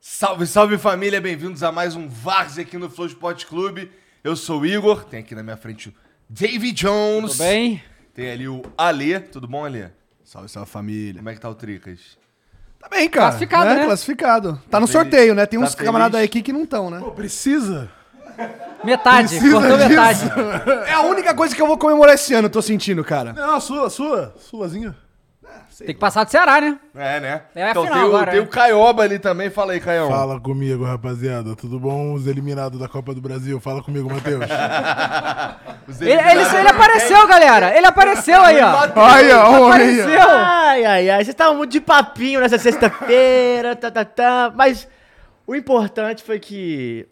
Salve, salve família, bem-vindos a mais um Vars aqui no Flow Sport Clube. Eu sou o Igor, tem aqui na minha frente o David Jones. Tudo bem? Tem ali o Alê, tudo bom, Alê? Salve, salve família. Como é que tá o Tricas? Tá bem, cara. Classificado, né? Classificado. Tá no Feliz. sorteio, né? Tem Tá uns camaradas aí feliz? aqui que não estão, né? Precisa? Metade, cortou metade. É a única coisa que eu vou comemorar esse ano, eu tô sentindo, cara. Não, a sua, a sua, sulazinha. Tem que passar do Ceará, né? É, né? É a então final tem, o, agora, tem né? o Caioba ali também. Fala aí, Caião. Fala comigo, rapaziada. Tudo bom? Os eliminados da Copa do Brasil. Fala comigo, Matheus. Os Ele, ele, eliminados- ele apareceu, galera. Ele apareceu aí, ó. Olha, olha. Apareceu. Ai, ai, ai. Vocês estavam muito de papinho nessa sexta-feira, tá, tá, tá. Mas o importante foi que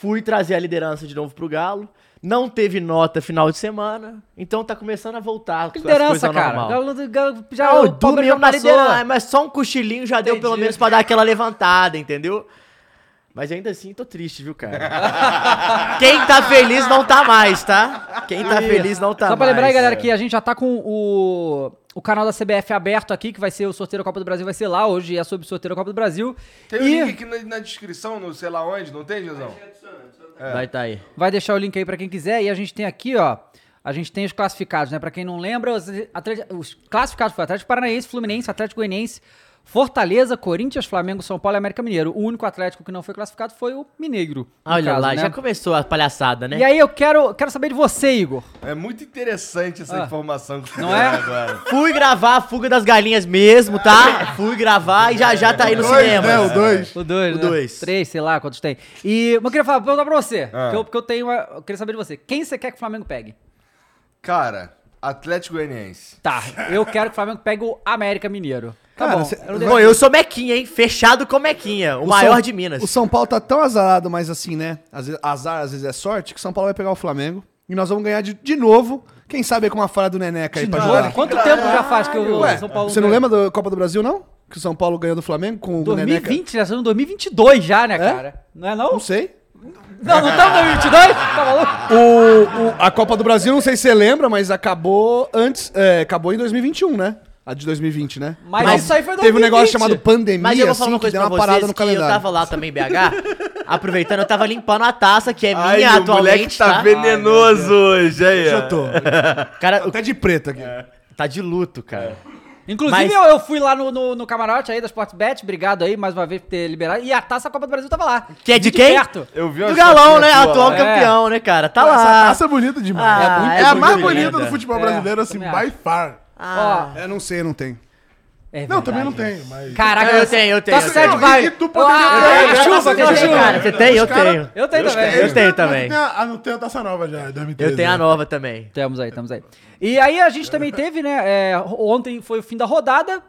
fui trazer a liderança de novo pro Galo. Não teve nota final de semana, então tá começando a voltar. Que as coisas Liderança, ao cara. normal. Galo do- Galo- já Não, o tá Palmeiras dormiu já na passou. liderança, mas só um cochilinho já deu pelo Entendi. menos pra dar aquela levantada, entendeu? Mas ainda assim, tô triste, viu, cara? Quem tá feliz não tá mais, tá? Quem tá feliz não tá mais. Só pra lembrar aí, galera, que a gente já tá com o, o canal da CBF aberto aqui, que vai ser o sorteio da Copa do Brasil, vai ser lá hoje, é sobre o sorteio da Copa do Brasil. Tem o e link aqui na, na descrição, não sei lá onde, não tem, Josão? Vai tá aí. vai deixar o link aí pra quem quiser. E a gente tem aqui, ó, a gente tem os classificados, né? Pra quem não lembra, os, atleti- os classificados foi Atlético Paranaense, Fluminense, Atlético Goianiense, Fortaleza, Corinthians, Flamengo, São Paulo e América Mineiro. O único Atlético que não foi classificado foi o Mineiro. no Olha caso, lá, né? já começou a palhaçada, né? E aí eu quero, quero saber de você, Igor. É muito interessante essa Ah. informação que você Não deu é? agora. Fui gravar a Fuga das Galinhas mesmo, tá? Fui gravar e já já tá aí no cinema. né? O dois. O dois, O né? dois. Três, sei lá quantos tem. E mas eu queria falar, perguntar pra você, Ah. que eu, que eu tenho, uma- eu queria saber de você. Quem você quer que o Flamengo pegue? Cara, Atlético Goianiense. Tá, eu quero que o Flamengo pegue o América Mineiro. Tá Cara, bom. cê- Eu não Bom, eu sou Mequinha, hein? Fechado com Mequinha, o, O maior São- de Minas. O São Paulo tá tão azarado, mas assim, né? Às vezes- azar às vezes é sorte, que o São Paulo vai pegar o Flamengo e nós vamos ganhar de, de novo. Quem sabe é com uma falha do Neneca aí pra Olha, jogar. Quanto tempo já faz que o Ué, São Paulo você não ganha? lembra da Copa do Brasil, não? Que o São Paulo ganhou do Flamengo com né, o Neneca? 2020, nós né? estamos em 2022 já, né, cara? Não é não? Não sei. Não, não estamos em 2022? Tá maluco? O, o- a Copa do Brasil, não sei se você lembra, mas acabou antes. é, acabou em 2021, né? A de 2020, né? Mas isso aí foi Teve um 2020. negócio chamado pandemia, Mas eu vou falar assim, uma que coisa deu pra uma vocês, parada que no calendário. eu tava lá também em BH, aproveitando, eu tava limpando a taça, que é minha Ai, o moleque atualmente, tá tá? Ah, venenoso hoje, aí. ó. Já tô. Cara, o- Até de preto aqui. tá de luto, cara. Inclusive, Mas- eu, eu fui lá no, no, no camarote aí da Sportbet, obrigado aí mais uma vez por ter liberado. E a taça Copa do Brasil tava lá. Que é de Vi quem? perto. Eu vi Do umas galão, né? fotinhas tua Atual lá. campeão, né, cara? Tá Essa lá. taça é bonita demais. Ah, é, Ah. a mais muito bonita linda. do futebol É, brasileiro, assim, também by far. Ó, Eu não sei, eu não tenho. é Não, também verdade. não tenho, mas... Caraca, Eu tenho, eu tenho, Tá eu sede é tenho. vai. E tu, pô, Ah, Eu tenho, chuva, eu tenho, cara. Você tem? Eu tenho. Eu tenho também. Eu é tenho também. Mas tem a- Ah, não tem a taça nova já, é 2013. Eu tenho a né? nova também. Temos aí, temos aí. E aí a gente também teve, né? é, ontem foi o fim da rodada.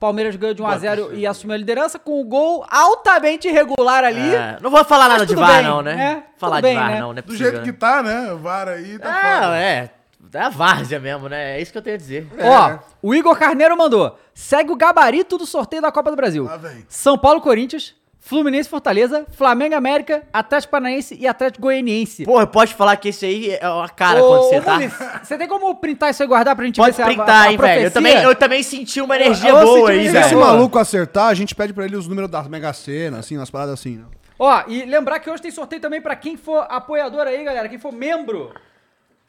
Palmeiras ganhou de 1x0 e assumiu a liderança com o gol altamente irregular ali. É, não vou falar nada de tudo VAR, bem, não, né? né? falar Tudo bem, de VAR, né? não, não Do é possível, jeito né? que tá, né? O VAR aí tá Ah, foda. é. Da várzea mesmo, né? É isso que eu tenho a dizer. Ó, o Igor Carneiro mandou. Segue o gabarito do sorteio da Copa do Brasil. Lá vem. São Paulo Corinthians, Fluminense Fortaleza, Flamengo América, Atlético Paranaense e Atlético Goianiense. Porra, pode falar que esse aí é uma cara Ô, quando você ô, tá. Muniz, Você tem como printar isso aí e guardar pra gente Pode se a- a- printar, a hein, velho. Eu profecia- também, eu também senti uma energia eu boa senti uma aí, Se energia esse velho. boa. maluco acertar, a gente pede pra ele os números da Mega Sena, assim, umas paradas assim. Né? Ó, e lembrar que hoje tem sorteio também pra quem for apoiador aí, galera, quem for membro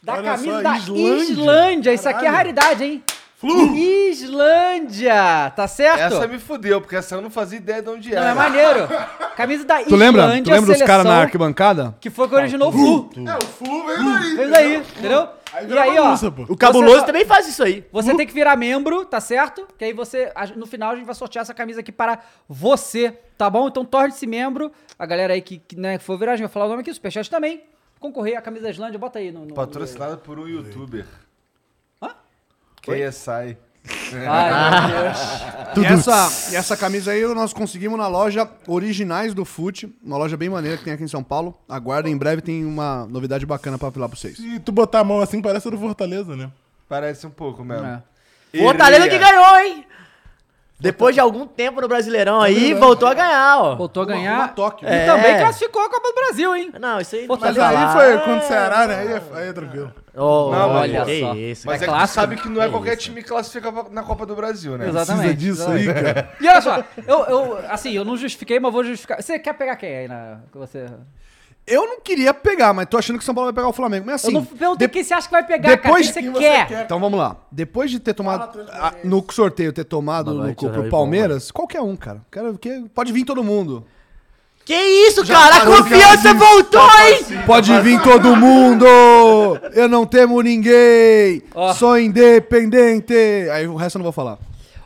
da Olha camisa só, da Islândia. Islândia. Isso aqui é Caralho. raridade, hein? Flu! Islândia, tá certo? Essa me fudeu, porque essa eu não fazia ideia de onde Não, era. é maneiro. Camisa da Tu lembra? Islândia, tu lembra dos seleção caras na arquibancada? que foi que originou o Flu. É, o Flu veio daí. Veio daí, entendeu? E aí, ó, O cabuloso Você só- também faz isso aí. Você tem que virar membro, tá certo? Que aí você, a- no final, a gente vai sortear essa camisa aqui para você, tá bom? Então torne-se membro. A galera aí que, que, né, que for virar, a gente vai falar o nome aqui, o Superchat também. Concorrer à camisa da Islândia, bota aí no. no Patrocinada por um youtuber. Hã? KSI. Ai, meu Deus. E essa, e essa camisa aí nós conseguimos na loja Originais do Fute, uma loja bem maneira que tem aqui em São Paulo. Aguardem, em breve tem uma novidade bacana pra falar pra vocês. Se tu botar a mão assim, parece a do Fortaleza, né? Parece um pouco mesmo. É. O Fortaleza que ganhou, hein? Depois de algum tempo no Brasileirão aí, voltou a ganhar, ó. É. Voltou a ganhar. É. Uma Tóquio. E também classificou a Copa do Brasil, hein? Não, isso aí Mas Fortaleza- não aí foi contra o Ceará, né? Aí é, aí é tranquilo. Oh, Não, mas olha olha que só. isso. Mas É é, que tu clássico. sabe que não é, É qualquer isso. time que classifica pra- na Copa do Brasil, né? Precisa Exatamente. disso exatamente. aí, cara. E olha só, eu, eu, assim, eu não justifiquei, mas vou justificar. Você quer pegar quem aí na. que Você... Eu não queria pegar, mas tô achando que o São Paulo vai pegar o Flamengo. Mas assim, eu não perguntei de- quem você acha que vai pegar, depois cara. Quem que você quer? Então vamos lá. Depois de ter tomado a- no sorteio ter tomado Boa no noite, cu pro Jair Palmeiras, qualquer um, cara. Quero que pode vir todo mundo. Que isso, cara? A parou, confiança já- voltou, hein? Pode vir todo mundo! Eu não temo ninguém! Ó. Sou independente! Aí o resto eu não vou falar.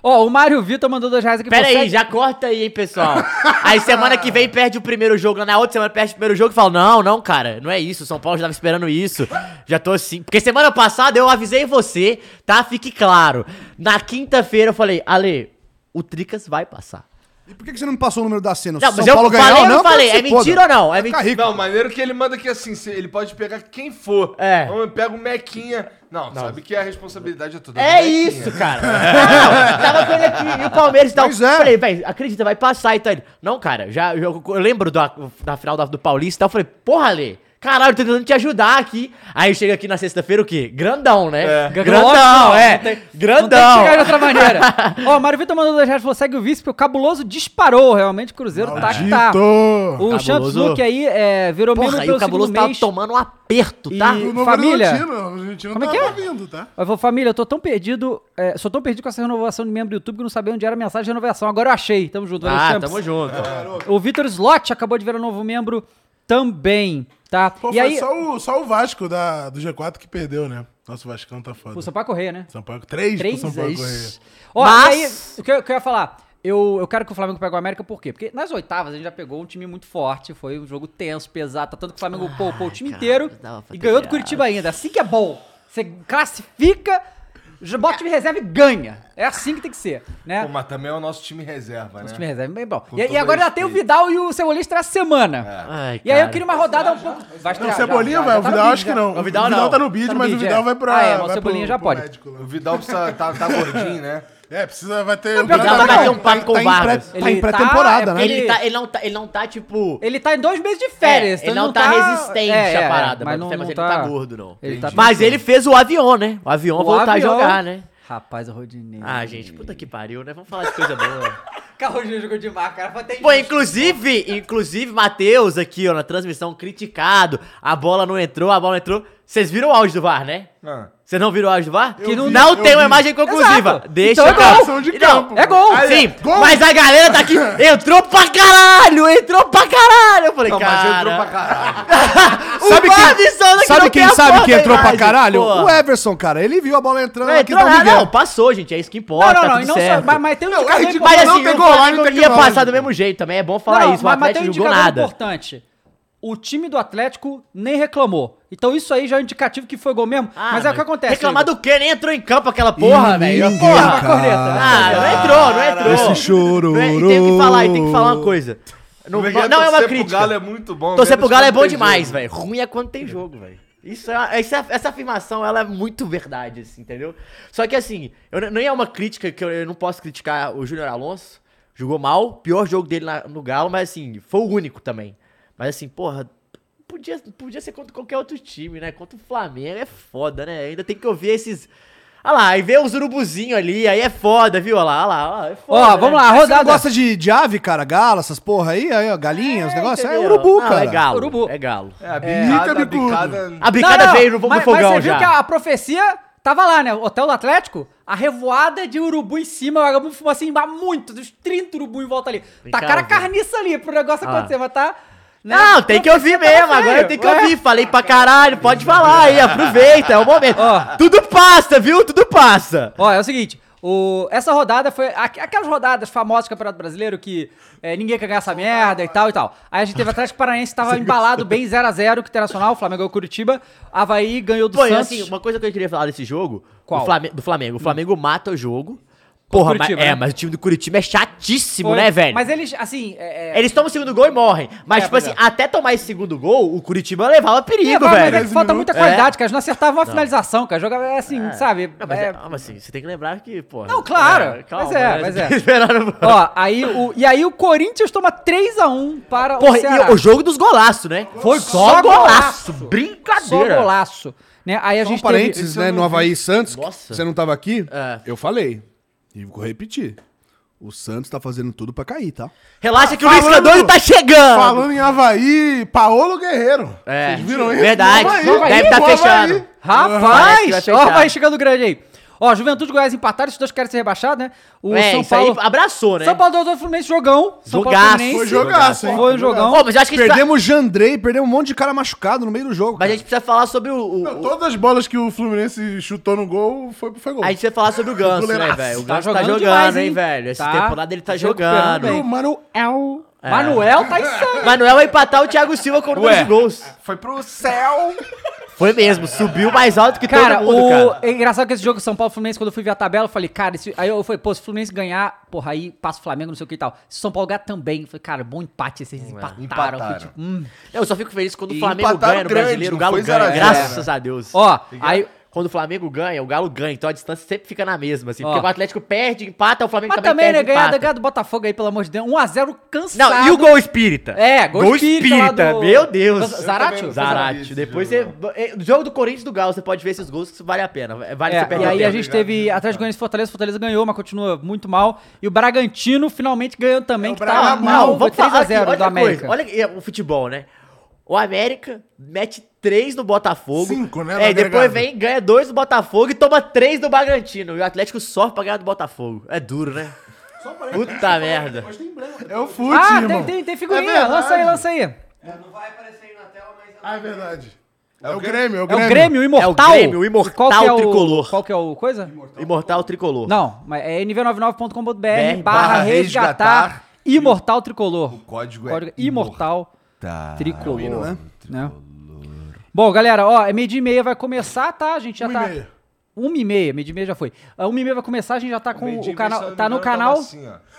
Ó, o Mário Vitor mandou dois reais aqui Pera você. aí, já corta aí, hein, pessoal. Aí semana que vem perde o primeiro jogo, na outra semana perde o primeiro jogo e fala: Não, não, cara, não é isso. O São Paulo já tava esperando isso. Já tô assim. Porque semana passada eu avisei você, tá? Fique claro. Na quinta-feira eu falei: Ale, o Tricas vai passar. E por que que você não me passou o número da cena? Se Não, o mas eu falei, eu falei, que é se foda. mentira ou não? É Vai ficar mentira. rico. Não, maneiro que ele manda que assim, se- ele pode pegar quem for. É. Então, pega o Mequinha. Não, sabe que a responsabilidade é toda do É Mequinha. isso, cara. Não, tava com ele aqui e o Palmeiras e tal. Pois é. Falei, velho, acredita, vai passar e tal. Ele, Não, cara, já, eu, eu lembro da, da final da- do Paulista e tal. Falei, porra, Lê. Caralho, tô tentando te ajudar aqui. Aí chega aqui na sexta-feira o quê? Grandão, né? Grandão, Lógico, é. É. não tem- Não tem que Grandão. chegar de outra maneira. Ó, o Mário Vitor mandou dois reais falou: segue o vice, porque o cabuloso disparou. Realmente, o Cruzeiro tá que tá. Dito! O Cabuloso. Champs Luke aí é, virou Porra, membro aí o pelo cabuloso segundo tava mês. tomando um aperto, E- tá? O Novo família. Horizontino, o Argentino Como é tá que é? vindo, tá? Eu falei, família, eu tô tão perdido, é, sou tão perdido com essa renovação de membro do YouTube que eu não sabia onde era a mensagem de renovação. Agora eu achei. Tamo junto, valeu, Ah, Champs. tamo junto. O Vitor Slot acabou de virar um novo membro também, tá? Pô, e foi aí, só, o, só o Vasco da, do G4 que perdeu, né? Nossa, o Vascão tá foda. o Sampaio Correia, né? São Paulo, três, Três, pro São Paulo é Correia. isso. Ó, Mas- e aí, o que eu, o que eu ia falar? Eu, eu quero que o Flamengo pegue o América, por quê? Porque nas oitavas a gente já pegou um time muito forte, foi um jogo tenso, pesado, tá tanto que o Flamengo poupou o time Ah, cara, inteiro dava pra e ter ganhou do ganhado. Curitiba ainda. Assim que é bom. Você classifica, já bota o time reserva e ganha. É assim que tem que ser, né? Pô, mas também é o nosso time reserva, né? Nosso time reserva é bem bom. Com E, e todo agora já tem o respeito. Vidal e o Cebolinha essa semana. Ai, E aí eu cara. queria uma rodada um pouco... É. Vai Não, o estrear, já, Cebolinha já, vai, já o tá no Vidal bid, acho que já. não. O Vidal não. tá no bid, Tá no mas o bid, Vidal é. vai pra... Ah, é, mas o vai pro- Cebolinha já pro pode. médico lá. O Vidal precisa tá, tá gordinho, né? É, precisa, vai ter... o pior Vidal que Vidal vai- vai ter um papo com o tá em pré- Vargas. tá em Ele tá- pré-temporada, é né? porque Ele, tá, ele, não tá, ele não tá, tipo... Ele tá em dois meses de férias. É, ele não tá resistente à parada, mas é, não, não- não ele tá... não tá gordo, não. Ele tá... Mas ele fez o avião, né? O avião O voltar avião- a jogar, né? Rapaz, o Rodinei. Ah, gente, puta que pariu, né? Vamos falar de coisa boa. Carro Rodinei jogou demais, cara. Foi até Pô, injusto. inclusive, inclusive, Matheus aqui, ó, na transmissão, criticado. A bola não entrou, a bola entrou. Vocês viram o áudio do VAR, né? Ah. Vocês não viram o áudio do Var? vi, Que não eu tem uma vi. imagem conclusiva. Exato. Deixa Então é pra- gol. de Não, campo, é gol. Aí, Sim, gol. mas a galera tá aqui. Entrou pra caralho! Entrou pra caralho! Eu falei, Não, mas cara. entrou pra caralho. o Sabe VAR quem, avisando que sabe não quem tem a sabe porra que da entrou pra imagem, caralho? porra. O tá Everson, cara. Ele viu a bola entrando Não, aqui entrou da nada, Miguel. não, passou, gente. É isso que Não, importa. não, não. tudo e não só, certo. mas, mas tem um Não, é indicador ridículo, Mas não assim, tem o gol lá, Flamengo não tem ia tecnológico. passar do mesmo jeito também. É bom falar isso. O mas, mas tem Atlético um não jogou indicador nada. importante. O time do Atlético nem reclamou. Então isso aí já é um indicativo que foi gol mesmo. mas é o que acontece. Ah, Reclamar Igor. do quê? Nem entrou em campo aquela porra, Ih, velho. ninguém, Porra. cara. Ah, não entrou, não entrou. né? Esse chororô. Não é- e Tem que falar, e tem que falar uma coisa. Não, Como que não é Torcer uma pro crítica. Galo é muito bom. Torcer menos pro Galo é quando bom tem demais, jogo. velho. Ruim é quando tem jogo, velho. Isso é, essa, essa afirmação, ela é muito verdade, assim, entendeu? Só que, assim, eu, n- nem é uma crítica que eu, eu não posso criticar o Júnior Alonso. Jogou mal, pior jogo dele na- no Galo, mas, assim, foi o único também. Mas, assim, porra, podia, podia ser contra qualquer outro time, né? Contra o Flamengo é foda, né? Ainda tem que ouvir esses... Ah lá, aí vê os urubuzinhos ali, aí é foda, viu? Olha lá, olha lá, ó, é foda. Ó, né? vamos lá, Você não rodada. gosta de, de ave, cara? Gala, essas porra aí? aí ó, galinha, os negócios? É entendeu? urubu, Não, cara. É galo, Urubu. é galo. É, a bicada, a bicudo. Ah, bicada... A bicada veio no, no mas, fogão mas você já. viu que a, a profecia tava lá, né? O Hotel do Atlético, a revoada de urubu em cima, o vagabundo fumou assim, mas muito, dos 30 urubu em volta ali. Tacaram a cá, velho. carniça ali pro negócio Ah. acontecer, mas tá... Não, tem que ouvir mesmo, agora É. tem que ouvir. Falei pra caralho, pode falar aí, aproveita, é o momento. Ó. Tudo passa, viu? Tudo passa. Ó, é o seguinte. O, essa rodada foi aqu- aquelas rodadas famosas do Campeonato Brasileiro que é, ninguém quer ganhar essa merda e tal e tal. Aí a gente teve Atlético Paranaense, que tava embalado bem 0x0 com o Internacional, o Flamengo ganhou o Curitiba, Havaí ganhou do Pô, e Santos. assim, uma coisa que eu queria falar desse jogo, Qual? Do, Flame- do Flamengo. O Flamengo mata o jogo. Porra, mas, Curitiba, né? é, mas o time do Curitiba é chatíssimo, Foi- né, velho? Mas eles, assim, é, é, Eles tomam o segundo gol e morrem. Mas, É, tipo pois assim, é. até tomar esse segundo gol, o Curitiba levava é, perigo, vai, mas é velho. que falta muita É. qualidade, cara. Eles não acertavam uma finalização, cara. Jogava é assim, sabe? Não, mas, é- é- ah, mas assim, você tem que lembrar que, porra. Não, claro. Mas é, né? mas Vocês é. esperaram- Ó, aí o, e aí o Corinthians toma 3x1 para o Porra, Ceará. e o jogo dos golaços, né? Foi só, só golaço. golaço. é Só Brincadeira. golaço. Né? Aí a Só um gente parênteses, teve... né? No Havaí e Santos, Nossa. você não tava aqui? É. Eu falei. E vou repetir. O Santos tá fazendo tudo pra cair, tá? Relaxa que o Luiz Falando- Cardoso tá chegando. Falando em Havaí, Paolo Guerreiro. É, Vocês viram isso? verdade. Vamos aí, Deve estar tá vamos aí. fechando. tá Parece que vai Rapaz! fechar. Ó, vai chegando grande aí. Ó, Juventude e Goiás empataram, esses dois querem ser rebaixados, né? O é, São isso aí Paulo... abraçou, né? São Paulo do Fluminense, jogão. São Jogaço. Paulo Fluminense. Foi jogaço, hein? Foi um jogão. Pô, mas eu acho que a gente precisa- Perdemos o Jandrei, perdemos um monte de cara machucado no meio do jogo. Mas a gente precisa falar sobre o... o- Não, o- todas as bolas que o Fluminense chutou no gol foi, foi gol. A gente precisa falar sobre o Ganso, né, Goleiraço. velho? O Tá Ganso tá jogando, jogando demais, hein, hein? velho? Essa Tá. temporada ele tá Se recuperando jogando. bem. O Mano é o... Manuel tá em sangue. Manuel vai empatar o Thiago Silva com dois gols. Foi pro céu! Foi mesmo, subiu mais alto que Cara, todo mundo, o... cara. é engraçado que esse jogo São Paulo e Fluminense, quando eu fui ver a tabela, eu falei, cara, esse... aí eu falei, pô, se o Fluminense ganhar, porra, aí passa o Flamengo, não sei o que e tal. Se o São Paulo ganhar também, eu falei, cara, bom empate, vocês É, empataram. Empataram. Eu falei, tipo, hum. Eu só fico feliz quando o E Flamengo empataram ganha no grande, brasileiro, o não Galo foi ganha. 0 a 0, graças a Deus. Ó, aí... Quando o Flamengo ganha, o Galo ganha, então a distância sempre fica na mesma, assim. Ó. Porque o Atlético perde, empata, o Flamengo Mas também, também, perde, né, ganhar, empata. ganhar do Botafogo aí, pelo amor de Deus, 1x0 cansado. Não, e o gol espírita? É, gol espírita lá do- Meu Deus. Eu Zaratio? também não Zaratio. sabia Depois desse você. é, No jogo do Corinthians e do Galo, você pode ver esses gols que vale a pena. Vale É, super e aí pena. a gente teve atrás de Goiânia e Fortaleza, Fortaleza ganhou, mas continua muito mal. E o Bragantino finalmente ganhou também, É, que tava Bragantino. mal, foi Tá, vamos falar aqui, 3x0 olha do a coisa, América. Olha é, o futebol, né? O América mete três do Botafogo. Cinco, né, no É, e depois agregado. vem, ganha dois do Botafogo e toma três do Bragantino. E o Atlético sofre pra ganhar do Botafogo. É duro, né? Puta merda. É o fute, ah, tem, irmão. tem, tem figurinha, É verdade. lança aí, lança aí. É Ah, é verdade. É o Grêmio, é o Grêmio. o Grêmio, o Imortal. Grêmio, o Imortal qual que é o, tricolor. Qual que é o coisa? Imortal Tricolor. Não, mas é nv99.com.br barra barra resgatar resgatar Imortal Tricolor. código é Código Imortal Tá. Tricolor. né? né? Bom, galera, ó, é meio dia e meia vai começar, tá? A gente já Um e tá... meia. Uma e meia, meio dia e meia já foi. Ah, Uma e meia vai começar, a gente já tá com Meio-dia o e meia, se eu canal. não Tá me no engano, tava canal. assim, ó.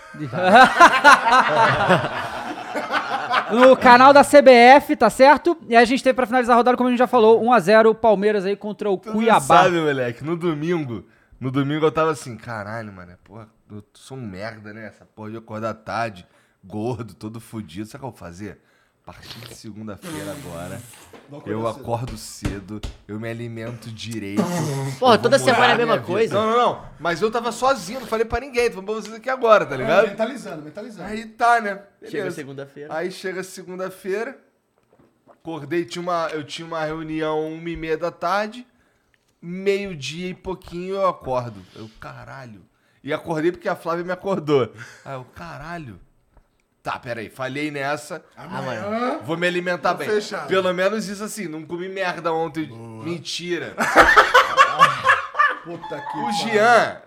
No canal da CBF, tá certo? E a gente teve pra finalizar a rodada, como a gente já falou, 1x0 o Palmeiras aí contra o Tu não Cuiabá. sabe, moleque, no domingo, no domingo eu tava assim, caralho, mano, porra, eu sou um merda, né? Essa porra de acordar tarde, gordo, todo fudido. Sabe o que eu vou fazer? A partir de segunda-feira agora, eu acordo cedo, eu me alimento direito. Porra, eu vou toda semana é a morar mesma minha vida. coisa. Não, não, não. Mas eu tava sozinho, não falei pra ninguém, tô falando pra vocês aqui agora, tá ligado? Mentalizando, mentalizando. Aí tá, né? Chega Beleza. segunda-feira. Aí chega segunda-feira, acordei, tinha uma, eu tinha uma reunião uma e meia da tarde, meio-dia e pouquinho eu acordo. Eu, caralho. E acordei porque a Flávia me acordou. Aí eu, caralho. Tá, peraí, falhei nessa. Amanhã. Vou me alimentar bem. fechado. Pelo menos isso assim, não comi merda ontem. Mentira. Puta que O pariu. Jean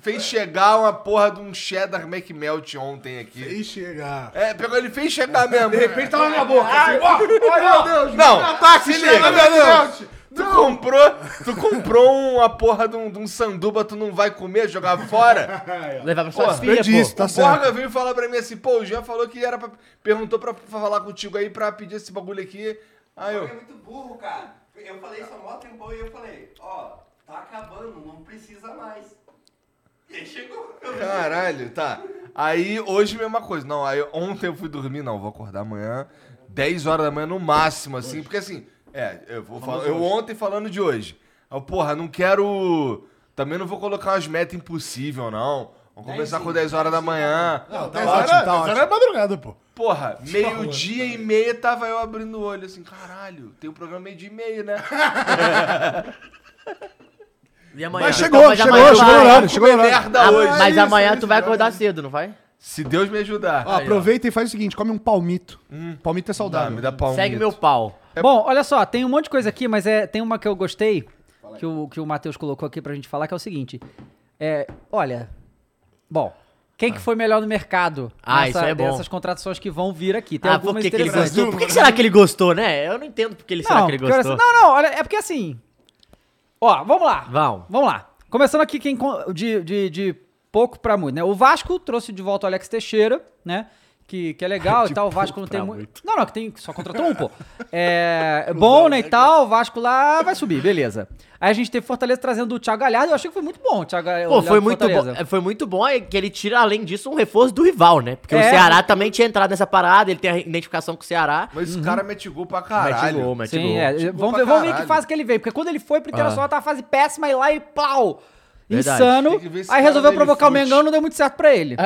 fez chegar uma porra de um cheddar McMelt ontem aqui. E chegar. É, pegou, ele fez chegar mesmo. De repente Tá na minha boca. Ai, ó, ó, meu Deus. Não, ataque, se chega, liga, meu Deus. Tu comprou, tu comprou uma porra de um, de um sanduba, tu não vai comer, jogar fora? Levava só as Eu filhas, disse, pô. tá o Borga certo. veio falar pra mim assim, pô, o Jean falou que era pra... Perguntou pra, pra falar contigo aí, pra pedir esse bagulho aqui. Aí eu... muito burro, cara. Eu falei isso há mó tempão e eu falei, ó, tá acabando, não precisa mais. E aí chegou. Caralho, tá. Aí hoje mesma coisa. Não, aí ontem eu fui dormir, não, vou acordar amanhã, 10 horas da manhã no máximo, assim, porque assim, é, eu vou falar. Eu ontem falando de hoje. Eu, porra, não quero. Também não vou colocar umas metas impossíveis, não. Vamos começar com 10 horas da manhã. Tá ótimo, tá ótimo. é madrugada, pô. Porra, meio-dia e meia tava eu abrindo o olho, assim, caralho, tem um programa meio-dia e meia, né? E amanhã? Mas Então, chegou, mas chegou, chegou amanhã tu no vai- horário, chegou no Comer horário. merda Ah, hoje. mas isso, amanhã isso, tu vai isso. acordar cedo, não vai? Se Deus me ajudar. Ó, aproveita e faz o seguinte, come um palmito. Hum. Palmito é saudável. tá, me dá palmito. Segue meu pau. Bom, olha só, tem um monte de coisa aqui, mas é, tem uma que eu gostei, que o, que o Matheus colocou aqui pra gente falar, que é o seguinte. É, olha, bom, quem que foi melhor no mercado? Ah, isso é bom. Dessas contratações que vão vir aqui. Tem Ah, por algumas que, que ele interessantes. gostou? Por que, que será que ele gostou, né? Eu não entendo por que ele será que ele porque olha gostou. assim- não, não, olha, é porque assim... Ó, vamos lá. Vão. Vamos lá. Começando aqui quem con- de, de, de pouco pra muito, né? O Vasco trouxe de volta o Alex Teixeira, né? Que, que é legal e tal. O Vasco não tem pra muito. Não, não, que tem, só contratou um, pô. É, é bom, né? E tal. O Vasco lá vai subir, beleza. Aí a gente teve Fortaleza trazendo o Thiago Galhardo. Eu achei que foi muito bom É o Thiago Galhardo. Pô, foi do muito, bom, Fortaleza. foi muito bom é que ele tira, além disso, um reforço do rival, né? Porque É. o Ceará também tinha entrado nessa parada, ele tem a identificação com o Ceará. Mas esse cara mete gol pra Uhum. Mete caralho. gol, mete Sim, gol. é. Chegou Vamos Tipo pra ver, vamos ver que caralho. fase que ele veio. Porque quando ele foi pro Internacional, Ah. tá a fase péssima e lá e pau! Verdade. Insano. Tem que ver esse Aí cara resolveu dele provocar o fute. Mengão, não deu muito certo pra ele.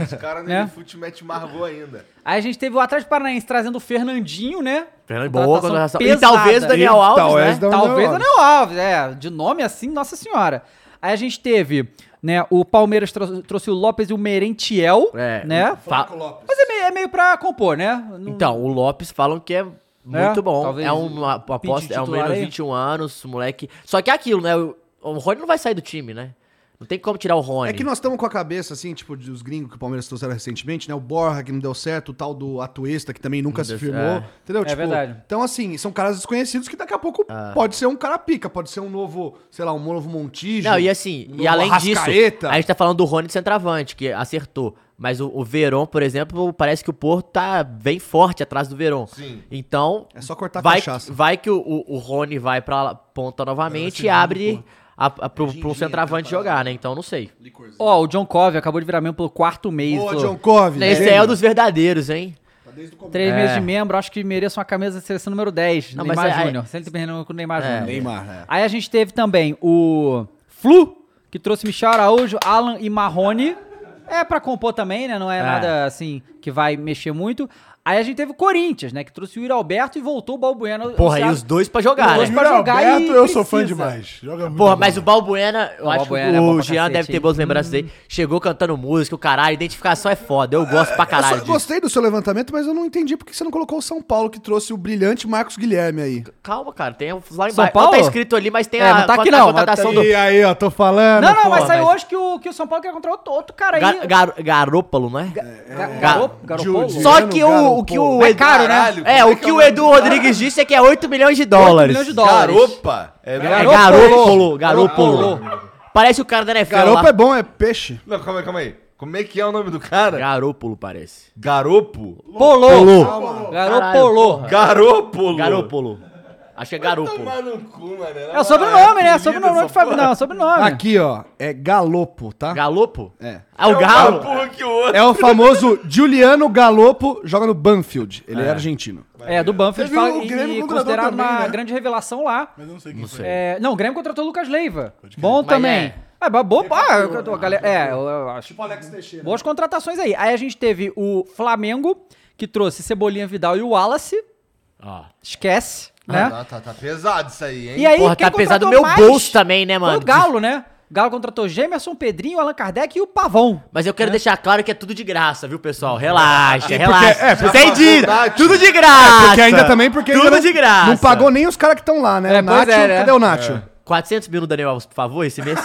Esse cara nem Né? é. fute mete mais gol ainda. Aí a gente teve o Atlético Paranaense trazendo o Fernandinho, né? Contratação Fernando Boa, contratação. E pesada. talvez o Daniel Alves, talvez né? Daniel Talvez o Alves. Daniel Alves, é. De nome assim, nossa senhora. Aí a gente teve, né, o Palmeiras tro- trouxe o Lopes e o Merentiel, É, né? Fa- Mas é meio, é meio pra compor, né? Não- Então, o Lopes falam que é muito bom. Né? talvez um É uma aposta, é ao titular menos aí. 21 anos, moleque. Só que é aquilo, né? O, o Rony não vai sair do time, né? Não tem como tirar o Rony. É que nós estamos com a cabeça, assim, tipo, dos gringos que o Palmeiras trouxeram recentemente, né? O Borja, que não deu certo, o tal do Atuesta, que também nunca se deu- firmou. é. Entendeu? É verdade. Então, assim, são caras desconhecidos que daqui a pouco Ah. pode ser um cara pica, pode ser um novo, sei lá, um novo Montijo. Não, e assim, um e além disso, Arrascaeta. a gente tá falando do Rony de centroavante, que acertou. Mas o, o Verón, por exemplo, parece que o Porto tá bem forte atrás do Verón. Sim. Então, É só cortar a vai, cachaça. vai que o, o, o Rony vai pra lá- ponta novamente e Esse abre grupo. a, a, pro, pro gin-gin, centroavante aquela jogar, né? Então, não sei. Ó, o John Cove acabou de virar membro pelo quarto mês. Boa, do- John Cove. Esse aí é o dos verdadeiros, hein? Três meses de membro, acho que mereço uma camisa da seleção número 10, É. Não, mas Neymar é- Júnior. Se ele perdendo com o Neymar Júnior. Neymar, né? Aí a gente teve também o Flu, que trouxe Michel Araújo, Alan e Marrone. É pra compor também, né? Não é, nada assim que vai mexer muito. Aí a gente teve o Corinthians, né? Que trouxe o Yuri Alberto e voltou o Balbuena. Porra, e Ceará- os dois pra jogar, Os dois né? pra jogar Alberto, e eu sou fã precisa. demais. Joga muito. Porra, bola. mas o Balbuena, eu O acho Balbuena que é bom o pra Jean cacete, deve ter hein? boas lembranças dele. Chegou cantando música, o caralho, identificação é foda. Eu gosto pra Eu só caralho disso. gostei do seu levantamento, mas eu não entendi por que você não colocou o São Paulo, que trouxe o brilhante Marcos Guilherme aí. Calma, cara, tem lá embaixo. São Não tá Paulo? escrito ali, mas tem É, a, não tá aqui a não, mas contratação do E aí, ó, tô falando. Não, não, Porra, mas saiu mas- hoje que o, que o São Paulo quer contratar outro, outro cara aí. Gar- Gar- Garópolo, não é? Ga- Ga- Garo- Garopolo? Jude. Só que Garo- o, o que o É Edu, caro, né? Caralho, é, como o que o nome? Edu Rodrigues disse é que é 8 milhões de dólares. milhões de dólares. Garopa. É, É não, Garópolo, Garópolo. Parece o cara da NFL Garopa lá. é bom, é peixe. não, calma aí, calma aí. Como é que é o nome do cara? Garópolo, parece. Garopo? Polo. Calma. Garopolo. Garopolo. Garópolo. Acho que é Garópolo. Tomar no cu, mano. É o sobrenome, né? Sobrenome que Fábio. Não, sobrenome. Aqui, ó, é galopo, tá? Galopo? É. Ah, o Galo. Porra, que outro. É o famoso Juliano Galopo, joga no Banfield. Ele é, argentino. É, do Banfield Teve fala, o Grêmio e, e contratou considerado também, uma né? grande revelação lá. Mas eu não sei quem foi. É, não, o Grêmio contratou o Lucas Leiva. Bom Mas também. é. É, mas boa. Ah, eu- eu- galera, é, eu, eu acho. né? Tipo Alex Teixeira. Boas contratações aí. Aí a gente teve o Flamengo, que trouxe Cebolinha Vidal e o Wallace. Ó. Esquece, né? Tá, tá, tá pesado isso aí, hein? E aí, Ah, Porra, quem tá pesado contratou o meu mais bolso também, né, Foi mano? o Galo, né? O Galo contratou Gemerson, Pedrinho, Allan Kardec e o Pavão. Mas eu quero deixar claro que é tudo de graça, viu, pessoal? Relaxa, porque- relaxa. é, porque- É, Entendi. faculdade- Tudo de graça. Porque ainda também, porque Tudo ainda não, de graça. Não pagou nem os caras que estão lá, né? É, o pois Nacho, é, né? cadê o Nacho? 400 mil no Daniel Alves, por favor, esse mês.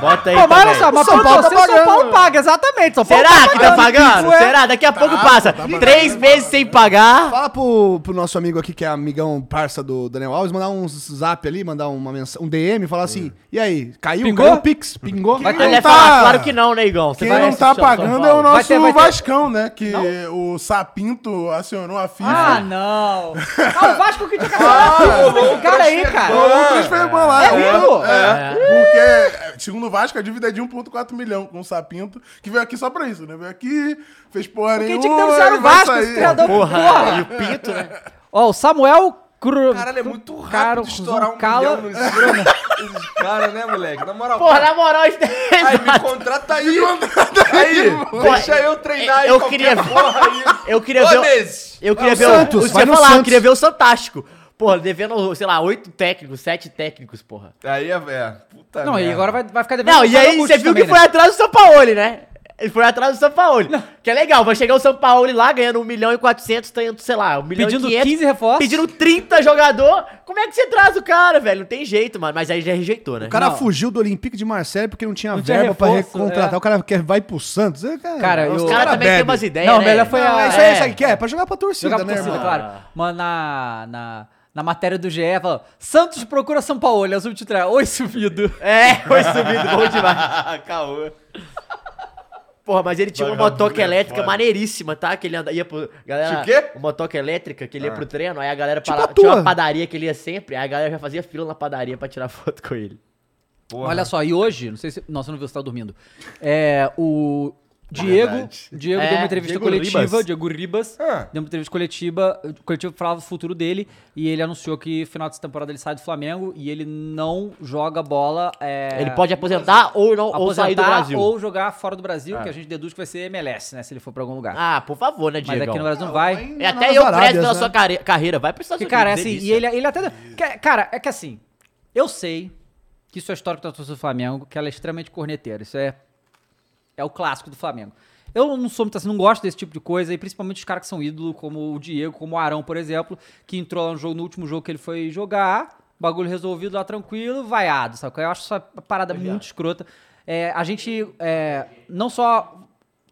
Bota aí. Pô, mas também. olha só, mas São pelo Paulo tá torcer, São pagando. Paulo paga, exatamente. São Paulo Será que tá pagando? Pix, é. Será? Daqui a pouco Tá, passa. Três meses sem pagar. Fala pro, pro nosso amigo aqui, que é amigão parça do Daniel Alves, mandar um zap ali, mandar uma mensagem, um DM, falar assim, e aí, caiu, Pingou? caiu o Pix, pingou? Vai Quem ter não falar, claro que não, né, Igão? Você Quem vai não tá assistir o São pagando é Paulo. o nosso Vai ter- vai ter- Vascão, né? Que o Sapinto acionou a FIFA. Ah, não. Ah, o Vasco que tinha que acionar esse cara aí, cara. O Lucas foi bom lá. É mesmo? É, porque, segundo o Vasco, a dívida é de 1,4 milhão com o Sapinto, que veio aqui só pra isso, né? Veio aqui, fez porra Quem nenhuma. tinha que denunciar o ele vai Vasco, esse sair. treinador, porra. E o Pinto, né? Ó, o Samuel Cru... Caralho, é muito rápido Caro- estourar um Cala- milhão nos grama. Esses caras, né, moleque? Na moral. Porra, na moral, isso Aí me contrata aí. aí, deixa eu treinar aí Eu qualquer queria- porra aí. Eu queria ver. Ô, o- Menezes. Eu queria o ver Santos, o. Isso que eu vai ia no falar, eu Santos. queria ver o Fantástico. Porra, devendo, sei lá, oito técnicos, sete técnicos, porra. Aí é, é puta Não, e merda. agora vai, vai ficar devendo... Não, pro e Fábio aí Augusto você viu também, que foi né? atrás do São Paulo, né? Ele foi atrás do São Paulo. Que é legal, vai chegar o São Paulo lá ganhando 1 milhão e 400, tanto, sei lá, 1 milhão Pedindo e 500, 15 reforços. Pedindo 30 jogador. Como é que você traz o cara, velho? Não tem jeito, mano. Mas aí já rejeitou, né? O cara fugiu do Olympique de Marseille porque não tinha Não tinha verba pra reforço, recontratar. é. O cara quer, vai pro Santos. é, Cara, os eu- cara também tem bebe. umas ideias, Não, né? melhor foi Não, a. é isso aí, sabe o que é? É pra jogar pra torcida, Jogar pra né, torcida, irmão? claro. Mano, na, na, na matéria do GE, fala, Santos procura São Paulo, é o subtítulo é, Oi, subido. É, foi subido, bom demais. Caô. Porra, mas ele tinha uma Vagabundo motoca é elétrica foda. maneiríssima, tá? Que ele anda, ia pro. Galera, Tinha o quê? Uma motoca elétrica que ele ia Ah. pro treino, aí a galera Tipo para- a tinha tua. uma padaria que ele ia sempre, aí a galera já fazia fila na padaria pra tirar foto com ele. Olha só, e hoje, não sei se. Nossa, não viu, você tá dormindo. É, o Diego. É Verdade. Ah. Diego É, deu uma entrevista Diego coletiva, Ribas. Diego Ribas. Deu uma entrevista coletiva. O coletivo falava o futuro dele. E ele anunciou que final dessa temporada ele sai do Flamengo e ele não joga bola. é, Ele pode aposentar ou não- ou sair do Brasil. Ou jogar fora do Brasil, Ah. que a gente deduz que vai ser MLS, né? Se ele for pra algum lugar. Ah, por favor, né, Mas Diegão? aqui no Brasil É, não né? vai. E até eu presto pela sua care- carreira, vai pro Estados Porque, Unidos. cara, é assim, e delícia. ele, ele até. que- Cara, é que assim, eu sei que isso é histórico da torcida do Flamengo, que ela é extremamente corneteira. Isso é. É o clássico do Flamengo. Eu não sou muito assim, não gosto desse tipo de coisa, e principalmente os caras que são ídolo, como o Diego, como o Arão, por exemplo, que entrou lá no jogo, no último jogo que ele foi jogar, bagulho resolvido lá tranquilo, vaiado, sabe? qual é? Eu acho essa parada muito escrota. É, a gente, é, não só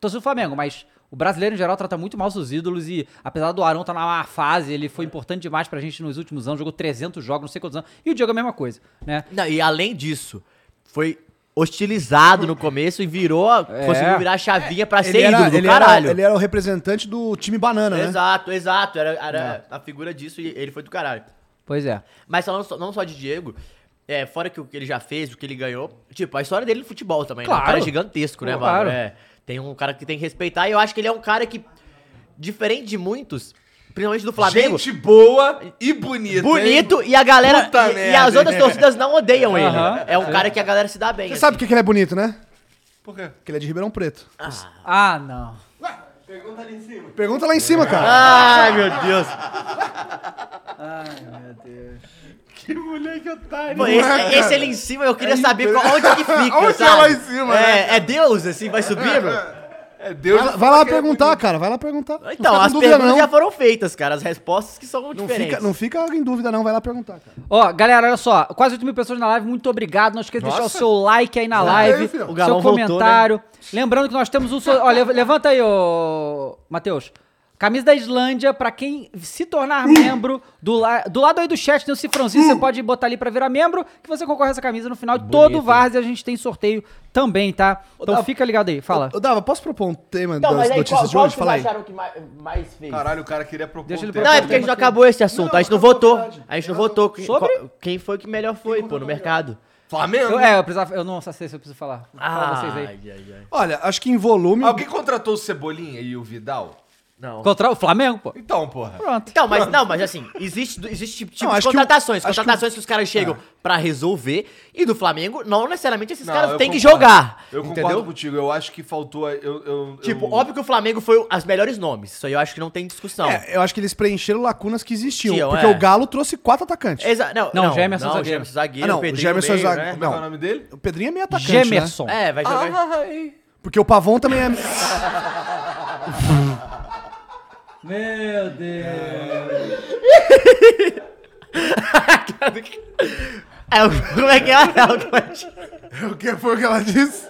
torcida do Flamengo, mas o brasileiro em geral trata muito mal seus ídolos e apesar do Arão estar tá na má fase, ele foi importante demais pra gente nos últimos anos, jogou 300 jogos, não sei quantos anos. E o Diego é a mesma coisa, né? Não, e além disso, foi hostilizado no começo e virou, É. conseguiu virar a chavinha pra ser ídolo do ele caralho. Era, ele era o representante do time banana, né? Exato, exato. Era, era a figura disso e ele foi do caralho. Pois é. Mas falando só- não só de Diego, é, fora que o que ele já fez, o que ele ganhou, tipo, a história dele no futebol também, né? O Claro. cara é gigantesco, né, Claro. mano? É, tem um cara que tem que respeitar e eu acho que ele é um cara que, diferente de muitos, principalmente do Flamengo... Gente boa e bonita. Bonito hein? e a galera. Puta e- e, merda, as outras hein? torcidas não odeiam Aham. ele. É um cara que a galera se dá bem. Você sabe por que que ele é bonito, né? Por quê? Porque ele é de Ribeirão Preto. Ah, não. Pergunta ali em cima. Pergunta lá É. em cima, cara. Ah, Ai, meu Deus. Ai, meu Deus. Que moleque otário. Pô, esse, esse ali em cima, eu queria saber qual, onde que fica, Onde é sabe? lá em cima, é, né? é Deus, assim, vai subindo? É Vai, lá- vai lá perguntar, cara. Vai lá perguntar. Não Então, fica com as dúvida, perguntas não. já foram feitas, cara. As respostas que são Não diferentes. fica, não fica em dúvida, não. Vai lá perguntar, cara. Ó, galera, olha só, quase 8 mil pessoas na live, muito obrigado. Não esqueça de deixar o Nossa. seu like aí na Valeu, live, filho. O né? seu Galão voltou, comentário. Lembrando que nós temos um. so- Ó, lev- levanta aí, ô. Matheus. Camisa da Islândia, pra quem se tornar membro, do, la- do lado aí do chat tem um cifrãozinho, você pode botar ali pra virar membro, que você concorre a essa camisa no final de todo o Vars e a gente tem sorteio também, tá? Então Dava- fica ligado aí, fala. Ô, Dava, posso propor um tema Então, das mas aí, notícias qual, de qual hoje? vocês Fala aí. acharam que mais, mais fez? Caralho, o cara queria propor Deixa ele um Não, é porque a gente não acabou esse assunto, a gente não votou. verdade. A gente não votou. Quem- Sobre? qual- Quem foi que melhor foi, pô, no mercado? Flamengo? Eu, é, eu, precisava, eu não sei se eu preciso falar. Fala Ah, vocês aí. ai, ai, ai. Olha, acho que em volume. Alguém contratou o Cebolinha e o Vidal? Não. Contra o Flamengo, pô. Então, porra. Pronto. Então, mas não, mas assim, existe, existe tipo, tipo Não, de acho que o- contratações. acho que o- contratações que, os caras chegam pra resolver. E do Flamengo, não necessariamente esses Não, caras eu têm que concordo. jogar. Eu concordo entendeu? contigo, eu acho que faltou. a- Eu, eu- Tipo, eu- óbvio que o Flamengo foi o- as melhores nomes. Isso aí eu acho que não tem discussão. É, eu acho que eles preencheram lacunas que existiam. Tinham, porque é. o Galo trouxe quatro atacantes. Exa- não, Não, não, Gemerson não, zagueiro. Gemerson zagueiro, Ah, não, o Pedrinho Gemerson meio, zague- né? Como é que é o não. nome dele? O Pedrinho é meio atacante, né? Gemerson. É, vai jogar. Porque o Pavon também é... Meu Deus. É, o- como é que é? O que foi que ela disse?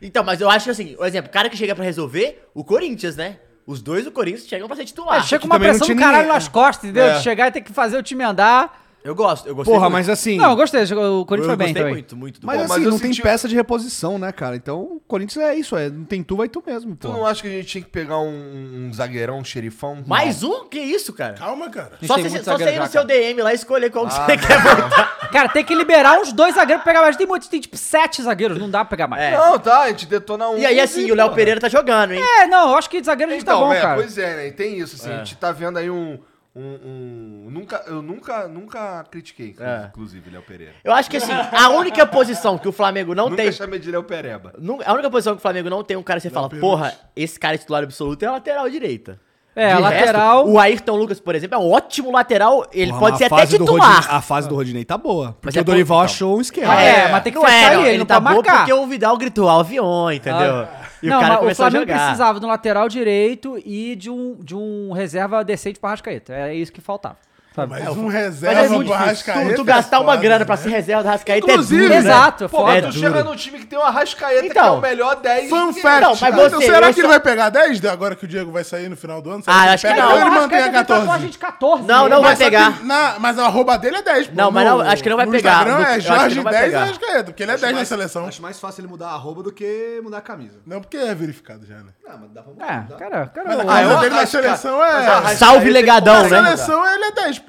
Então, mas eu acho que assim, por exemplo, o cara que chega pra resolver, o Corinthians, né? Os dois do Corinthians chegam pra ser titular. É, chega com que uma também não pressão do tinha caralho ninguém, nas né? costas, entendeu? É. De chegar e ter que fazer o time andar. Eu gosto, eu gostei. Porra, muito. mas assim... Não, eu gostei. O eu Corinthians foi bem gostei também. muito, muito do Mas Pô, assim, mas eu não tem senti- peça de reposição, né, cara? Então, o Corinthians é isso, é, não tem tu, vai tu mesmo, Tu pô. não acha que a gente tinha que pegar um, um zagueirão, um xerifão? Mais um? Que isso, cara? Calma, cara. Só tem você muito só você zagueiro ir já, no seu DM lá e escolher qual que Ah, você quer botar. Cara, tem que liberar uns dois zagueiros pra pegar mais. Tem muitos, tem tipo sete zagueiros, não dá pra pegar mais. É, É. Não, tá, a gente detona um. E aí, assim, o Léo Pereira tá jogando, hein? É, não, eu acho que de zagueiro a gente Então, tá bom, é, cara. pois é, né? E tem isso, assim, a gente tá vendo aí um. um- um- nunca, eu nunca, nunca critiquei, É. inclusive, Léo Pereira. Eu acho que, assim, a única posição que o Flamengo não nunca tem... chamei de Léo Pereba. Nu- A única posição que o Flamengo não tem um cara que você fala, porra, esse cara é titular absoluto é a lateral direita. É, De lateral- resto, o Ayrton Lucas, por exemplo, é um ótimo lateral. Ele Porra, pode mas ser a até fase do titular. Rodinei- a fase do Rodinei tá boa. Porque Mas é o Dorival bom, então. achou um esquema. Ah, É, mas tem que fechar ele, ele não tá pode bom marcar. Ah. porque o Vidal gritou avião, entendeu? E não, o cara mas o começou a Flamengo jogar. precisava de um lateral direito e de um, de um reserva decente pra Rascaeta. É isso que faltava. sabe? Mas É, um o- reserva Mas é pro muito difícil. Arrascaeta Tu, tu é gastar uma foda, grana né? pra ser reserva do Rascaeta Inclusive, é duro, Exato, é né? Pô, foda. é tu duro. chega num time que tem uma rascaeta que é Então, o melhor 10. Fun que- fact. Não, mas Então, você- é será eu que ele só- vai pegar 10 de- agora que o Diego vai sair no final do ano? Será Ah, ele acho que pega não. ou ele Arrascaeta mantém a já tá com a 14? gente 14. Não, né? não vai só pegar. é que na- mas a arroba dele é 10, pô. Não, mas não- acho que não vai no pegar. Instagram No- é acho que Jorge não vai 10 pegar. Arrascaeta, porque ele é 10 na seleção. Acho mais fácil ele mudar a arroba do que mudar a camisa. Não, porque é verificado já, né? Não, mas dá pra mudar. É, dá. cara, cara. Mas a Ah, não- arroba eu- dele na Arrascaeta- seleção mas a é... Arrascaeta- Salve legadão, Na né? seleção ele é 10, pô.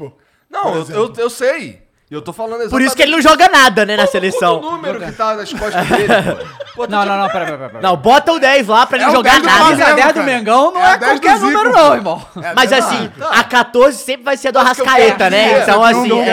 Não, eu, Por exemplo. eu, eu sei. E eu tô falando exatamente. Por isso que ele não joga nada, né, na Qual o seleção. número que tá nas costas dele, pô? pô? tu Não, tinha- não, não, pera, pera, pera. pera. Não, bota o 10 lá pra ele É não o jogar 10 do nada. Flamengo. Mas a 10 do cara. Mengão não É é, a 10 do qualquer Zico, número, pô. não, irmão. É, Mas sei lá. assim, a 14 sempre vai ser a do Mas o que eu Arrascaeta, quero né? dizer- Então, Não, assim, não, não, é.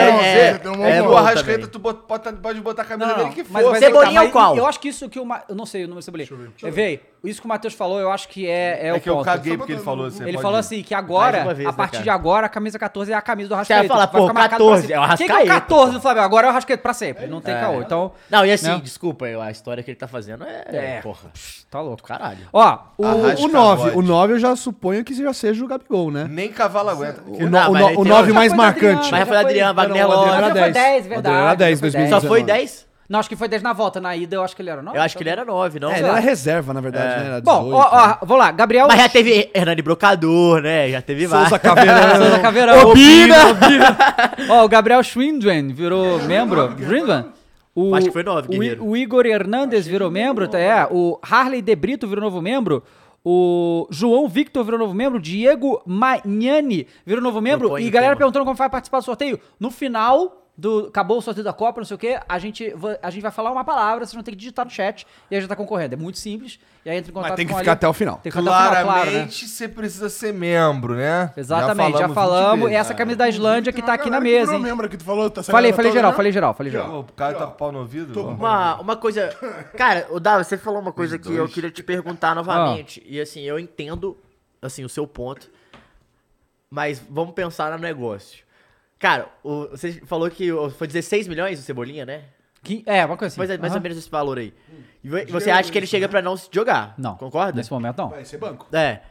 você tem um é- é bom Pô, bom o Arrascaeta, também. tu bota, bota- pode botar a camisa Não, dele não, que mas- for. mas Cebolinha aí tá, é o mas qual? Eu acho que isso que o. Ma... Eu não sei o número do Cebolinha. É, Vei, isso que o Matheus falou, eu acho que é. É, É o que eu ponto. caguei porque ele falou assim. Ele pode falou ir. assim: que agora, Mais uma vez, a né, partir cara? de agora, a camisa 14 é a camisa do Você vai Arrascaeta. falar, vai pô, ficar marcado pra 14, sempre. é o Quem É. que é o Arrascaeta, 14 do Flamengo? Agora é o Arrascaeta pra sempre. Não tem caô. Então. Não, e assim, Não. desculpa, eu- a história que ele tá fazendo é. É. Porra. Tá louco. Caralho. Ó, o. Ah. Arrasca- O 9. Cavalote. O 9 eu já suponho que já seja o Gabigol, né? Nem cavalo aguenta. O, no, Não, o, mas no- aí o tem- 9 Já mais foi Adriano, marcante. Mas já foi Adriano, Wagner Não, o Adriano Lopes. Já foi 10, O Adriano era verdade, 10 já foi 10. Só 2019. foi 10? Não, acho que foi 10 na volta. Na ida, eu acho que ele era 9. Eu acho que ele era 9, não? É, ele era reserva, na verdade, É. né? Era Bom, 18, ó, ó, vamos lá. Gabriel. Mas já teve Hernani Brocador, né? Já teve vários. Souza Caveirão. Souza Caveirão. Ó, o Gabriel Schwindwen virou membro. Schwindwen? O, Acho que foi nove, o I- guerreiro. O, Igor Hernandes virou membro, tá, é. O Harley De Brito virou novo membro. O João Victor virou novo membro. Diego Magnani virou novo membro. põe E no galera tema. perguntando como vai participar do sorteio. No final. Do, acabou o sorteio da Copa, não sei o quê. A gente, va- a gente vai falar uma palavra, vocês vão ter que digitar no chat e a gente tá concorrendo. É muito simples. E aí entra em contato tem que com ficar ali- até o final. Tem que ficar até o Claramente, final, claro, né? você precisa ser membro, né? Exatamente, já falamos. um 20 e essa vezes. camisa da Islândia que Tem tá uma aqui na galera que mesa, virou hein? membro aqui, tu falou, tá essa Falei, galera falei toda, geral, né? falei geral, falei geral. Pô, O cara tá com o pau no ouvido. Tô com mano. Uma, uma coisa. Cara, o Davi, você falou uma coisa que eu queria te perguntar novamente. Ah. E assim, eu entendo assim, o seu ponto. Mas vamos pensar no negócio. Cara, o- você falou que o- foi 16 milhões o Cebolinha, né? Que- é, uma coisa assim. Mas é mais Aham. ou menos esse valor aí. E vo- você acha que ele chega pra não se jogar? Não. Concorda? Nesse momento, não. Vai ser banco. É.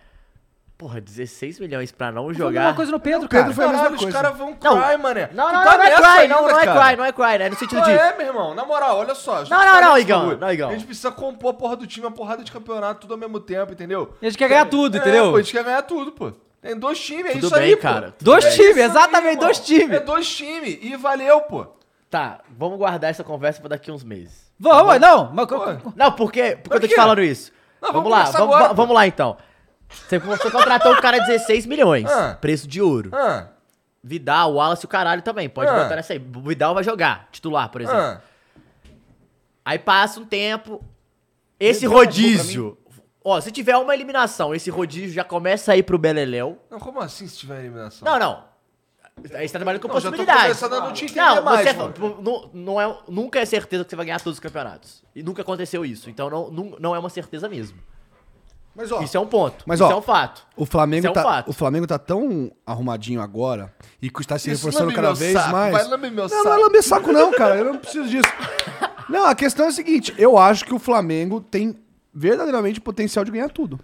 Porra, 16 milhões pra não Vamos jogar. dar uma coisa no Pedro, cara. foi a mesma Caralho, os coisa. caras vão Não. cry, mané. Não, Tu não, tá não, não é nessa cry, ainda, não, não é cara? cry, não é cry, né? No sentido Qual de. é, meu irmão? Na moral, olha só. a gente Não, não, tá não, nesse Igão, bagulho. não, Igão. A gente precisa compor a porra do time, a porrada de campeonato, tudo ao mesmo tempo, entendeu? A gente quer ganhar tudo, É, entendeu? pô, a gente quer ganhar tudo, pô. Tem dois times, é Tudo isso bem, aí, pô. cara. Dois É times, isso aí, exatamente, irmão. dois times. É dois times. E valeu, pô. Tá, vamos guardar essa conversa pra daqui uns meses. Vamos, não. Mas, co- co- Não, por quê? Por que Por eu tô te quê? falando isso? Não, vamos vamos lá, conversar vamos, agora, va- pô. vamos lá então. Você, você contratou um cara de 16 milhões, Ah. preço de ouro. Ah, Vidal, Wallace e o caralho também, pode Ah. botar nessa aí. O Vidal vai jogar, titular, por exemplo. ah. Aí passa um tempo, esse rodízio... Ó, se tiver uma eliminação, esse rodízio já começa a ir pro Beleléu. Não, como assim se tiver eliminação? Não, não. Aí você tá trabalhando com Não, já tô possibilidades. começando a não te entender Não, mais, você- mano. não- não é, nunca é certeza que você vai ganhar todos os campeonatos. E nunca aconteceu isso. Então não, não, não é uma certeza mesmo. Mas, ó, Isso é um ponto. Mas, isso ó, é um fato. O Flamengo, Isso é um tá, fato. o Flamengo tá tão arrumadinho agora e que está se Isso reforçando lambe cada meu vez saco, mais. vai lamber meu não, saco. não é lamber saco não, cara. Eu não preciso disso. Não, a questão é a seguinte. Eu acho que o Flamengo tem verdadeiramente potencial de ganhar tudo.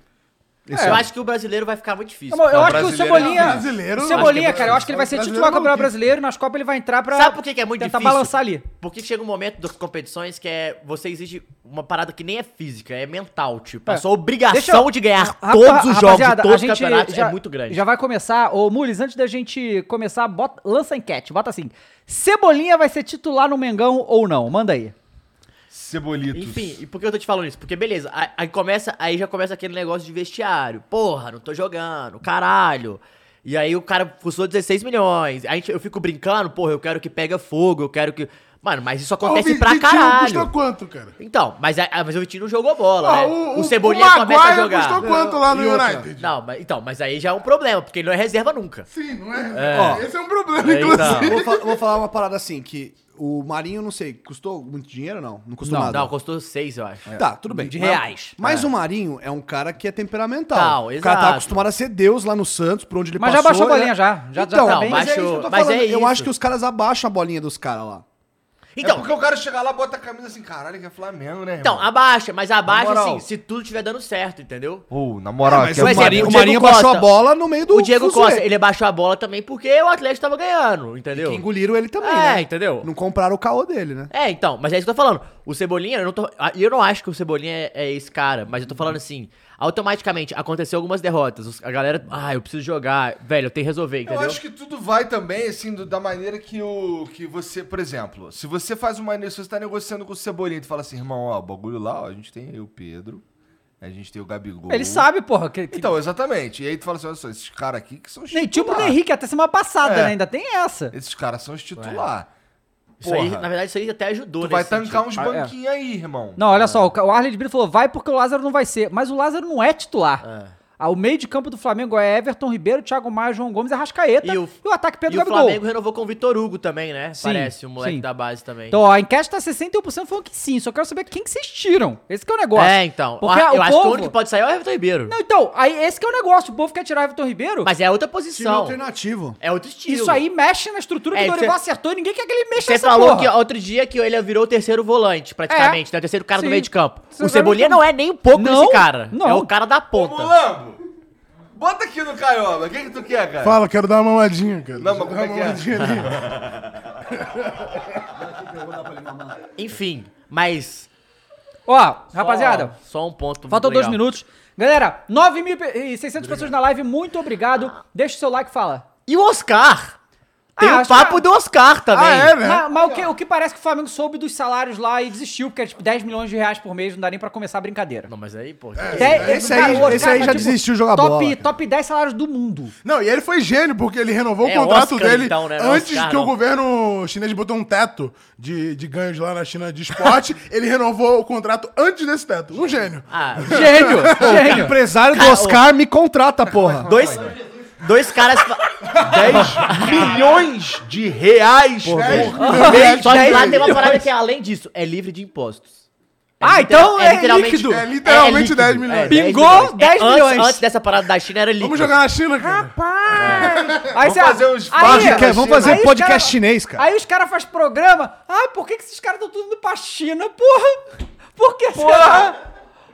Esse É, é Eu ano. acho que o brasileiro vai ficar muito difícil. Não, eu acho que o brasileiro- Cebolinha. é brasileiro, não. o Cebolinha, Acho que é cara, eu acho que ele vai ser titular do Campeonato Brasileiro. Nas Copas ele vai entrar pra. Sabe por que que é muito tentar difícil? balançar ali. Porque chega um momento das competições que é você exige uma parada que nem é física, é mental, tipo. É. A sua obrigação Deixa eu- de ganhar Rapa- todos os jogos de rapaziada, todos a os gente campeonatos já- é muito grande. Já vai começar. Ô, Mules, antes da gente começar, bota, lança a enquete. Bota assim: Cebolinha vai ser titular no Mengão ou não? Manda aí. Cebolitos. Enfim, e por que eu tô te falando isso? Porque beleza, aí aí começa, aí já começa aquele negócio de vestiário. Porra, não tô jogando, caralho. E aí o cara custou 16 milhões. A gente, eu fico brincando, porra, eu quero que pega fogo, eu quero que. Mano, mas isso Ó, o acontece Vi- pra Vitinho caralho. Custou quanto, cara? Então, mas, a- a- mas o Vitinho não jogou bola, Ó, É, né? O, Cebolinha começa a Maguire jogar. custou quanto lá no E outra? United? Não, mas, então, mas aí já é um problema, porque ele não é reserva nunca. Sim, não é? Ó, Esse é um problema, É, então. Ah, inclusive. Vou, fa- vou falar uma parada assim, que O Marinho, não sei, custou muito dinheiro ou não? Não custou Então, Não, nada. É. não, custou seis, eu acho. Tá, tudo bem. De Mas- reais. Mas, É. o Marinho é um cara que é temperamental. Tal, o cara tá exato. acostumado a ser Deus lá no Santos, por onde ele Mas já passou. baixou a né? bolinha já. Já- já então, tá bem. mas é isso Baixou. que eu tô Mas falando. é Eu isso. acho que os caras abaixam a bolinha dos caras lá. Então- É porque o cara chega lá, bota a camisa assim, caralho, que é Flamengo, né, Então, abaixa, mas abaixa moral. assim, se tudo estiver dando certo, entendeu? Ou, na moral, É, mas aqui o é Marinho- o Marinho baixou a bola no meio do O Diego fuzuê. Costa, ele baixou a bola também porque o Atlético tava ganhando, entendeu? Que engoliram ele também, É, né? entendeu? Não compraram o caô dele, né? É, então, mas é isso que eu tô falando. O Cebolinha, eu não, tô, a- eu não acho que o Cebolinha é, é esse cara, mas eu tô falando assim, automaticamente aconteceu algumas derrotas. os- A galera, ah, eu preciso jogar, velho, eu tenho que resolver, Eu entendeu? acho que tudo vai também, assim, do- da maneira que o que você, por exemplo, se você faz uma ne- se você tá negociando com o Cebolinha, tu fala assim, irmão, ó, o bagulho lá, ó, a gente tem eu, Pedro, a gente tem o Gabigol. Ele sabe, porra. Que, que... Então, exatamente. E aí tu fala assim, olha só, esses caras aqui que são os Nem tipo o titular. Henrique, até semana passada, É. né? Ainda tem essa. Esses caras são os titular. Isso aí, Porra. na verdade, isso aí até ajudou, Tu nesse vai tancar um sentido. uns Ah, é. banquinhos aí, irmão. Não, olha só, o ca- o Arley de Brito falou, vai porque o Lázaro não vai ser. Mas o Lázaro não é titular. Ah, o meio de campo do Flamengo é Everton Ribeiro, Thiago Maia, João Gomes, Arrascaeta e o, ataque Pedro e o Gabigol. Flamengo renovou com o Vitor Hugo também, né? Sim, Parece, o moleque sim. da base também. Então, ó, a enquete tá 61% falando que sim, só quero saber quem que vocês tiram. Esse que é o negócio. É, então. Porque Ah, o eu acho que o povo- único que pode sair é o Everton Ribeiro. Não, então, aí esse que é o negócio, o povo quer tirar Everton Ribeiro. Mas é outra posição. alternativo. É outro estilo. Isso aí mexe na estrutura que É, o Dorival cê- acertou e ninguém quer que ele mexa Você nessa falou porra. que outro dia que ele virou o terceiro volante, praticamente, É. né? O terceiro cara Sim. do meio de campo. Você o vai Cebolinha no- não é nem um pouco Não, desse cara. não. É o cara da Ô, ponta. Mulambo, bota aqui no Caioba, o que que tu quer, cara? É. Fala, quero dar uma mamadinha, cara. Não, mas como é Dá que uma mamadinha ali. é? Enfim, mas... Ó, rapaziada, Só um ponto. Faltam muito dois legal. minutos. Galera, 9.600 pessoas na live, muito obrigado. Deixa o seu like e fala. E o Oscar? Tem o Ah, acho papo que- é. Ah, do Oscar também. É Mas, mas o, que, o que parece que o Flamengo soube dos salários lá e desistiu, porque era tipo 10 milhões de reais por mês, não dá nem pra começar a brincadeira. Não, mas aí, pô... esse aí- esse aí já desistiu de jogar tá, tipo, top, bola, cara. Top 10 salários do mundo. Não, e ele foi gênio, porque ele renovou É, o contrato Oscar, dele então, né? Não é antes Oscar, que não. o governo chinês botou um teto de, de ganhos lá na China de esporte. ele renovou o contrato antes desse teto. Um gênio. Ah, gênio, O empresário do Oscar me contrata, porra. Dois, dois caras... 10 milhões de reais, Porra, velho. é Só que lá tem uma parada que é além disso, é livre de impostos. É Ah, literal- então é líquido. É literalmente 10 milhões. Pingou 10 antes- milhões. Antes, dessa parada da China era líquido. Vamos jogar na China, cara. Aí Vamos cê- fazer uns aí- podcast, vamos fazer aí os podcast cara- chinês, cara. Aí os caras fazem programa. Ai, por que, que esses caras estão tudo indo pra China, porra? Por que Porra. será?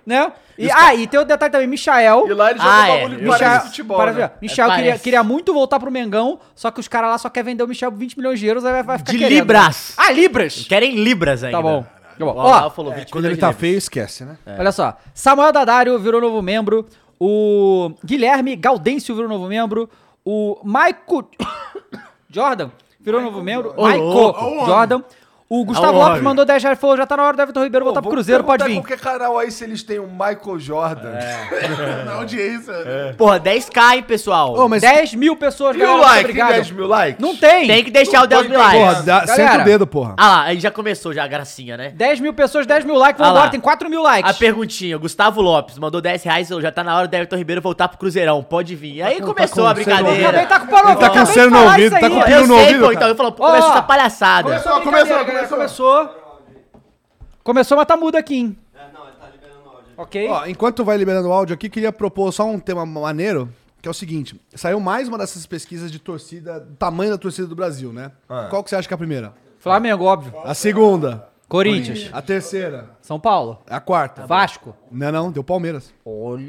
Né? E, ah, e tem outro detalhe também, Michael. E lá ele joga ah, um bagulho que parece futebol, para- né? Michael É, queria, parece. queria muito voltar pro Mengão, só que os caras lá só querem vender o Michael por 20 milhões de euros, aí vai, vai ficar De querendo. libras. Ah, libras! Querem libras ainda. Tá bom. Tá bom. O Alau Ó, falou é 20 Quando ele milhões tá de feio, esquece, né? Olha só. Samuel Dadário virou novo membro. O Guilherme Gaudêncio virou novo membro. O Maico Jordan virou novo membro. Jordan. Ô, louco. Maico Jordan. O Gustavo homem. Lopes mandou 10 reais e falou: já tá na hora do Everton Ribeiro voltar Vou pro Cruzeiro, pode perguntar vir. qualquer canal aí se eles têm um Michael Jordan. Na audiência. reais. Porra, 10k, hein, pessoal. 10 mil pessoas, E o muito like? Tem 10 mil likes? Não tem. Tem que deixar Não o 10 tô mil likes. Porra, dá, Galera. senta o dedo, porra. Ah lá, aí já começou já a gracinha, né? 10 mil pessoas, 10 mil likes, Ah lá. vambora, tem 4 mil likes. A perguntinha, Gustavo Lopes mandou 10 reais, já tá na hora do Everton Ribeiro voltar pro Cruzeirão, pode vir. E aí com- começou tá a com selo no brincadeira. Acabei de tá com o Paulo, Ele tá com acabei de selo no falar ouvido, isso tá aí. com o pino eu no sei, ouvido, pô, cara. então eu falo, pô, Ó, começou essa palhaçada. Começou, começou, começou. Começou. Começou, mas tá mudo aqui, hein? não, ele tá liberando áudio. Ok. Ó, enquanto vai liberando o áudio aqui, queria propor só um tema maneiro, que é o seguinte. Saiu mais uma dessas pesquisas de torcida, tamanho da torcida do Brasil, né? Ah. Qual que você acha que é a primeira? Flamengo, óbvio. A segunda. Corinthians. A terceira. São Paulo. A quarta. Vasco. Não, não, deu Palmeiras. Olha.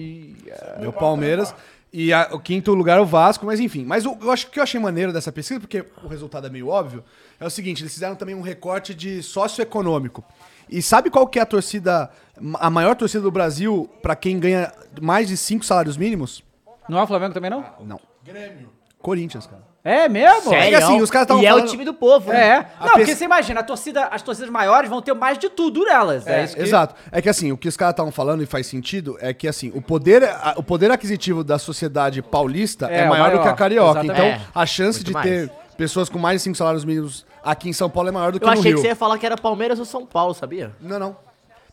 Deu Palmeiras. E a- o quinto lugar, é o Vasco, mas enfim. Mas o, eu acho o que eu achei maneiro dessa pesquisa, porque o resultado é meio óbvio, é o seguinte: eles fizeram também um recorte de socioeconômico. E sabe qual que é a torcida, a maior torcida do Brasil pra quem ganha mais de cinco salários mínimos? Não é o Flamengo também, não? Não. Corinthians, cara. É mesmo? É que assim, os caras estavam E é o falando- time do povo, né? É. A Não, porque pes- você imagina, a torcida, as torcidas maiores vão ter mais de tudo nelas. É, isso que... Exato. É que assim, o que os caras estavam falando e faz sentido é que assim, o poder, a- o poder aquisitivo da sociedade paulista é, É, maior, maior, do que a carioca. exatamente. Então, É, a chance muito de mais. ter pessoas com mais de 5 salários mínimos aqui em São Paulo é maior do que Eu no achei Rio. que você ia falar que era Palmeiras ou São Paulo, sabia? Não, não.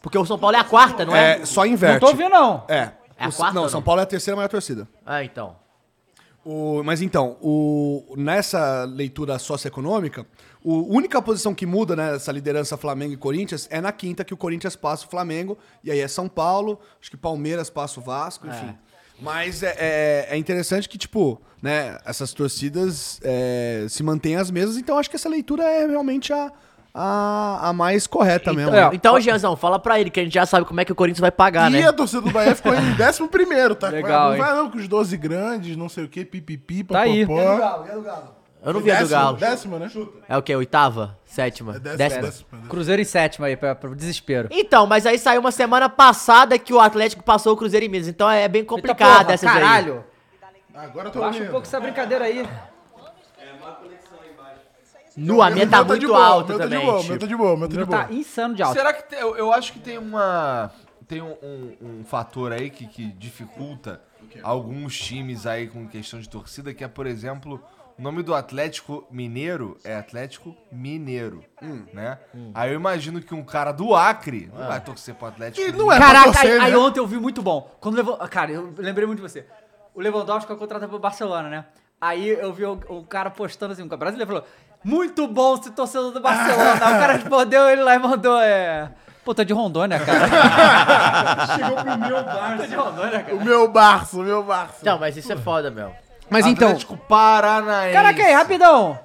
Porque o São Paulo é a quarta, não é? É, só inverte. Não tô ouvindo, não. É. É a O- quarta não, ou São não? Paulo é a terceira maior torcida. Ah, então. O- mas então, o- nessa leitura socioeconômica, a única posição que muda nessa liderança Flamengo e Corinthians é na quinta que o Corinthians passa o Flamengo, e aí é São Paulo, acho que Palmeiras passa o Vasco, enfim. Mas é, é- é interessante que, tipo, né, essas torcidas é, se mantêm as mesmas, então acho que essa leitura é realmente a, a, a mais Tá correta mesmo. Então, então Gianzão, fala pra ele que a gente já sabe como é que o Corinthians vai pagar, e né? a torcida do Bahia ficou em 11 primeiro, tá? Legal, não hein? vai não, que os 12 grandes, não sei o que, pipipi, Tá aí. papapó. É do Galo, é do Galo. Eu não vi a do Galo. Décimo, né? É o quê? Oitava? É Sétima? décima, décima. Cruzeiro em sétima aí, pra, pra desespero. Então, mas aí saiu uma semana passada que o Atlético passou o Cruzeiro em Minas. Então é bem complicado porra, essas caralho. Agora eu tô Tá Baixa um pouco essa brincadeira aí. aí. Nu, a minha Meu tá tá de muito boa, alta meu tá de também. boa, tipo. meu tá de boa, meu tá de boa. Tá insano de alto. Será que tem- eu, eu acho que tem uma tem um, um- um fator aí que, que dificulta alguns times aí com questão de torcida que é por exemplo o nome do Atlético Mineiro é Atlético Mineiro, Hum. né? Hum. Aí eu imagino que um cara do Acre não Ah. vai torcer pro Atlético. é Caraca, aí, aí ontem eu vi muito bom. Quando levou, ah, cara, eu lembrei muito de você. O Lewandowski foi contratado pro Barcelona, né? Aí eu vi o, o cara postando assim, o brasileiro falou: "Muito bom esse torcedor do Barcelona". Aí o cara respondeu ele lá e mandou é Pô, tá de Rondônia, cara. Chegou pro meu Tá de Rondônia, cara. O meu Barço, o meu Barço. Não, mas isso é foda, meu. Mas então- Atlético Paranaense. Caraca, é- aí, rapidão.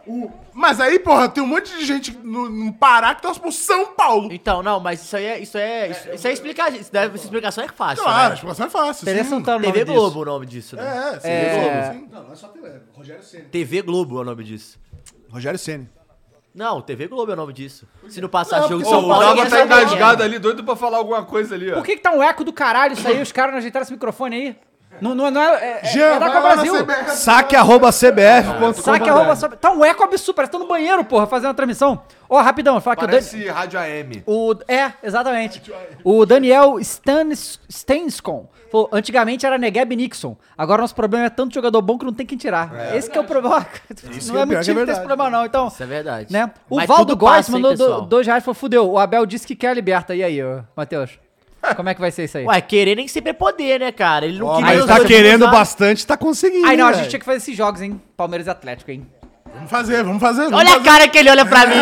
Mas aí, porra, tem um monte de gente no, no Pará que torce pro São Paulo. Então, não, mas isso aí é. Isso é, isso, isso é explicar. Isso deve, essa explicação é fácil. Claro, né? a explicação é fácil, TV sim. Santana, o nome TV disso. Globo o nome disso, né? né? É, sim, É. Globo, sim. Não, não é só TV, Rogério Ceni. TV Globo é o nome disso. Rogério Ceni. Não, TV Globo é o nome disso. Se não passar Não, jogo porque de São o Paulo. Dava ninguém tá sabe quem é. engasgado ali, doido pra falar alguma coisa ali, ó. Por que que tá um eco do caralho isso aí? Os caras não ajeitaram esse microfone aí? Não, não, não é, é, Jean, é da vai Copa lá na Brasil. CBF. Saque arroba cbf.com. Saque arroba só- Tá um eco absurdo, parece que tô no banheiro, porra, fazendo a transmissão. Ó, rapidão, fala que o Dani... Parece rádio AM. O, é, exatamente. O Daniel Stanis, Stanscom falou, antigamente era Negeb Nixon. Agora nosso problema é tanto jogador bom que não tem quem tirar. É. Esse que é o problema. Isso não que é é pior, que é motivo pra verdade. esse problema, não. Então, Isso é verdade. né? O Mas Valdo tudo Góes passa, hein, mandou do- pessoal? dois reais e falou, fudeu, o Abel disse que quer a liberta. E aí, ô, Matheus? Como é que vai ser isso aí? Ué, querer nem sempre é poder, né, cara? Ele não queria Aí os tá outros querendo usar. bastante, tá conseguindo. aí não, a velho. gente tinha que fazer esses jogos, hein? Palmeiras e Atlético, hein? Vamos fazer, vamos fazer. Olha a cara que ele olha pra mim,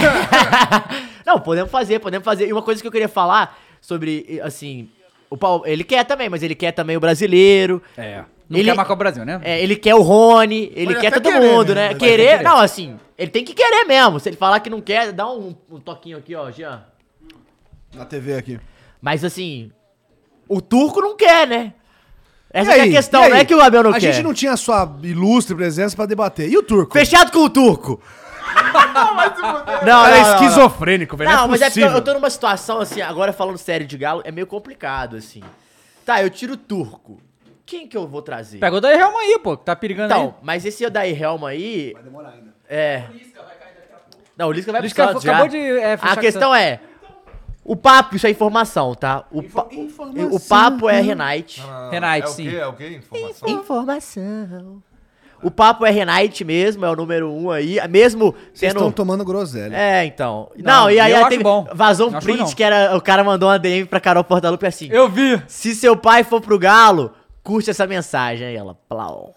né? Não, podemos fazer, podemos fazer. E uma coisa que eu queria falar sobre, assim, o Paulo, ele quer também, mas ele quer também o brasileiro. É. Não quer marcar o Brasil, né? É, ele quer o Rony, ele Pode quer até todo querer, mundo, né? né? Mas Querer, vai querer. não, assim, ele tem que querer mesmo. Se ele falar que não quer, dá um, um toquinho aqui, ó, Jean. Na TV aqui. Mas assim, o turco não quer, né? Essa E que é a aí? questão, E não é aí? que o Abel não a quer. gente não tinha a sua ilustre presença pra debater. E o turco? Fechado com o turco. Não, Não, Cara, não, é não, não. esquizofrênico, velho. Não, é mas é porque possível. eu tô numa situação assim, agora falando sério de galo, é meio complicado, assim. Tá, eu tiro o turco. Quem que eu vou trazer? Pega o Daí Helma aí, pô, que tá perigando aí. Então, mas esse Odair Helma aí. Vai demorar ainda. É. Não, o Lisca vai pro Lisca Santos já. acabou de, é, fechar A com questão Santos. é. O papo, isso é informação, tá? O, pa- o papo é Renate. Ah. Não, não, não. Renate, é sim. O quê? É o quê? Informação? Informação. O papo é Renate mesmo, é o número um aí. Mesmo Vocês tendo. estão tomando groselha. É, então. Não, e aí eu ela acho teve- bom. vazou Eu um acho ruim, print não. que era. O cara mandou uma DM pra Carol Portalupe assim. Eu vi! Se seu pai for pro galo, curte essa mensagem. Aí ela, plau.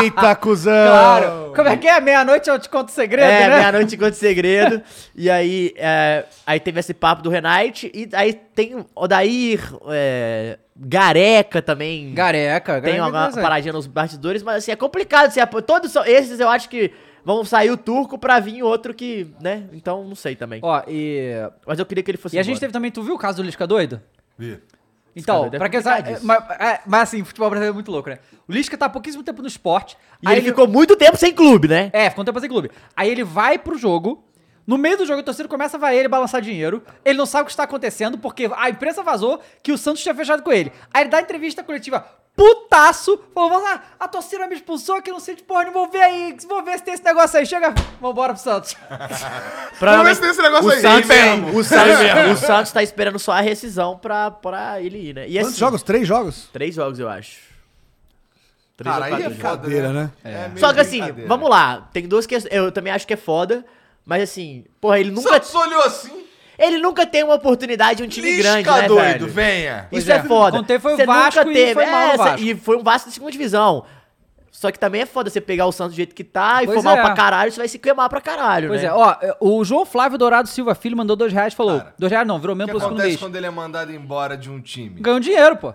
Eita, cuzão. Claro. Como é que é? Meia-noite eu te conto o segredo, é, né? meia-noite enquanto segredo. e aí, é, aí teve esse papo do Renate. E aí tem Odair, é, Gareca também. Gareca, Tem Gareca é uma interessante. paradinha nos bastidores, mas assim, é complicado. Assim, é- todos são- esses eu acho que vão sair o turco pra vir outro que, né? Então, não sei também. Ó, e... Mas eu queria que ele fosse E a gente embora. teve também, tu viu o caso do Lisca doido? Vi. Então, doido é pra quem sabe. complicadíssimo. Mas, é, mas assim, futebol brasileiro é muito louco, né? O Lisca tá há pouquíssimo tempo no esporte. E ele ficou muito tempo sem clube, né? É, ficou um tempo sem clube. Aí ele vai pro jogo. No meio do jogo, o torcedor começa a vai ele balançar dinheiro. Ele não sabe o que está acontecendo, porque a imprensa vazou que o Santos tinha fechado com ele. Aí ele dá entrevista coletiva putaço. Falou, vamos lá, a torcida me expulsou que não sei de porra, não vou ver aí, vou ver se tem esse negócio aí. Chega, vambora pro Santos. Provavelmente- Vamos ver se tem esse negócio o aí. Santos, Ele mesmo. o, Santos, Ele mesmo. o Santos tá esperando só a rescisão pra, pra ele ir, né? E Quantos assim, jogos? Três jogos? Três jogos, eu acho. Três Cara, ou aí é quatro jogos. cadeira, né? É. Só que assim, vamos lá. Tem duas questões. Eu também acho que é foda. Mas assim, porra, ele nunca. Santos olhou assim. Ele nunca tem uma oportunidade em um time Lisca grande, né, doido, velho? venha. Pois Isso é, é. foda. Contei foi o Você nunca Vasco e foi mal o é, cê- Vasco. E foi um Vasco de segunda divisão. Só que também é foda você pegar o Santos do jeito que tá e Pois for mal é. pra caralho, você vai se queimar pra caralho, Pois né? é, ó, o João Flávio Dourado Silva Filho mandou dois reais e falou: dois reais não, O virou que mesmo pelo segundo acontece mês. quando ele é mandado embora de um time? Ganhou dinheiro, pô.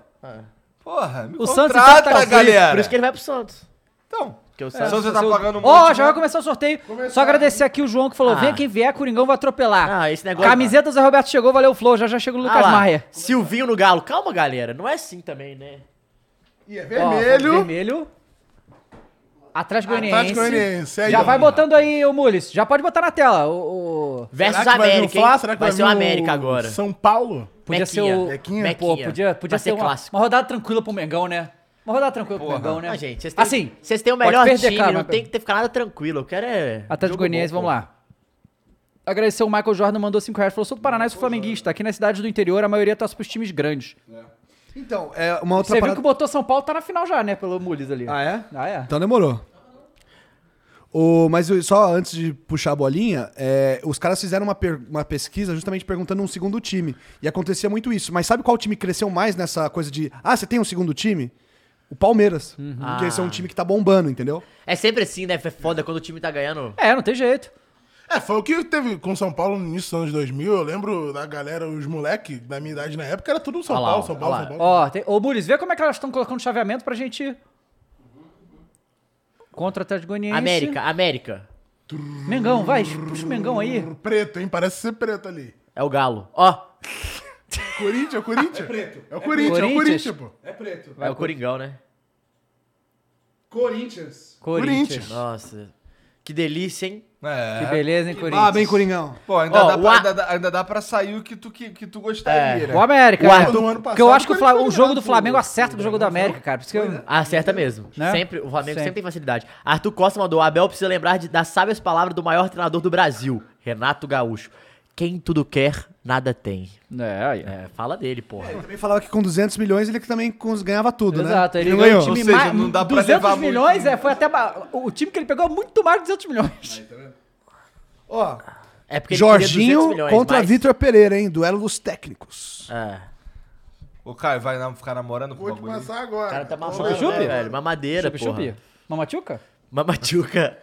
Porra, me O Santos contrata, então tá- galera. Por isso que ele vai pro Santos. Então, que o Santos já tá seu- pagando um Ó, monte, né? já vai começar o sorteio. Só agradecer aqui o João que falou: Ah. vem quem vier, Coringão vai atropelar. Ah, esse negócio- Camiseta Zé Roberto chegou, valeu o Flow, já já chega o Lucas Ah lá, Maia. Silvinho no Galo. Calma, galera. Não é assim também, né? E é Ó, vermelho. vermelho. Atlético Goianiense. Atlético É, Goianiense, aí, Já ó. vai botando aí, ô Mules. Já pode botar na tela. O, o... Versus Será que vai vir o América, hein? Fla? Será que vai vai ser o vir o América agora. São Paulo? Podia ser Mequinha. o. Mequinha. Pô, podia, podia Vai ser um ser uma, clássico. uma rodada tranquila pro Mengão, né? Uma rodada tranquila pro Mengão, né? Ah, gente, vocês têm, assim, vocês têm o pode melhor perder, time, cara, não mas- tem que ter ficar nada tranquilo. Eu quero é. Atlético Goianiense, vamos lá. Agradecer o Michael Jordan, mandou 5 reais. Falou, sou do Paraná e sou flamenguista. Aqui nas cidades do interior, a maioria torce pros times grandes. Então, é uma outra Você viu parada- que botou São Paulo, tá na final já, né? Pelo Mules ali. Ah, é? Ah, é. Então demorou. O, mas eu- só antes de puxar a bolinha, é, os caras fizeram uma, per- uma pesquisa justamente perguntando um segundo time. E acontecia muito isso. Mas sabe qual time cresceu mais nessa coisa de. Ah, você tem um segundo time? O Palmeiras. Porque esse é um Ah. time que tá bombando, entendeu? É sempre assim, né? É foda quando o time tá ganhando. É, não tem jeito. É, foi o que teve com São Paulo no início dos anos 2000. Eu lembro da galera, os moleque da minha idade na época, era tudo São Olha lá, Paulo, São olha Paulo, lá. São É. Paulo. Ó, tem... ô Mules, vê como é que elas estão colocando chaveamento pra gente. Contra o Atlético Goianiense. América, América. Mengão, vai, puxa o Mengão aí. Preto, hein? Parece ser preto ali. É o Galo. Ó, Corinthians, é o Corinthians. É preto. É o Corinthians, é o Corinthians? Corinthians, pô. É preto. é o Coringão, né? Corinthians. Corinthians. Nossa. Que delícia, hein? É. Que beleza, hein, Corinthians. Ah, bem, Coringão. Pô, ainda, Ó, dá o pra, A- ainda, dá, ainda dá pra sair o que tu, que, que tu gostaria, né? O América, O é. Arthur- No ano Porque eu passado, acho que o, o Fla- o Corinthians jogo do ganhou, Flamengo pô. acerta do jogo do América, cara. Por isso que eu- Acerta mesmo. Né? Sempre, o Flamengo sempre. Sempre. tem facilidade. Arthur Costa mandou, Abel precisa lembrar de, das sábias palavras do maior treinador do Brasil, Renato Gaúcho. Quem tudo quer, nada tem. É, aí. É, fala dele, porra. Ele também falava que com 200 milhões ele que também cons- ganhava tudo, né? Exato, ele não ganhou o Ou time seja, mais. não dá pra 200 levar muito. milhões, é, foi até. ba- O time que ele pegou é muito mais de 200 milhões. Ó, É porque ele queria 200 Jorginho milhões, contra mas- Vitor Pereira, hein? Duelo dos técnicos. É. O Caio vai na- ficar namorando com o Vou te bagulho. aí? passar agora. O cara tá mamando, Chupa, chupa? né, velho? Mamadeira, Chup, porra. chup. Mamatiuca? Mamatiuca.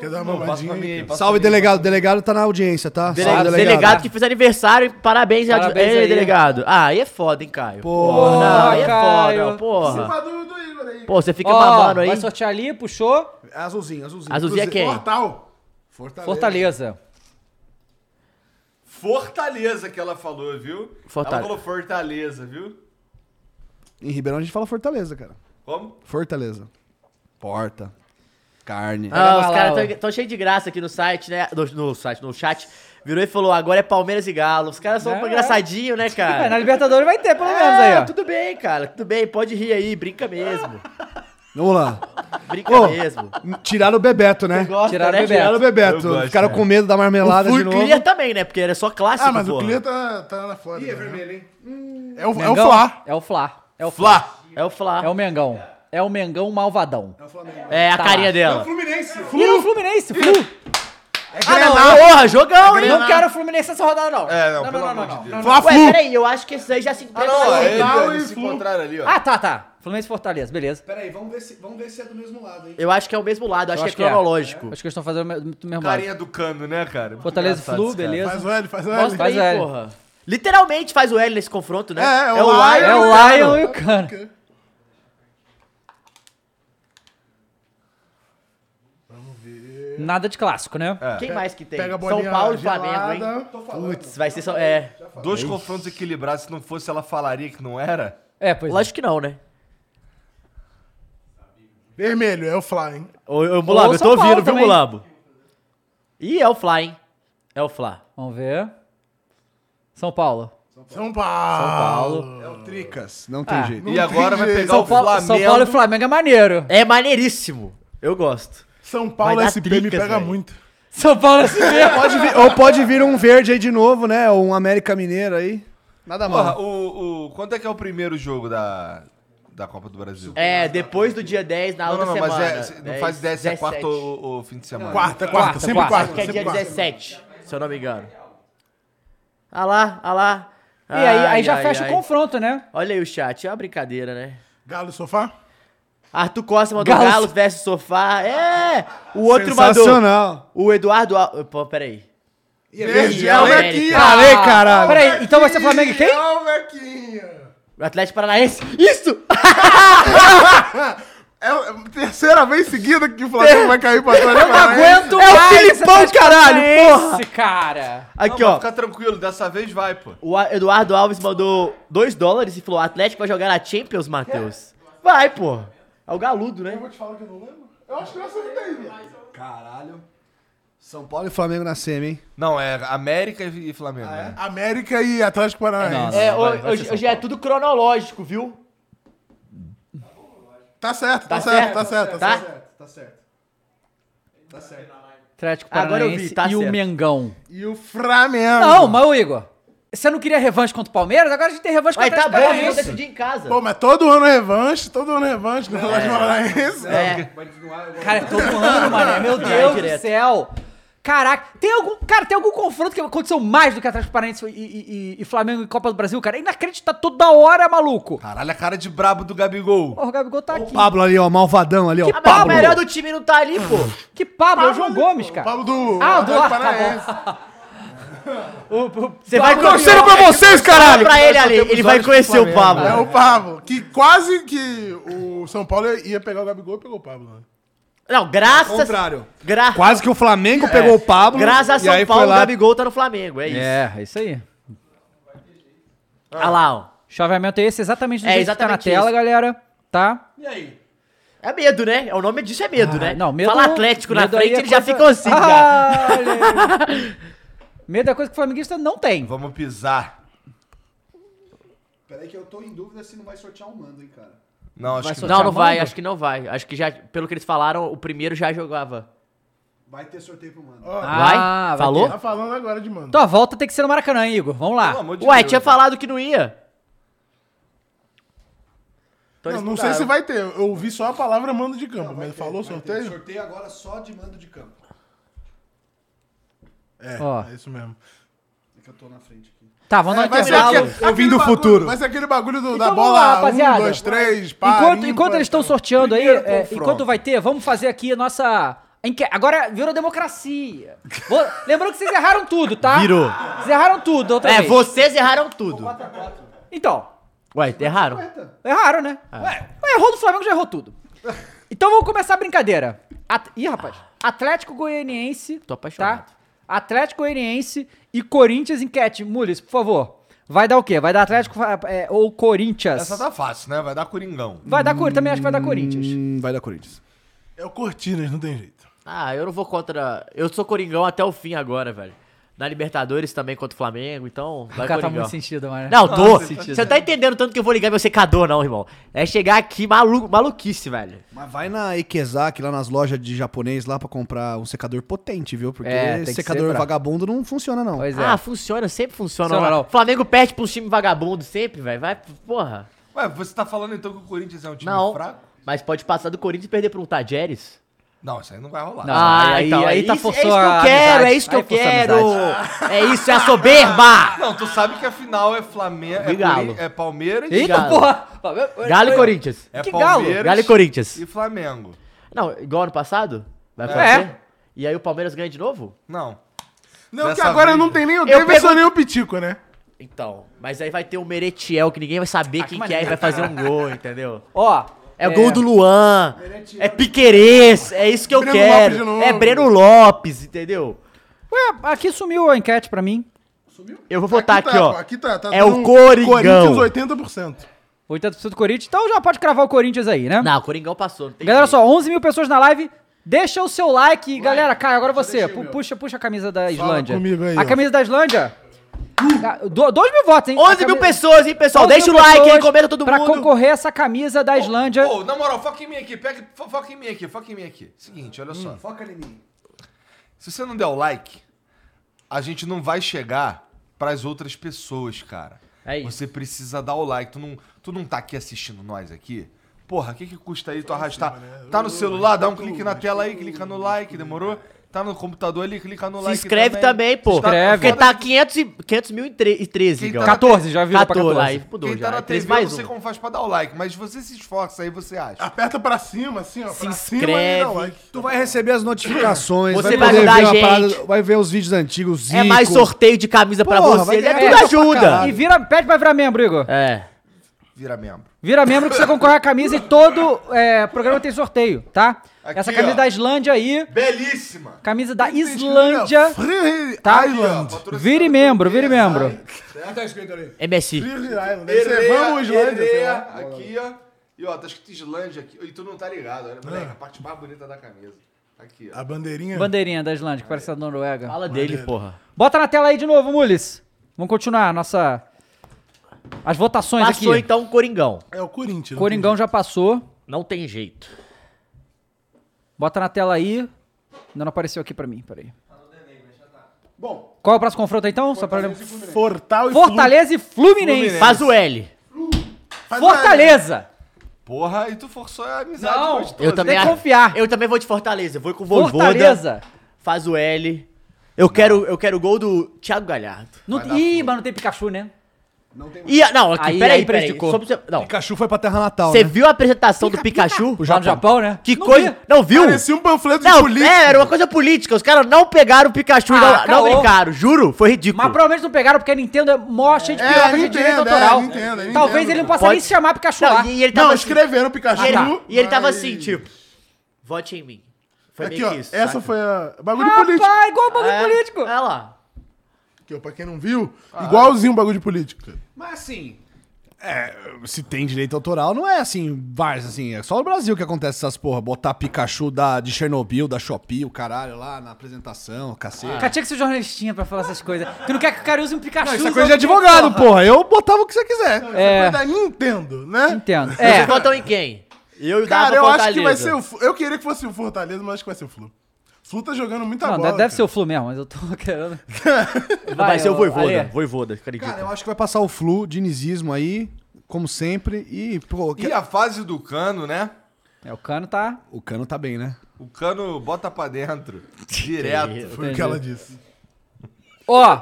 Quer dar uma Não, passa pra mim mamadinha? aí, passa pra Salve, mim. delegado. Delegado tá na audiência, tá? Dele- Salve, delegado. que fez aniversário, parabéns, Parabéns parabéns aí. delegado. Ah, aí é foda, hein, Caio. Porra, não, aí é Caio. foda, porra. Cima do, do Igor aí. Pô, você fica Ó, mamando aí. Vai sortear ali, puxou. Azulzinho, azulzinho. Azulzinho é Cruzeiro. quem? Portal. Fortaleza. Fortaleza que ela falou, viu? Fortaleza. Ela falou Fortaleza, viu? Em Ribeirão a gente fala Fortaleza, cara. Como? Fortaleza. Porta. Carne. Ah, Vai os lá, caras ó. estão cheios de graça aqui no site, né? No, no site, no chat. Virou e falou, agora é Palmeiras e Galo. Os caras são É. engraçadinhos, né, É, na cara? Libertadores vai ter, pelo menos É, aí, ó. tudo bem, cara. Tudo bem, pode rir aí, brinca mesmo. Vamos lá. Brinca Ô, mesmo. Tiraram o Bebeto, né? Gosta, tiraram o Bebeto. Tiraram o Bebeto. Eu gosto, Ficaram né? com medo da marmelada de O novo. Clear também, né? Porque era só clássico, Ah, mas o porra. Clear tá, tá na Flórida. né? hein? É o, é o Mengão? Fla. É o Flá. É o Flá. Flá! É o Flá. É o Mengão. É o Mengão malvadão. É a Tá carinha lá. dela. Fluminense. Flu. E é o Fluminense, Flu. Ah, não, porra, jogão, hein? É Não quero o Fluminense nessa rodada, não. É, não, não, pelo não, amor não, de não, Deus. não, não. Fla Ué, Flu. peraí, eu acho que esses aí já se Ah, Tá entregam não, aí. é, Real eles e se Flu. encontraram ali, ó. Ah, tá, tá. Fluminense e Fortaleza, beleza. Peraí, vamos ver, se, vamos ver se é do mesmo lado, hein? Eu acho que é o mesmo lado, eu acho, que é cronológico. Acho que eles estão fazendo o me- do mesmo lado. Carinha do cano, né, cara? Fortaleza e Engraçado Flu, esse cara. beleza. Faz o L, faz o L. Mostra Faz aí, o L. porra. Literalmente faz o L nesse confronto, né? É, é o Lion Lion É o e Cano. Lion e o Cano. Nada de clássico, né? É. Quem mais que tem? Pega a São bolinha Paulo e gelada. Flamengo, hein? Putz, vai ser só... É. Dois confrontos equilibrados, se não fosse ela falaria que não era? É, pois é. Lógico que não, né? Vermelho, é o Fla, hein? Ô, ô, Mulambo, eu São tô Paulo ouvindo, viu, também. Mulambo? Ih, é o Fla, hein? É o Fla. Vamos ver. São Paulo. São Paulo. É o Tricas. Não tem Ah. jeito. e agora vai pegar o São Paulo, Flamengo. São Paulo e Flamengo é maneiro. É maneiríssimo. Eu gosto. São Vai Paulo dar SP me tricas, pega velho. muito. São Paulo é mesmo. Pode vir- ou pode vir um verde aí de novo, né? Ou um América Mineiro aí. Nada mal. Porra, o, o, quanto é que é o primeiro jogo da, da Copa do Brasil? É, depois do dia 10, na não, não, outra não, semana. mas é, se- não faz 10, é 17. quarto ou, ou fim de semana. Quarta, quarta, sempre quarta. quarta. Que é dia sempre quarta. 17, se eu não me engano. Ah lá, ah lá. E aí, aí já fecha o confronto, né? Olha aí o chat, é uma brincadeira, né? Galo, sofá? Arthur Costa mandou Galo- Galo, versus Sofá. É! O outro Sensacional. mandou. O Eduardo. Al- Pô, peraí. é Perdi América. a América. Falei, Ah, caralho. Peraí, então vai ser Flamengo e quem? O Atlético Paranaense. Isso! É a terceira vez seguida que o Flamengo vai cair pra trás. Eu não aguento É o mais Filipão, esse Atlético caralho, Paranaense, porra! cara. Aqui, Não, mas ó. Fica tranquilo, dessa vez vai, pô. O A- Eduardo Alves mandou 2 dólares e falou: o Atlético vai jogar na Champions, Matheus. Vai, pô. É o galudo, né? Vou te falar que eu não lembro. Eu acho que eu acertei, velho. Caralho. São Paulo e Flamengo na SEMI, hein? Não, é América e Flamengo. Ah, é? né? América e Atlético Paranaense. É, hoje, hoje é tudo cronológico, viu? Tá certo, tá, Tá certo, certo, tá certo, tá tá? certo. Tá certo. Tá certo. Atlético Agora eu vi, Paranaense tá e o certo. Mengão. E o Flamengo. Não, mas ô Igor, você não queria revanche contra o Palmeiras? Agora a gente tem revanche Mas contra o tá bom, Atlético eu Paranaense. decidi em casa. Pô, mas todo ano é revanche, todo ano revanche do Atlético Paranaense. É. Cara, é todo ano, mané. Meu Vai Deus do direto. céu. Caraca, tem algum. Cara, tem algum confronto que aconteceu mais do que Atlético Paranaense e, e- e- e Flamengo em Copa do Brasil, cara? É Inacreditável toda hora, maluco. Caralho, a cara de brabo do Gabigol. Porra, o Gabigol tá aqui. Pablo ali, ó, malvadão ali, ó. Que Ah, mas o Pablo. melhor do time não tá ali, pô. Que Pablo, é o João Gomes, cara. Pablo do Ah, o do Atlético ar, tá Paranaense. bom. Você vai torcendo pra vocês, Fala caralho! pra ele ali, temos ele vai olhos pro conhecer o Flamengo, Pablo. É o Pablo. Que quase que o São Paulo ia pegar o Gabigol e pegou o Pablo. né? Não, graças. Contrário. Gra Quase que o Flamengo pegou o Pablo. É. graças a e aí São foi Paulo, o lá- Gabigol tá no Flamengo. É isso. É, é isso aí. Olha lá, ó. Chaveamento é esse exatamente do É, jeito que tá na exatamente tela, isso. galera. Tá? É medo, né? O nome disso é medo, né? Ah, Não, medo. Fala Atlético na medo aí frente, é eles já coisa- ficam assim, cara. Ah, olha aí. medo é coisa que o flamenguista não tem. Vamos pisar. Peraí que eu tô em dúvida se não vai sortear um mando, hein, cara. Não, acho Vai que sortear Não, não vai, mando? acho que não vai. Acho que já, pelo que eles falaram, o primeiro já jogava. Vai ter sorteio pro mando. Vai? Ah, vai Falou? Tá falando agora de mano. Tua Então, volta tem que ser no Maracanã, hein, Igor. Vamos lá. Pelo amor de Ué, Deus. tinha falado que não ia. Então Não, eles não sei se mudaram. vai ter. Eu ouvi só a palavra mando de campo, mas falou Tem sorteio? sorteio agora só de mando de campo. É, Ó. é isso mesmo. É que eu tô na frente aqui. Tá, vamos É, dar um vai ser intervalo. aquele- Eu vim do aquele bagulho- futuro. Vai ser aquele bagulho do- da Então vamos bola. lá, rapaziada. Um, dois, três, pá. Enquanto, ímpar, enquanto eles estão então. sorteando aí, Primeiro é, confronto. enquanto vai ter, vamos fazer aqui a nossa. enque- Agora virou democracia. Vou- Lembrando que vocês erraram tudo, tá? Virou. Vocês erraram tudo da outra É, vez. vocês erraram tudo. Então, Ué, erraram? erraram, né? É. Ué, errou do Flamengo, já errou tudo. Então vamos começar a brincadeira. At- Ih, rapaz. Atlético Goianiense. Tô apaixonado. Tá? Atlético Goianiense e Corinthians enquete. Mules, por favor. Vai dar o quê? Vai dar Atlético é, ou Corinthians? Essa tá fácil, né? Vai dar Coringão. Vai dar Corinthians. Também acho que vai dar Corinthians. Hum, vai dar Corinthians. É o Cortinas, não tem jeito. Ah, eu não vou contra. Eu sou Coringão até o fim agora, velho. Na Libertadores também contra o Flamengo, então. O Vai cara tá Coringão. muito sentido, né? mano. Não, tô. Nossa, Você não tá entendendo tanto que eu vou ligar meu secador, não, irmão. É chegar aqui malu maluquice, velho. Mas vai na Ikezaki, lá nas lojas de japonês, lá pra comprar um secador potente, viu? Porque É, tem que secador ser pra- vagabundo não funciona, não. Pois é. Ah, funciona, sempre funciona. Funciona, ó. não. Flamengo perde pros times vagabundo sempre, velho. Vai, porra. Ué, você tá falando então que o Corinthians é um time Não. fraco? Mas pode passar do Corinthians e perder pra um Tajeres? Não, isso aí não vai rolar. Não. Ah, aí- aí tá isso, é isso que forçou a eu quero, é amizade. isso que eu Aí forçou a quero. É isso, é a soberba. Não, tu sabe que a final é Flamengo, é, E Galo. Cori- é Palmeiras, Eita, Galo. porra! Galo e Corinthians. é que Galo? Palmeiras Galo e Corinthians. e Flamengo. Não, igual ano passado? Vai É. E aí o Palmeiras ganha de novo? Não. Não, Dessa que agora vez- não tem nem o Eu Davidson pergun- nem o Pitico, né? Então, mas aí vai ter o Meretiel, que ninguém vai saber quem que é e vai fazer um gol, entendeu? Ó. É, gol do Luan, é Piquerez, é isso que eu Breno Lopes de quero. novo. é Breno Lopes, entendeu? Ué, aqui sumiu a enquete pra mim. Eu vou votar aqui, tá, ó. Aqui tá, tá É o dando Coringão. Corinthians 80%. 80% do Corinthians, então já pode cravar o Corinthians aí, né? Não, o Coringão passou. Não tem Galera, jeito. só 11 mil pessoas na live. Deixa o seu like. Galera, Caio, agora você. Pu- Puxa, puxa a camisa da Islândia. comigo aí, a ó. camisa da Islândia. 2 mil votos, hein? 11 A mil cami- pessoas, hein, pessoal? 11 Deixa o mil like aí, pessoas comenta todo pra mundo. concorrer a essa camisa da Islândia. Ô, na moral, foca em mim aqui, pega, fo- foca em mim aqui, foca em mim aqui. Seguinte, olha só. Hum, Foca em mim. Se você não der o like, a gente não vai chegar pras outras pessoas, cara. É isso. Você precisa dar o like. Tu não, tu não tá aqui assistindo nós aqui? né? Porra, o que, que custa aí tu arrastar? Tá no celular? Dá um clique na tela aí, clica no like, demorou? Tá no computador ali, clica no Se like. inscreve também, pô. Porque tá 500, e, 500 mil e tre- e 13, Quem tá galera. na 14, já virou pra 14. Aí, mudou Quem já. tá na é 13 TV, eu mais não sei um. como faz pra dar o like, mas você se esforça, aí você acha. Aperta pra cima, assim, ó. Se pra inscreve. e dá like. Tu vai receber as notificações, vai Você vai poder ajudar ver a uma parada- gente. vai ver os vídeos antigos. É mais Zico. sorteio de camisa pra Porra, vocês. vai É ganhar tudo coisa pra ajuda. caralho. E vira, pede pra virar membro, Igor. É. Vira membro. Vira membro que você concorre a camisa e todo é, programa tem sorteio, tá? Essa camisa ó. da Islândia aí. Belíssima. Camisa da Islândia. Free Tá? Island. Vire membro, vire membro. O que tá escrito ali? MSI. Free Island. Deve ser, Erê, né? é, vamos, Islândia. assim, sei Erê, lá. aqui, ó. E ó, tá escrito Islândia aqui. E tu não tá ligado, olha, Ah. moleque, a parte mais bonita da camisa. Aqui, ó. A bandeirinha. Bandeirinha da Islândia, que parece a da Noruega. Fala dele, porra. Bota na tela aí de novo, Mules. Vamos continuar a nossa. As votações Passou aqui. então o Coringão. É o Corinthians. Coringão já passou. Não tem jeito. Bota na tela aí. Ainda não apareceu aqui pra mim, peraí. Bom, Qual é o próximo confronto então? Só pra... Fortal e Fortaleza e Fluminense. Faz o L. Flu- Fortaleza. Porra, e tu forçou a amizade Não, gostosa. Eu também Tem que acho- confiar. Eu também vou de Fortaleza. Eu vou com o Voivoda. Fortaleza. Faz o L. Eu quero, eu quero o gol do Thiago Galhardo. Não tem- Ih, mas não tem Pikachu, né? E, a- não, aqui, Aí- peraí, aí peraí. prejudicou. Só pra você- não, Pikachu foi pra terra natal, você né? viu a apresentação do Pikachu? Lá no Japão, né? Que Não coisa... vi. Não, viu? Parecia um panfleto de Não, política. é, era uma coisa política. Os caras não pegaram o Pikachu e Ah, não, não caô. brincaram. Juro, foi ridículo. Mas provavelmente não pegaram porque a Nintendo é mó cheia de É, piroca de Nintendo, direito é, autoral. Nintendo, é, Talvez Nintendo. ele não possa Pode- nem se chamar Pikachu lá. Não, e, e ele tava Não, assim, escreveram o Pikachu. e ele, e ele tava mas- assim, tipo... Vote em mim. Foi Aqui, meio ó. que isso, essa saca? foi a. Bagulho político. Rapaz, igual o um bagulho É, político. É lá. Aqui, ó, pra quem não viu, Ah. igualzinho o bagulho de política. Mas assim. é, se tem direito autoral, não é assim, vários, assim, é só no Brasil que acontece essas porra, botar Pikachu da, de Chernobyl, da Shopee, o caralho, lá na apresentação, cacete. Ah, Cara, tinha Ah. que ser jornalistinha pra falar essas coisas. Que não quer que o cara use um Pikachu. Isso é coisa de advogado, porra. Eu botava o que você quiser. É. da Nintendo, né? Entendo. Vocês É. votam em quem? Eu e o Cara, Dava eu acho Fortaleza. que vai ser o. Flu- Eu queria que fosse o Fortaleza, mas acho que vai ser o Flu. Flu tá jogando muita Não, bola. deve ser o Flu mesmo, mas eu tô querendo. Vai, ser o ô, Voivoda. Ale. Voivoda, acredito. Cara, eu acho que vai passar o flu, dinizismo aí, como sempre, e, pô, que- E a fase do cano, né? É, o cano tá. o cano tá bem, né? O cano bota pra dentro. Direto. Foi o que ela disse. Ó,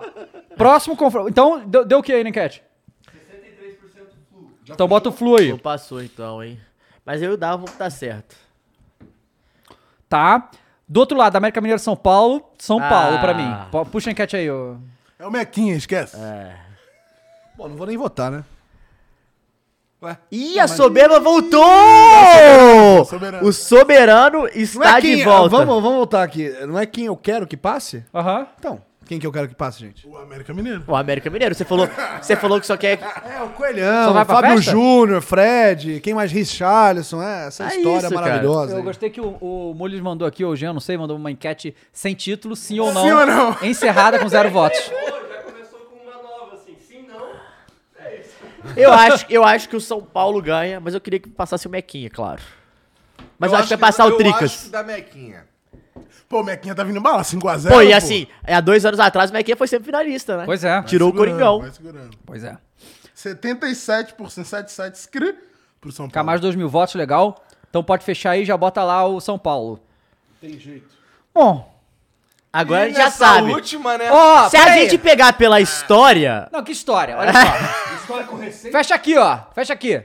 próximo confronto. Então, deu, deu o que aí na enquete? 63% flu. Então bota o flu Não aí. passou então, hein? Mas eu e o Dava vamos estar certo. Tá. Do outro lado, América Mineira São Paulo. São Ah. Paulo, pra mim. P- Puxa a enquete aí, ô. É o Mequinha, esquece. É. Bom, não vou nem votar, né? Ih, a soberba voltou! Soberano. O soberano Tá está de volta. Vamos, vamos voltar aqui. Não é quem eu quero que passe? Aham. Então, quem que eu quero que passe, gente? O América Mineiro. O América Mineiro, você falou, você falou que só quer. É, o Só Coelhão, vai pra Fábio festa? Júnior, Fred, quem mais? Richarlison, é, essa É história isso, cara. maravilhosa. Eu aí. gostei que o, o Mules mandou aqui, ou o Jean, não sei, mandou uma enquete sem título, sim ou não. Sim ou não? Encerrada com zero votos. Pô, já começou com uma nova, assim. Sim, não. É isso. Eu acho, eu acho que o São Paulo ganha, mas eu queria que passasse o Mequinha, claro. Mas eu, acho que vai passar o Eu Tricas. acho que dá Mequinha. Pô, o Mequinha tá vindo bala, 5x0. Pô, e assim, há dois anos atrás o Mequinha foi sempre finalista, né? Pois é. Tirou o Coringão. Vai segurando. Pois é. 77%, 77 scri pro São Paulo. Ficar mais de dois mil votos, legal. Então pode fechar aí e já bota lá o São Paulo. tem jeito. Bom. Agora a E gente já nessa sabe. última, né? Ó, Se a peraí. gente pegar pela história, Não, que história, olha só. Fecha aqui, ó. Fecha aqui.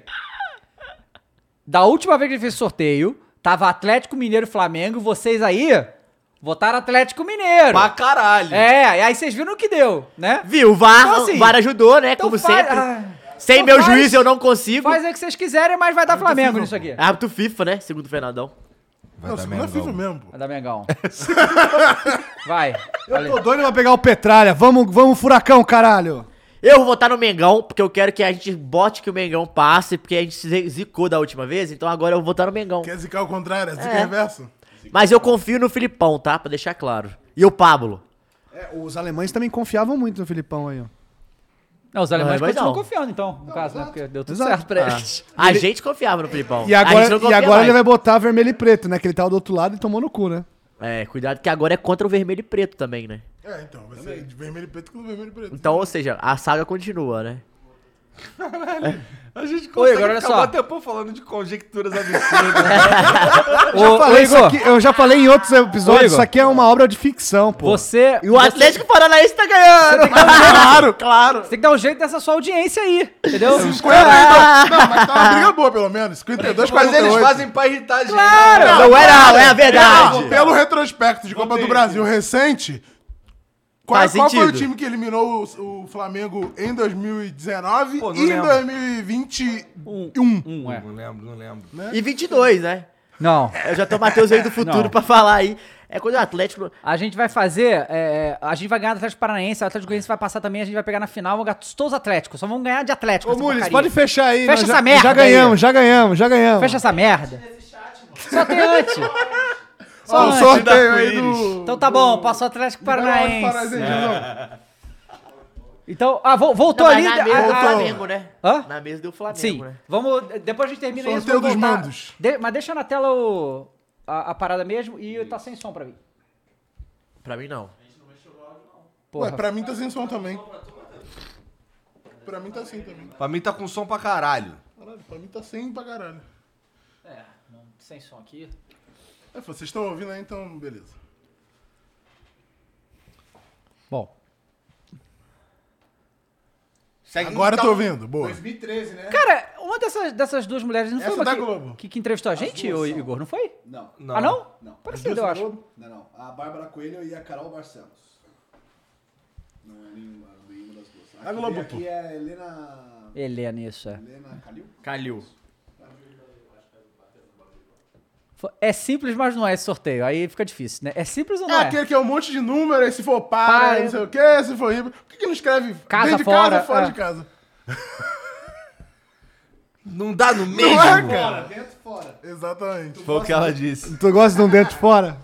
Da última vez que ele fez sorteio, tava Atlético Mineiro e Flamengo, vocês aí votaram Atlético Mineiro. Pra caralho. É, e aí vocês viram o que deu, né? viu? O VAR, Então, assim, o VAR ajudou, né? então é como faz- sempre. ah, Sem então meu faz- juiz eu não consigo. Faz aí o que vocês quiserem, mas vai dar Flamengo nisso aqui. Árbitro FIFA, né? Segundo o Fernandão. Vai Não, dar é segunda Mengão. FIFA mesmo, pô. Vai dar Mengão. Vai. Eu tô doido pra pegar o Petralha. Vamos, vamos, furacão, caralho. Eu vou votar no Mengão, porque eu quero que a gente bote que o Mengão passe, porque a gente se zicou da última vez, então agora eu vou votar no Mengão. Quer zicar o contrário? É zica É. reverso? Mas eu confio no Filipão, tá? Pra deixar claro. E o Pablo. É, os alemães também confiavam muito no Filipão aí, ó. Não, os alemães Não, mas continuam não. confiando, então, no caso, né? Porque deu tudo Exato. certo pra eles. Ah, A gente confiava no Filipão. E a Ah, agora, gente não e confia agora ele vai mais. botar vermelho e preto, né? Que ele tava do outro lado e tomou no cu, né? É, cuidado que agora é contra o vermelho e preto também, né? É, então, vai ser de vermelho e preto com vermelho e preto. Então, ou seja, a saga continua, né? Caralho. A gente consegue Oi, agora olha acabar só. até pô falando de conjecturas absurdas. já falei isso Ah. aqui- eu já falei em outros Ô, Igor. episódios, isso aqui é uma obra de ficção, pô. Você. E o Atlético Paranaense tá ganhando. Claro, claro. Você tem que dar um jeito nessa sua audiência aí, entendeu? 52. Não, mas tá uma briga boa, pelo menos. é 52, Mas eles 48. fazem pra irritar a gente. Claro! Não é não, é a verdade. Pelo retrospecto de Copa do Brasil recente, qual, é- Faz qual foi o sentido. time que eliminou o, o Flamengo em 2019 Pô, não e um? em lembro. 2021? Não lembro, não lembro. E 22, né? Não. Eu já tô Matheus aí do futuro Não. pra falar aí. É quando o Atlético. A gente vai fazer. é, a gente vai ganhar do Atlético Paranaense, o Atlético Goianiense vai passar também, a gente vai pegar na final, vamos ganhar todos os Atléticos. Só vamos ganhar de Atlético. Ô, essa Mules, porcaria. pode fechar aí. Fecha nós essa já, merda. Já aí. ganhamos, já ganhamos, já ganhamos. Fecha essa merda. Só tem antes. Só Ó, o antes. sorteio aí do... Então tá bom, passou o Atlético Paranaense. Paranaense. Então, ah, vo- voltou Não, mas ali. na mesa a- deu a- Flamengo, né? Hã? Na mesa deu Flamengo, Sim. né? Vamos. Depois a gente termina isso. Sorteio vamos dos voltar. mandos. De- mas deixa na tela o- a, a parada mesmo e tá sem som pra mim. Pra mim não. Porra. É. Ué, pra mim tá sem som também. Pra mim tá sem também. Pra mim tá com som pra caralho. Caralho, pra mim tá sem pra caralho. É, não, sem som aqui. É, vocês estão ouvindo aí, então beleza. Bom. Segue Agora eu então. tô ouvindo, boa. 2013, né? Cara, uma dessas, dessas duas mulheres não Essa é foi uma da que- Globo. que, que entrevistou a gente, ô Igor, não foi? Não. Não. Ah, não? Não. Parecido, eu acho. Não, não. A Bárbara Coelho e a Carol Barcelos. Não é nenhuma, nenhuma das duas. Aqui, Globo, aqui é a Helena. Helena, isso é. Helena Calil? Calil. Fo- É simples, mas não é esse sorteio. Aí fica difícil, né? É simples ou É não é? aquele que é um monte de número, aí se for para, Para. não sei o quê, se for riba. Por que, que não escreve é. Casa dentro de fora, casa fora é. de casa? Não dá no mesmo. Não é, cara? Dentro fora. Exatamente. Foi o que ela disse. Tu gosta de um dentro fora?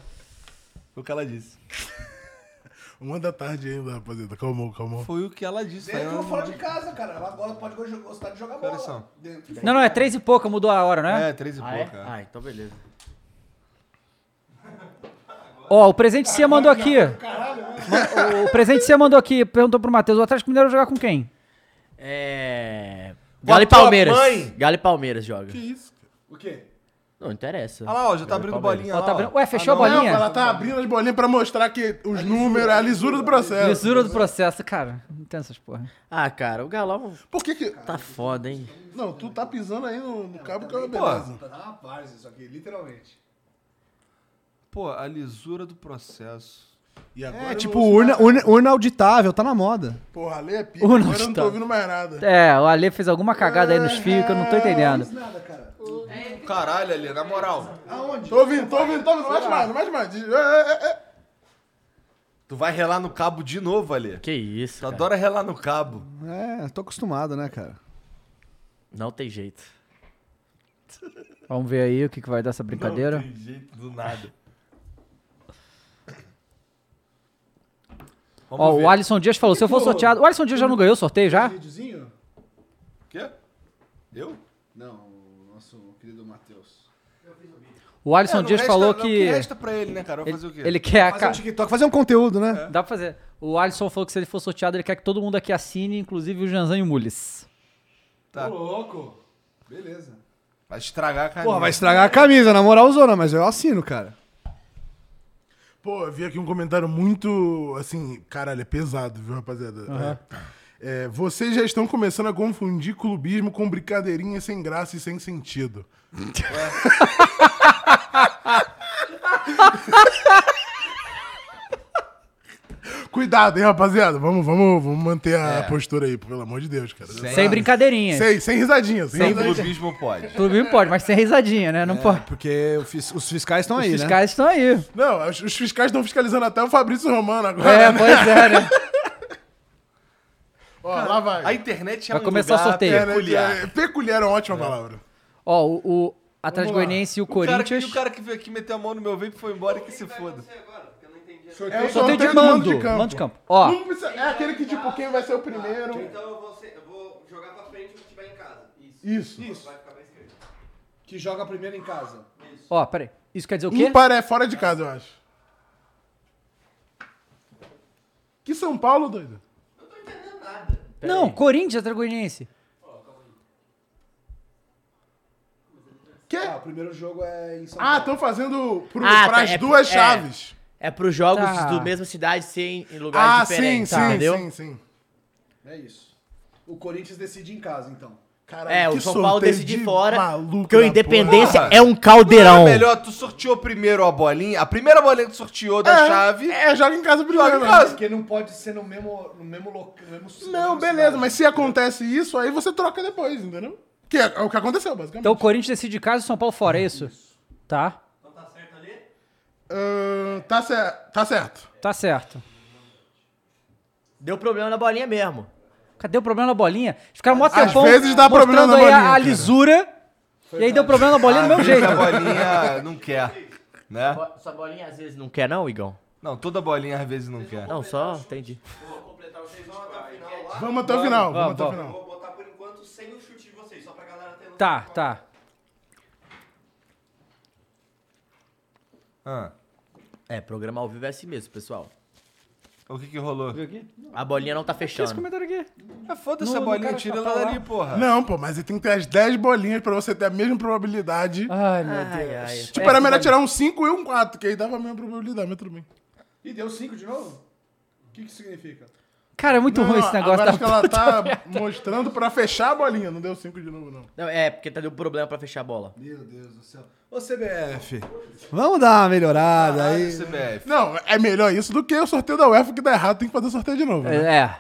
Foi o que ela disse. Uma da tarde ainda, rapaziada. Calma, calma. Foi um o que ela disse. Dentro ou Fernando. fora de casa, cara. Ela agora pode go- gostar de jogar horas bola. são? Dentro. Não, não, é três e pouca, mudou a hora, né? É, três e Ah, é? pouco. é. Ah, então beleza. Ó, o presente Cia mandou aqui. né? Ma- O, o presente Cia mandou aqui, perguntou pro Matheus, o Atlético Mineiro vai jogar com quem? É. Com a Galo e tua Palmeiras. mãe? Galo e Palmeiras joga. O quê? Não interessa. Olha lá, ó, já tá abrindo bolinha. Ó, lá, tá ó. abrindo- Ah, Ué, fechou a não. bolinha? Ela tá abrindo as bolinhas pra mostrar que os números, a lisura do processo. Lisura do processo, cara. Não tem essas porra. Ah, cara, o Galão Por que que... tá foda, hein? Não, tu tá pisando aí no, no cabo que é uma beleza. Tá na paz isso aqui, literalmente. Pô, a lisura do processo. E agora É, eu tipo, ouço urna, mais- urna, urna auditável, tá na moda. Porra, lê a pica, Urna agora eu não auditável. tô ouvindo mais nada. É, o Ale fez alguma cagada aí nos fios que eu não tô entendendo. Nada, cara. Caralho, ali, na moral. Aonde? Tô ouvindo, tô ouvindo, tô ouvindo. Não mais mais, não mais mais. Diz- é, é, é. Tu vai relar no cabo de novo, ali. Que isso, É. Tu cara. adora relar no cabo. É, tô acostumado, né, cara? Não tem jeito. Vamos ver aí o que, que vai dar essa brincadeira. Não tem jeito do nada. Vamos Ó, ver. o Alisson Dias falou, se eu for sorteado... O Alisson Dias já não ganhou o sorteio, já? Videozinho? Quê? Eu? Não, o nosso querido Matheus. O Alisson É, não Dias resta- falou não, O que... que resta pra ele, né, cara? Vai fazer o quê? Ele quer a Fazer um ca... TikTok, fazer um conteúdo, né? Dá pra fazer. O Alisson falou que se ele for sorteado, ele quer que todo mundo aqui assine, inclusive o Janzan e o Mules. Tá. Ô, louco. Beleza. Vai É, estragar a caneta. Porra, vai estragar a camisa, na moral, zona, mas eu assino, cara. Pô, eu vi aqui um comentário muito, assim, caralho, é pesado, viu, rapaziada? É, é, vocês já estão começando a confundir clubismo com brincadeirinha sem graça e sem sentido. Cuidado, hein, rapaziada? Vamos, vamos, vamos manter É, É, a postura aí, pelo amor de Deus, cara. Sem brincadeirinha. Sem, sem risadinha, sem, Sem risadinha. clubismo pode. Tudo bem, pode, mas sem risadinha, né? Não pode. É, Porque o fis- os fiscais estão aí, Os né? fiscais estão aí. Não, os, os fiscais estão fiscalizando até o Fabrício Romano agora. É, né? pois é, né? Ó, lá vai. A internet é Vai um começar o lugar sorteio. É, né, peculiar. é, peculiar é uma ótima palavra. Ó, o, o Atlético Goianiense e o, O cara, que, Corinthians. o cara que veio aqui meteu a mão no meu vape e foi embora que se foda. É o Sorteio de mando. Mando de campo. Ó, Não precisa- é aquele que, tipo, quem vai ser o primeiro. Então eu vou, ser- eu vou jogar pra frente o que tiver em casa. Isso. Isso. Vai ficar pra esquerda. Que joga primeiro em casa. ó, peraí. Isso quer dizer o quê? Ímpar é fora de casa, eu acho. Que São Paulo, doido? Não, Corinthians e Atlético Goianiense. Quê? Ah, o primeiro jogo é em São Ah, estão fazendo pro, Ah, tá, pras é pro- duas é. chaves. É pros jogos Tá. do mesma cidade ser em, em lugares Ah, sim, diferentes, sim, é entendeu? sim, sim. É isso. O Corinthians decide em casa, então. Caralho, É, o que São Paulo sorteio decide de fora, maluco porque o da Independência porra. é um caldeirão. Não é melhor, tu sorteou primeiro a bolinha, a primeira bolinha que tu sorteou da É, chave. É, joga em casa primeiro. Joga em casa. Porque não pode ser no mesmo, no mesmo local. Não, beleza, mas se acontece isso, aí você troca depois, entendeu? Que é o que aconteceu, basicamente. Então o Corinthians decide casa e São Paulo fora, é isso? Tá. Ahn, tá, cer- tá certo. Tá certo. Deu problema na bolinha mesmo. Cadê o problema na bolinha? Eles ficaram mó Às tempão vezes dá mostrando problema na aí a- bolinha, a cara. lisura. E aí deu problema na bolinha do meu jeito. A bolinha não quer, né? Sua bolinha às vezes não quer não, Igão? Não, toda bolinha às vezes não quer. Não, só, entendi. Vamos até o final, vamos, vamos, até o vamos. final. Tá, tá. É, programa ao vivo é assim mesmo, pessoal. O que que rolou? A bolinha não tá fechando. comentário aqui? É, foda-se No- a no bolinha, cara tira que ela tá lá. dali, porra. Não, pô, mas tem que ter as 10 bolinhas pra você ter a mesma probabilidade. Ai, meu Ai, Deus. ai. Tipo, era melhor Péssimo. tirar um 5 e um 4, que aí dava a mesma probabilidade, mas tudo bem. E deu 5 de novo? O que que significa? Cara, é muito Não, ruim não, esse negócio. Agora da acho que ela puta tá merda. mostrando pra fechar a bolinha, não deu 5 de novo, não. Não, é, porque tá deu problema pra fechar a bola. Meu Deus do céu. Ô, CBF. Vamos dar uma melhorada aí. Não, é melhor isso do que o sorteio da UEFA que dá errado, tem que fazer o sorteio de novo. né? É,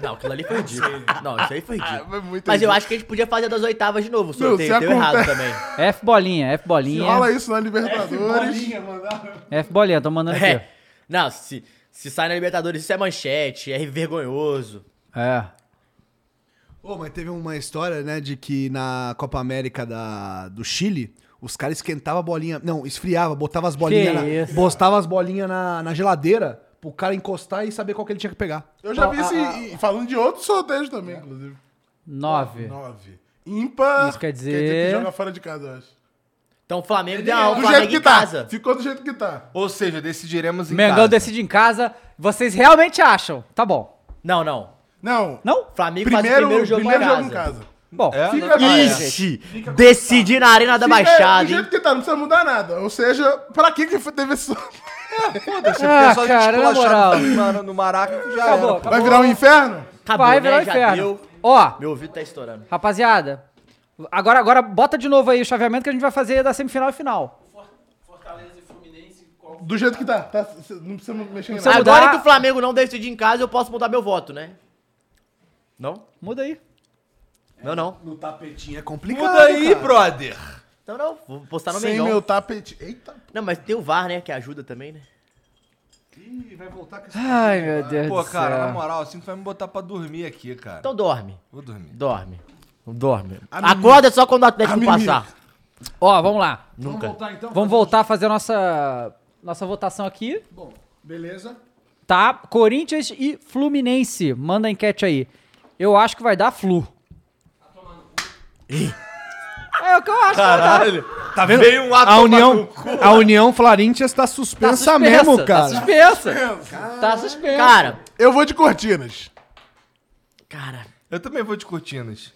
Não, aquilo ali foi ridículo. Não, isso aí foi ridículo. foi Ah, muito Mas eu ridículo. acho que a gente podia fazer das oitavas de novo, o Meu, sorteio. se Deu errado acontece- também. F bolinha, F bolinha. Rola isso na É, Libertadores. F bolinha, tô mandando aqui. É. Não, se, se sai na Libertadores, isso é manchete, é vergonhoso. É. Ô, mas teve uma história, né, de que na Copa América da, do Chile, os caras esquentavam a bolinha. Não, esfriava, botava as bolinhas na, isso. botava as bolinhas na, na geladeira pro cara encostar e saber qual que ele tinha que pegar. Eu já vi isso em- em- falando de outros sorteios também, É. inclusive. É. Nove. 9. Ímpar. Isso quer dizer- que joga fora de casa, eu acho. Então o Flamengo deu Do uma jeito Flamengo que em tá. casa. Ficou do jeito que tá. Ou seja, decidiremos em Mengão casa. decide em casa. Vocês realmente acham? Tá bom. Não, não. Não. Não? Flamengo faz o Primeiro, primeiro jogo em casa. Bom, é, Fica Ixi, decidi na Arena da Fica Baixada, é, Do jeito hein? que tá, não precisa mudar nada. Ou seja, pra que que teve esse Foda-se, Ah, porque só cara, a gente pula na a chave moral. no mar- no maraca que já Acabou, era. Vai virar um inferno? Acabou, vai né? virar o Já inferno. deu. Ó, Meu ouvido tá estourando. rapaziada. Agora, agora bota de novo aí o chaveamento que a gente vai fazer da semifinal e final. Do jeito que tá. tá cê- não precisa mexer em Não precisa nada. Agora mudar. que o Flamengo não decidir em casa, eu posso mudar meu voto, né? Não? Muda aí. Não, não. No tapetinho é complicado. Muda aí, cara. brother. Então não, vou postar no Sem Mengão. meu tá tapete. Eita. Não, mas tem o VAR, né, que ajuda também, né? Ih, vai voltar com esse Ai, meu Deus Pô, do cara, céu. na moral, assim tu vai me botar pra dormir aqui, cara. é. Então dorme, Vou dormir. dorme, dorme. Acorda só quando o Atlético mimir. passar. Ó, vamos lá. Nunca. então, um Vamos voltar a fazer a nossa, nossa votação aqui. Bom, beleza. Tá? Corinthians e Fluminense. Manda a enquete aí. Eu acho que vai dar Flu. É o que eu acho que vai dar. Tá vendo? Veio um ato A União, tá a União Floríntias tá suspensa, Tá suspensa, mesmo, Tá cara. suspensa. É Tá suspensa. Cara, Eu vou de cortinas. cara, Eu também vou de cortinas.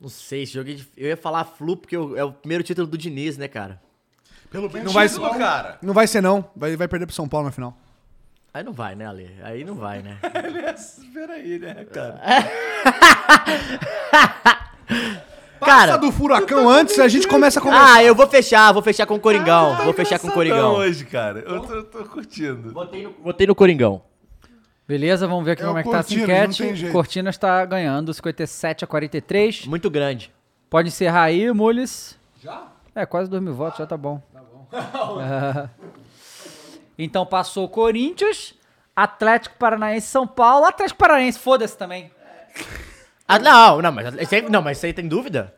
não sei, esse jogo é dif- Eu ia falar flu, porque eu- é o primeiro título do Diniz, né, cara? Pelo bem Não vai título, ser, cara. Não vai ser, não. Vai, vai perder pro São Paulo na final. Aí não vai, né, Ale? Aí não vai, né? Espera é aí, né, cara? cara, do furacão antes, a gente começa a conversar. ah, eu vou fechar, vou fechar com o Coringão. Ah, vou fechar com o Coringão. Tá hoje, cara. Eu tô, eu tô curtindo. Botei no, botei no Coringão. Beleza, vamos ver aqui É como o é que tá essa Cortinas, enquete. não tem jeito. Cortinas tá ganhando 57 a 43. Muito grande. Pode encerrar aí, Mules. Já? É, quase 2 mil votos, já tá bom. Tá bom. Então passou o Corinthians, Atlético Paranaense São Paulo. Atlético Paranaense, foda-se também. Ah, não, não, mas isso aí, não, mas isso aí tem dúvida?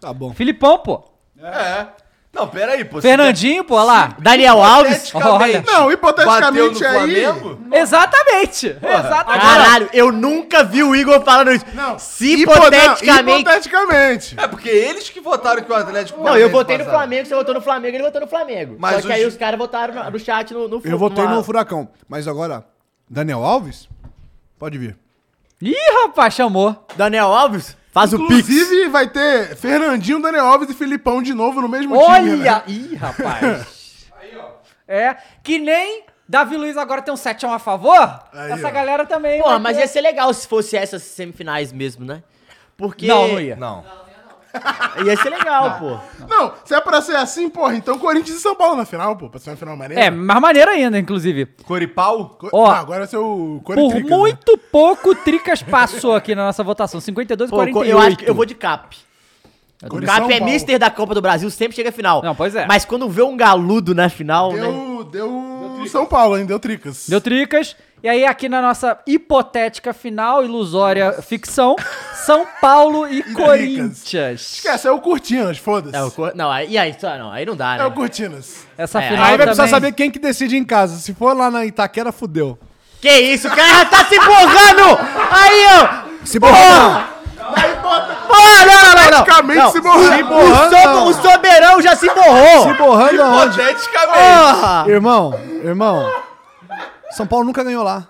Tá bom. Filipão, pô. É. Não, pera aí, pô. se Fernandinho, pô, olha lá. Daniel Alves? Hipoteticamente. Não, hipoteticamente bateu no é aí- Flamengo? Exatamente! Exatamente! Caralho, eu nunca vi o Igor falando isso. Não. Se Hipo- não, hipoteticamente. hipoteticamente. É porque eles que votaram que o Atlético Não, eu Paranaense botei no passava. Flamengo, você votou no Flamengo, ele votou no Flamengo. Mas Só os- que aí os caras votaram no, no chat no, no fu- Eu votei numa- no furacão. Mas agora, Daniel Alves? Pode vir. Ih, rapaz, chamou. Daniel Alves, faz Inclusive, Inclusive, vai ter Fernandinho, Daniel Alves e Filipão de novo no mesmo time. Olha! né? Ih, rapaz. É, que nem Davi Luiz agora tem um 7x1 a favor. essa galera também. né? É, Porra, vai mas ter- ia ser legal se fosse essas semifinais mesmo, né? Porque. Não, não ia. Não. Ia ser legal, pô. Não, se é pra ser assim, porra, então Corinthians e São Paulo na final, pô. Pra ser uma final maneira. É, mais maneiro ainda, inclusive. É. Coripau? Ó, Ah, agora vai ser o Por né? Corinthians. muito pouco, Tricas passou aqui na nossa votação. 52 e Pô, 48. eu acho que eu vou de cap. O de cap São é Paulo. mister da Copa do Brasil, sempre chega à final. Não, pois é. Mas quando vê um galudo na final, um né? Deu, deu, São Paulo, hein? Deu tricas. Deu tricas. E aí, aqui na nossa hipotética final, ilusória ficção, São Paulo e Corinthians. Esquece, é o Cortinas, foda-se. É o Cor- Não, aí, e aí, só- não, aí não dá, né? É o Cortinas. Essa É, final aí vai precisar também- saber quem que decide em casa. Se for lá na Itaquera, fudeu. Que isso, o cara já tá se borrando! Aí, ó! Se borrar, Porra, não, não, não! Praticamente não. se borrando. Se borrando, o, so- não. o soberão já se borrou! Se borrando aonde? Hipoteticamente. Irmão, irmão. São Paulo nunca ganhou lá.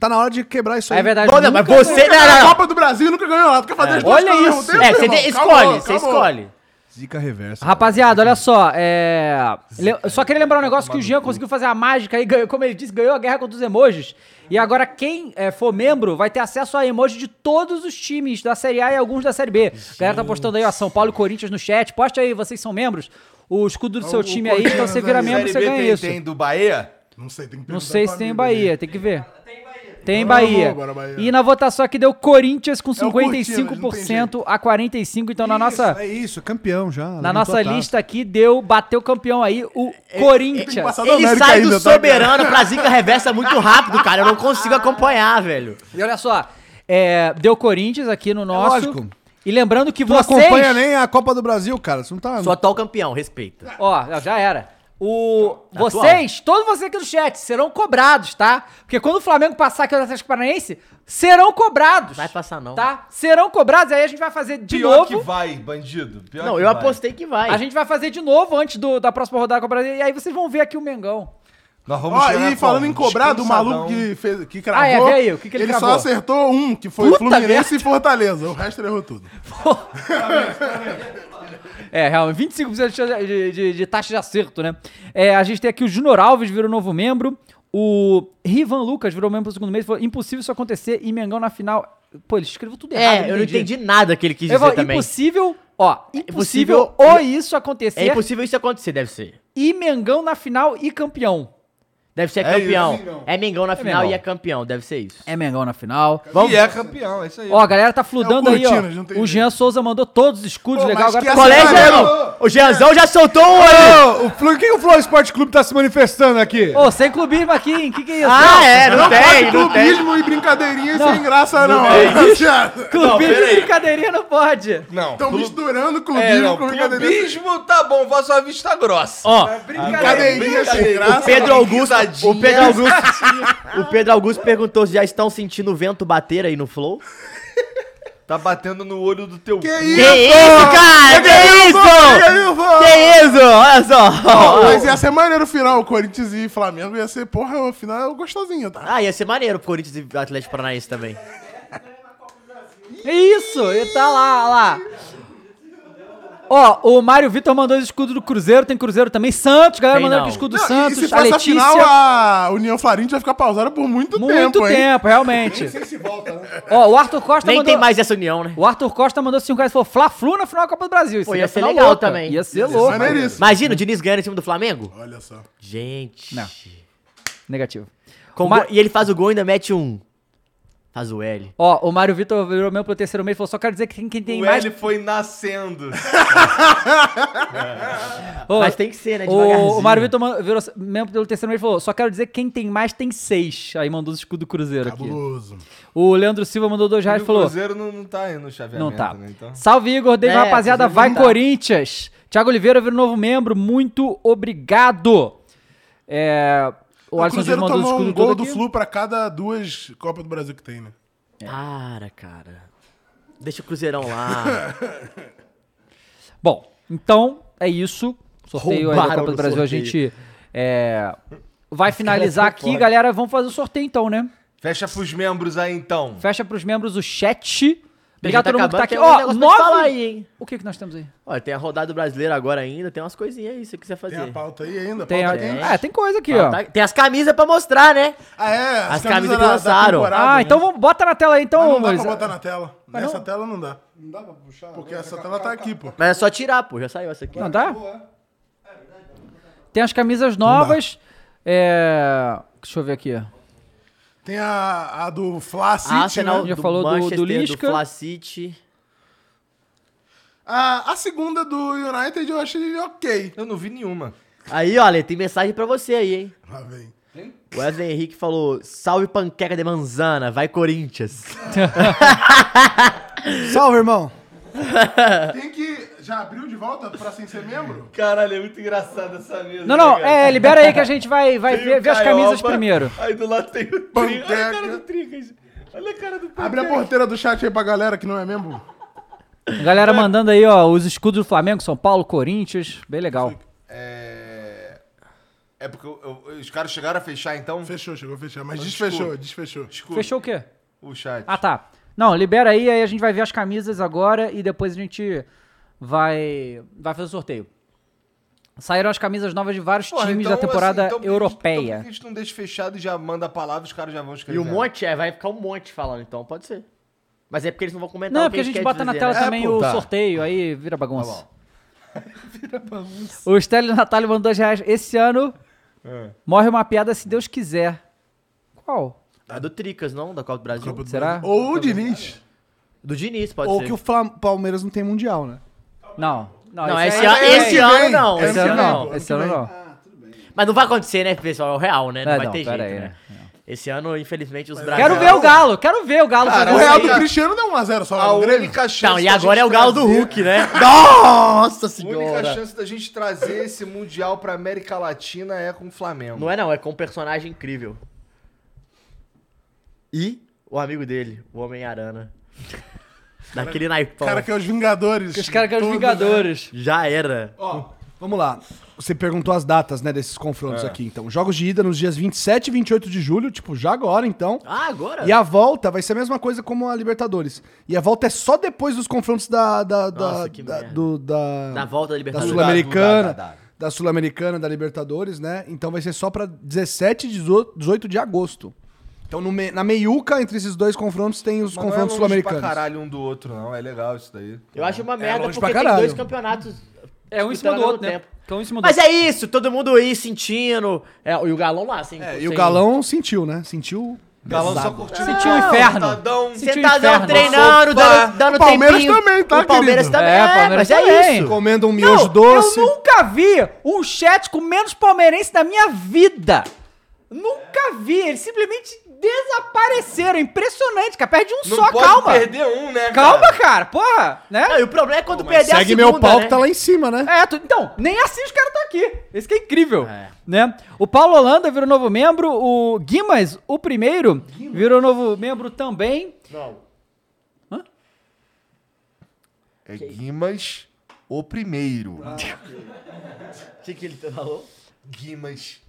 Tá na hora de quebrar isso aí. É verdade, Bom, não, mas nunca você- ganhou. não, não, A não. Copa do Brasil nunca ganhou lá. Tu quer fazer as duas olha coisas ao isso. mesmo É, tempo, você irmão? de- Calma, escolhe, você calma. escolhe. Zica reversa. Rapaziada, olha só. É... le- eu Só queria lembrar um negócio que o Jean conseguiu fazer a mágica e ganhou, como ele disse, ganhou a guerra contra os emojis. E agora, quem é, for membro vai ter acesso a emoji de todos os times da Série A e alguns da Série B. A galera tá postando aí, ó, São Paulo e Corinthians no chat. Poste aí, vocês são membros. O escudo do seu O- o time aí, então Corinthians você vira da membro, Série você B tem- ganha isso. Tem do Bahia? Não sei, tem que Não sei se tem Bahia, tem que ver. Tem Agora Bahia. vou, agora Bahia. E na votação aqui deu Corinthians com É o Cortinas, não tem 55% a 45%. Então na nossa, É isso, campeão já. na levantou nossa a taça. lista aqui deu, bateu campeão aí o Corinthians. passar do Ele América sai ainda, do tá, cara? soberano pra zica reversa muito rápido, cara. Eu não consigo acompanhar, velho. E olha só, é, deu Corinthians aqui no nosso. lógico. E lembrando que Tu não vocês... acompanha nem a Copa do Brasil, cara. Você não tá. Sou atual campeão, respeita. Ó, já era. O, Atual. vocês, todos vocês aqui no chat, serão cobrados, tá? Porque quando o Flamengo passar aqui no Atlético Paranaense, serão cobrados, Vai passar, não. tá? Serão cobrados, aí a gente vai fazer de Pior novo. que vai, bandido. Pior Não, que eu vai. apostei que vai. A gente vai fazer de novo antes do- da próxima rodada com o Brasil. E aí vocês vão ver aqui o Mengão. Nós vamos Ó, chegar Ah, e falando em como? cobrado, o maluco Descansadão. que, fez, que cravou. Ah, é, vê aí, o que que ele ele cravou? só acertou um, que foi Puta Fluminense e Fortaleza. O resto ele errou tudo. É, realmente, 25% de, chance- de, de- de taxa de acerto, né? É, a gente tem aqui o Júnior Alves virou novo membro. O Rivan Lucas virou membro pro segundo mês. Falou, impossível isso acontecer e Mengão na final. Pô, ele escreveu tudo errado. É, eu não entendi nada que ele quis Eu dizer falo, também. impossível, ó, impossível, possível- ou isso acontecer É impossível isso acontecer, deve ser. e Mengão na final e campeão. Deve ser É campeão. isso, Mengão. É Mengão na final Mengão. e é campeão, deve ser isso. É Mengão na final. E é campeão, é isso aí. Ó, a galera tá fludando É o aí, ó. Cortinas, não tem O jeito. Jean Souza mandou todos os escudos, Pô, legal. mas Agora que tá- Qual é, Caralho! Jeanão? O Jeanzão já soltou um olho! Ô, o Flu- o que o Flow Esporte Clube tá se manifestando aqui? tá- Ô, sem clubismo aqui, hein? Que que é isso? Ah, é, não Não tem, pode não tem. clubismo e brincadeirinha é Não. sem graça, não. Clubismo peraí. de brincadeirinha não pode. Não. Estão clube- misturando É, clubismo não, com brincadeirinha. clubismo tá bom, vá sua vista grossa. Ó, Brincadeirinha sem graça. Pedro Augusto, Risadinha. o Pedro Augusto, o Pedro Augusto perguntou se já estão sentindo o vento bater aí no flow. Tá batendo no olho do teu... Que Que isso? isso, cara? Que isso? Que isso? Olha só. Mas ia ser maneiro o final, o Corinthians e Flamengo ia ser, porra, o final gostosinho, tá? Ah, ia ser maneiro pro Corinthians e Atlético Paranaense também. Isso, ele tá lá, lá. Ó, o Mário Vitor mandou os escudos do Cruzeiro, tem Cruzeiro também. Santos, galera Tem mandando não. aqui o escudo do Não, Santos. e se a passa a Letícia. final, a União Faringe vai ficar pausada por muito, Muito tempo, tempo, hein? realmente. se volta, né? Ó, o Arthur Costa Nem mandou. tem mais essa união, né? O Arthur Costa mandou 5 reais e falou Fla-Flu na final da Copa do Brasil. Isso Pô, seria ia ser final legal louca. também. Ia ser louco. Maneiríssimo. Imagina o Diniz ganhando em cima do Flamengo? Olha só. Gente. Não. Negativo. Com Ma- gol- E ele faz o gol e ainda mete um. Faz o L. Ó, o Mário Vitor virou meu pro terceiro mês e falou: só quero dizer que quem, quem tem O mais. L foi nascendo. Ô, Mas tem que ser, né? O, o Devagarzinho. Mário Vitor man- virou membro pelo terceiro mês e falou: só quero dizer que quem tem mais tem seis. Aí mandou os escudos do Cruzeiro aqui. Cabuloso. O Leandro Silva mandou dois reais o e falou: Cruzeiro não, não tá aí no é chaveamento, Não tá. né? Então... Salve, Igor. Dave, É, rapaziada. Cruzeiro Vai, não tá. Corinthians. Thiago Oliveira virou novo membro. Muito obrigado. É. O O, Alisson Dias Cruzeiro mandou os tomou um escudos gol todo do aqui. Flu pra cada duas Copas do Brasil que tem, né? É. Para, cara. Deixa o Cruzeirão lá. Bom, então é isso. Sorteio aí da Roubaram Copa do o Brasil. A sorteio. gente é, vai finalizar aqui, galera. Vamos fazer o sorteio então, né? Fecha pros membros aí, então. Fecha pros membros o chat. Obrigado a tá todo mundo que tá acabando, aqui. tem um Ó, negócio pra nove... falar aí, hein? O que que nós temos aí? Olha, tem a rodada brasileira agora ainda, tem umas coisinhas aí se você quiser fazer. Tem a pauta aí ainda? Tem, tá pauta tem? Ah, tem coisa aqui, ó. Tem as camisas pra mostrar, né? Ah, é? As, camisas que lançaram. Ah, então vamos, bota na tela aí, Ah, então, né? Ah, Não dá pra Maurício. botar na tela. Mas Nessa não? tela não dá. Não dá pra puxar? Porque essa tela tá aqui, pô. Mas é só tirar, pô, já saiu essa aqui. Não dá? Tem as camisas novas. É... Deixa eu ver aqui. Tem a, a do Ah, Fla Ah, City, Arsenal né? Já falou do- do Manchester, Lisca. Fla City. A, a segunda do United eu achei ok. Eu não vi nenhuma. Aí, olha, tem mensagem pra você aí, hein? Lá vem. O Wesley Henrique falou: salve panqueca de manzana, vai Corinthians. Salve, irmão. Tem que. Já abriu de volta pra sem ser membro? Caralho, é muito engraçado essa mesa. Não, não, né, cara? é, libera aí que a gente vai, vai Tem ver, o ver as Caioba, camisas primeiro. Aí do lado tem o Tri- Olha a cara do Tricas. Olha a cara do Tricas. Abre a porteira do chat aí pra galera que não é membro. Galera mandando aí, ó, os escudos do Flamengo, São Paulo, Corinthians. Bem legal. É. É porque eu- eu- os caras chegaram a fechar então? Fechou, chegou a fechar, mas desculpa. desfechou, desfechou. Desculpa. Fechou o quê? O chat. Ah, tá. Não, libera aí, aí a gente vai ver as camisas agora e depois a gente vai, vai fazer o sorteio. Saíram as camisas novas de vários Porra, times então, da temporada assim, então por que a gente- Então, por europeia. que a gente não deixa fechado e já manda a palavra os caras já vão E escrever? um monte, é, vai ficar um monte falando, então pode ser. Mas é porque eles não vão comentar tá Não, o é que porque a gente quer bota na dizer, tela né? também É, pô, o tá. sorteio, aí vira bagunça. Tá Vira bagunça. o Stélio Natalio mandou dois reais. Esse ano É. morre uma piada se Deus quiser. Qual? A Ah, do Tricas, não? Da Copa do Brasil. Será? Ou o Diniz. Do Diniz, pode Ou ser. que o Flam- Palmeiras não tem mundial, né? Não. Não, esse, ano, esse ano não. Esse ano é não. não. Esse ano não. Mas não vai acontecer, né, pessoal? É o real, né? Não É, vai não, ter pera jeito, aí, né? Esse ano, infelizmente, Ah, os Quero brasileiros... ver o Galo, quero ver o Galo. Cara, fazer o isso Real aí. do Cristiano deu 1x0 só lá A no Grêmio. única chance. Não, e da agora gente é o Galo do trazer- Hulk, né? Nossa A única senhora! chance da gente trazer esse Mundial pra América Latina é com o Flamengo. Não é não, é com um personagem incrível. E o amigo dele, o Homem-Arana. Daquele naipão. Cara que é os Vingadores. né? Os caras que eram os Vingadores. Já era. Vamos lá. Você perguntou as datas, né, desses confrontos É. aqui, então. Jogos de ida nos dias 27 e 28 de julho, tipo, já agora, então. Ah, agora? E a volta vai ser a mesma coisa como a Libertadores. E a volta é só depois dos confrontos da. Da, da, Nossa, que da- merda. do- da, Da volta da Libertadores. Sul-Americana. Do da- do da- da- Da Sul-Americana, da Libertadores, né? Então vai ser só pra 17 e 18 18 de agosto. Então no me- na meiuca, entre esses dois confrontos, tem os Mas não é confrontos longe sul-americanos. pra caralho um do outro, não. É legal isso daí. Eu acho uma É merda longe porque pra tem caralho. dois campeonatos. É um em disputando cima ao do mesmo outro, né? Fica um em cima do Mas outro. é isso, todo mundo aí sentindo. É, e o galão lá, tipo assim, sem. E o Galão sentiu, né? Sentiu. é Galão pesado. só curtiu. Sentiu um inferno. um Sentadão. Sentiu Sentadão inferno. tá treinando, Sofá. dando, dando O Palmeiras tempinho. também, tá, O Palmeiras querido? também, É, é, Palmeiras mas é também. isso. Comendo um miojo Não, doce. Eu nunca vi um chat com menos palmeirense na minha vida. Nunca vi. Eles simplesmente desapareceram. Impressionante, cara. Perde um Não só, pode calma. perder um, né, Calma, cara. porra, né? e o problema é quando Mas perder segue a segunda, meu pau né? que tá lá em cima, né? É, tu- então, nem assim os caras estão aqui. Esse que é incrível, né? O Paulo Holanda virou novo membro, o Guimas, o primeiro, virou novo membro também. Não. É Guimas, o primeiro. O que, que ele tá falou? Guimas.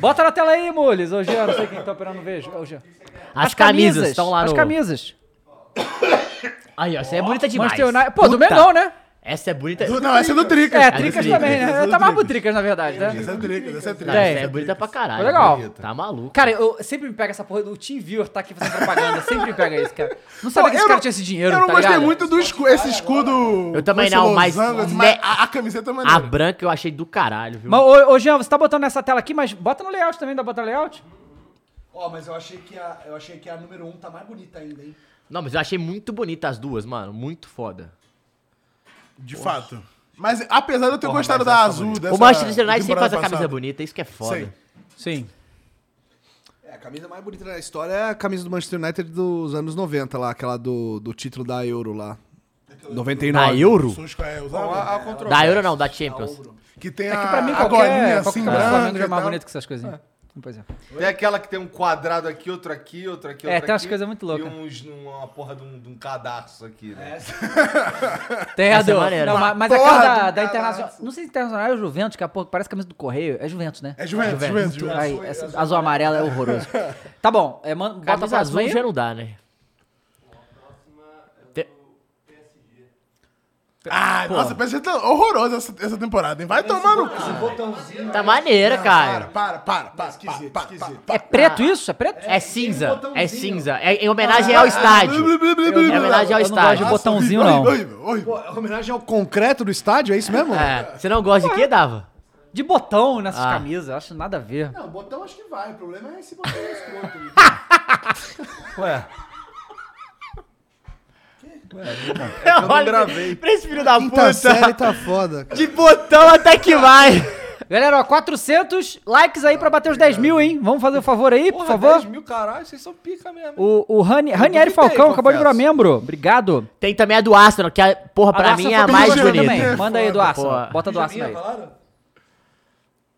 Bota na tela aí, Mules. Ô, Jean, não sei quem tá operando, vejo. Ô, Jean. As camisas estão lá As no- camisas. Aí, ó, essa é bonita demais. Manchester United- Pô, do Puta. Mengão, né? Essa é bonita. Do- não, essa é do Tricas. É, Essa Tricas também, né? Essa é do tá mais pro Tricas. Tricas, na verdade, né? Essa é do Tricas, essa é do Não, Tricas. essa é bonita pra Foi caralho. legal. Tá maluco. Cara, eu sempre me pega essa porra do TeamViewer tá aqui fazendo propaganda. sempre me pega isso, cara. Não sabia que esse cara tinha esse dinheiro, Eu não tá gostei ligado? muito do escu- esse escudo. Eu também com não, esse mas- losango, assim, me- a, a camiseta é maneira. A branca eu achei do caralho, viu? Mas, ô, ô, Jean, você tá botando nessa tela aqui, mas bota no layout também, dá pra botar no layout? Ó, mas eu achei, que a, eu achei que a número 1 um tá mais bonita ainda, hein? Não, mas eu achei muito bonita as duas, mano. Muito foda. De fato. Mas apesar de eu ter Porra, gostado mas da essa azul bonita. dessa O Manchester United sempre temporada faz a camisa passada. bonita, isso que é foda. Sim. Sim. É, a camisa mais bonita da história é a camisa do Manchester United dos anos 90 lá, aquela do, do título da Euro lá. 99. Da Euro? Bom, há- há controvérsia. Da Euro não, da Champions. Que tem É a, que pra mim a qualquer, golinha qualquer assim cara do Flamengo branca já é e mais tal. bonito que essas coisinhas. Pois é. Tem aquela que tem um quadrado aqui, outro aqui, outro aqui, É, outro tem umas aqui, coisas muito loucas. E uns, uma porra de um, de um cadarço aqui, né? Tem é a do. não, ma- mas é aquela Porra da, do da Internacional. Não sei se Internacional é o Juventus, que a porra que parece camisa do Correio. É Juventus, né? É Juventus, Juventus, Juventus. Aí, essa azul amarela é horroroso. tá bom, é, mano, bota Camisa pra azul azul. já não dá, né? Ah, Pô. nossa, parece que tá horrorosa essa, essa temporada, hein? Vai tomar no Esse botãozinho. Tá maneira, cara. Para, para, para, para, para, para, para, para. É preto isso? É preto? É um cinza. É cinza. É em homenagem Ah, ao estádio. É em homenagem ao Eu não gosto de estádio. botãozinho, não. Pô, homenagem ao concreto do estádio, é isso mesmo? É. Você não gosta de quê, Dava? De botão nessas Ah. camisas, eu acho nada a ver. Não, botão acho que vai. O problema é esse botão escroto. aí. Ué. É eu não gravei. Pra esse filho da Quinta puta. série tá foda, De botão até que vai. Galera, ó, 400 likes aí pra bater os 10 mil, hein? Vamos fazer o favor aí, por Porra, favor. 10 mil, caralho, vocês são pica mesmo. O, o Rani, duvidei, Ranieri Falcão acabou de confesso. virar membro. Obrigado. Tem também a do Astro, que, a, porra, pra A do mim é Arsenal a foi mais bonita bonita. também. Manda aí do Arsenal. Porra. Bota do Arsenal aí.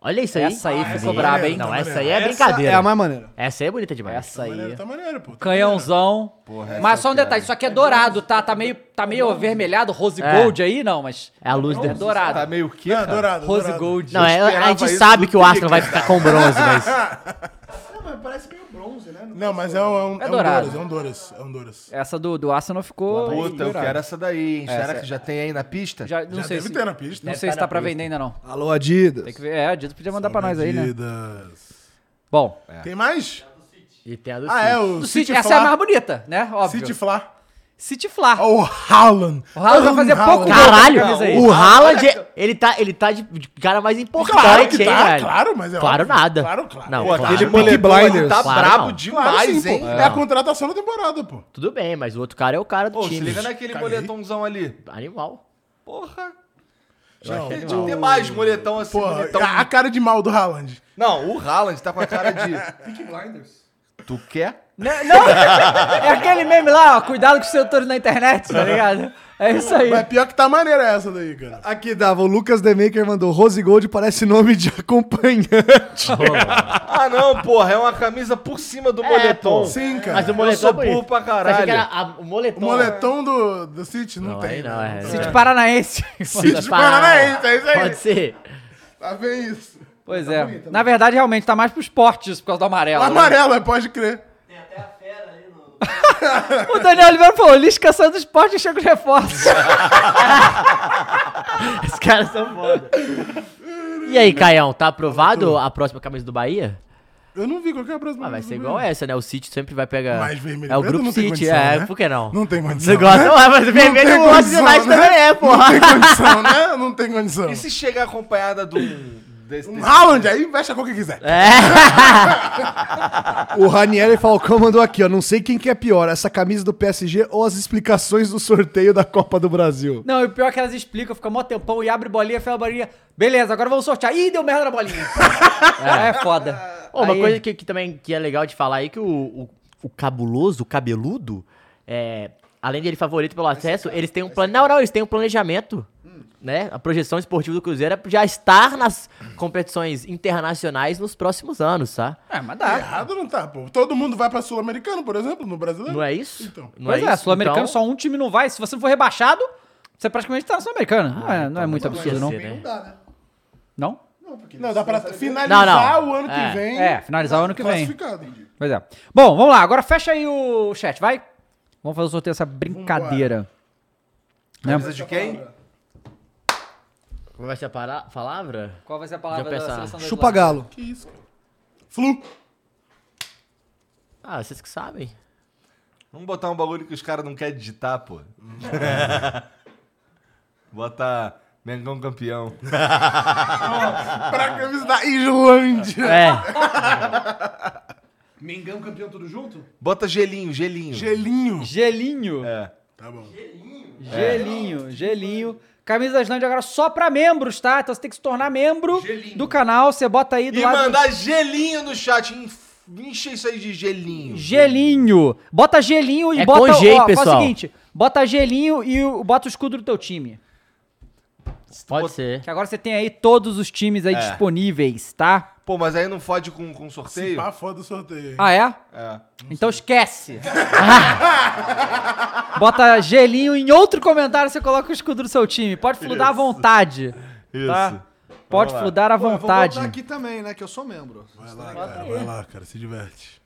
Olha isso aí. Essa aí Ah, ficou braba, hein? Não, Tá essa maneiro. aí é Essa brincadeira. é a mais maneira. Essa aí é bonita demais. Essa aí. Tá maneiro, pô. Canhãozão. Porra, mas essa só um detalhe, isso aqui é dourado, tá? Tá meio, tá meio avermelhado, rose É. gold aí, não, mas... É a luz é dele. dourado. Tá meio o quê, cara? dourado, né? Rose gold. Não, é- a gente sabe que o Astro vai ficar com bronze, mas... Não, mas parece meio bronze, né? Não, mas é um, é um, É é um dourado. Douras, é um Douras, é um Douras. Essa do, do Arsenal ficou... Puta, eu dourada. quero essa daí, hein? Será Essa- que já tem aí na pista? Já, não Já sei deve se, ter né? na pista. É, Não Deve sei se tá tá na pra pista. vender ainda, não. Alô, Adidas. Tem que ver. É, a Adidas podia mandar pra nós aí, né? Adidas. Bom. Tem mais? E tem a do Ah, é o Do City City, essa é a Fla. mais bonita, né? Óbvio. City Fla. City Fla. O Haaland. O Haaland vai fazer pouco gol com essa Caralho, camisa aí. o Haaland, ele tá, ele tá de, de cara mais importante, Claro que hein, tá, velho? claro, mas é Claro óbvio. nada. Claro, claro. Não, Pô, claro. aquele não. Peaky Blinders. Tá Claro brabo não. demais, Claro, sim, hein? pô. É a contratação da temporada, pô. Tudo bem, mas o outro cara é o cara do Pô, se time. liga naquele Cara, moletomzão ali. Animal. Porra. Não, Não, tem o- que ter mais moletom assim, Porra, Então, bonitão. é ah. a, a cara de mal do Haaland. Não, o Haaland tá com a cara de... Peaky Blinders. Tu quer? Não, não. É aquele meme lá, ó. Cuidado com os setores na internet, tá ligado? É isso aí. Mas pior que tá maneira essa daí, cara. Aqui dava, o Lucas Demaker mandou Rose Gold parece nome de acompanhante. Ah, não, porra. É uma camisa por cima do moletom. pô. Sim, cara. Mas o Eu moletom sou é bonito. burro pra Achei que era caralho. a- o moletom. O moletom do, do City não, Não, tem. aí não, né? é. City Paranaense. City Paranaense, é isso aí. né? Pode ser. Tá bem isso. Pois é. Na verdade, realmente, tá mais pro esporte isso, por causa do amarelo. né? O Tá amarelo, é, pode crer. O Daniel Oliveira falou, Lisca saiu do esporte e chega os reforços. Os caras são foda. E aí, Caião, tá aprovado a próxima camisa do Bahia? Eu não vi qual que é a próxima. Ah, vai ser igual essa, né? O City sempre vai pegar. Mais vermelho e É o preto Grupo não tem City, condição, é. né? Por que não? Não tem Você condição. gosta? né? Não, mas o Não tem vermelho não gosta condição, demais né? também, é, Não porra. tem condição, né? Não tem condição. E se chegar acompanhada de um... Desse, Um desse- Haaland aí, veste a cor que quiser. É. o Ranieri Falcão mandou aqui, ó. Não sei quem que é pior, essa camisa do PSG ou as explicações do sorteio da Copa do Brasil. Não, e o pior é que elas explicam, fica mó tempão e abre bolinha, fecha a bolinha. Beleza, agora vamos sortear. Ih, deu merda na bolinha. é, é foda. Ó, uma Aí- coisa que, que também que é legal de falar aí que o, o, o cabuloso, o cabeludo, é, além de ele favorito pelo acesso, eles têm um plano. Não, não, eles têm um planejamento. Né? A projeção esportiva do Cruzeiro é já estar nas competições internacionais nos próximos anos, tá? É, mas dá. Errado não tá, pô. Todo mundo vai pra Sul-Americano, por exemplo, no brasileiro. Não é isso? Então. Não Pois é, isso? Sul-Americano Então- só um time não vai. Se você não for rebaixado, você praticamente tá na Sul-Americana. Não Ah, é- não é muito mas absurdo, vai não. então ser, né? Dá, né? Não? Não, porque Não, dá pra Não, finalizar não. o ano que É. vem. É, finalizar o ano que vem. Classificado. Pois é. Bom, vamos lá. Agora fecha aí o chat, vai. Vamos fazer o sorteio dessa brincadeira. Né? Camisa de quem? Como vai ser a para- palavra? Qual vai ser a palavra da seleção do Chupa galo. Que isso, cara. Flu. Ah, vocês que sabem. Vamos botar um bagulho que os caras não querem digitar, pô. Bota Mengão campeão. Pra camisa da Islândia. É, Mengão campeão tudo junto? Bota gelinho, gelinho. Gelinho. Gelinho. É. Tá bom. Gelinho, gelinho. Camisa da Islândia agora só pra membros, tá? Então você tem que se tornar membro do canal. Você bota aí do E lado. mandar gelinho no chat. enf- Enche isso aí de gelinho. Gelinho. Bota gelinho e É bota com G, faz pessoal. o seguinte, bota gelinho e o- bota o escudo do teu time. pode ser. Que agora você tem aí todos os times aí disponíveis, tá? Pô, mas aí não fode com, com sorteio? Se pá, foda o sorteio. hein? Ah, é? É. Então esquece. Ah. Bota gelinho em outro comentário, você coloca o escudo do seu time. Pode fludar à Isso. vontade. Tá? Pode Vamos lá. fludar à Pô, eu vontade. Vou botar aqui também, né? Que eu sou membro. Vai lá, Cara, vai lá, cara, se diverte.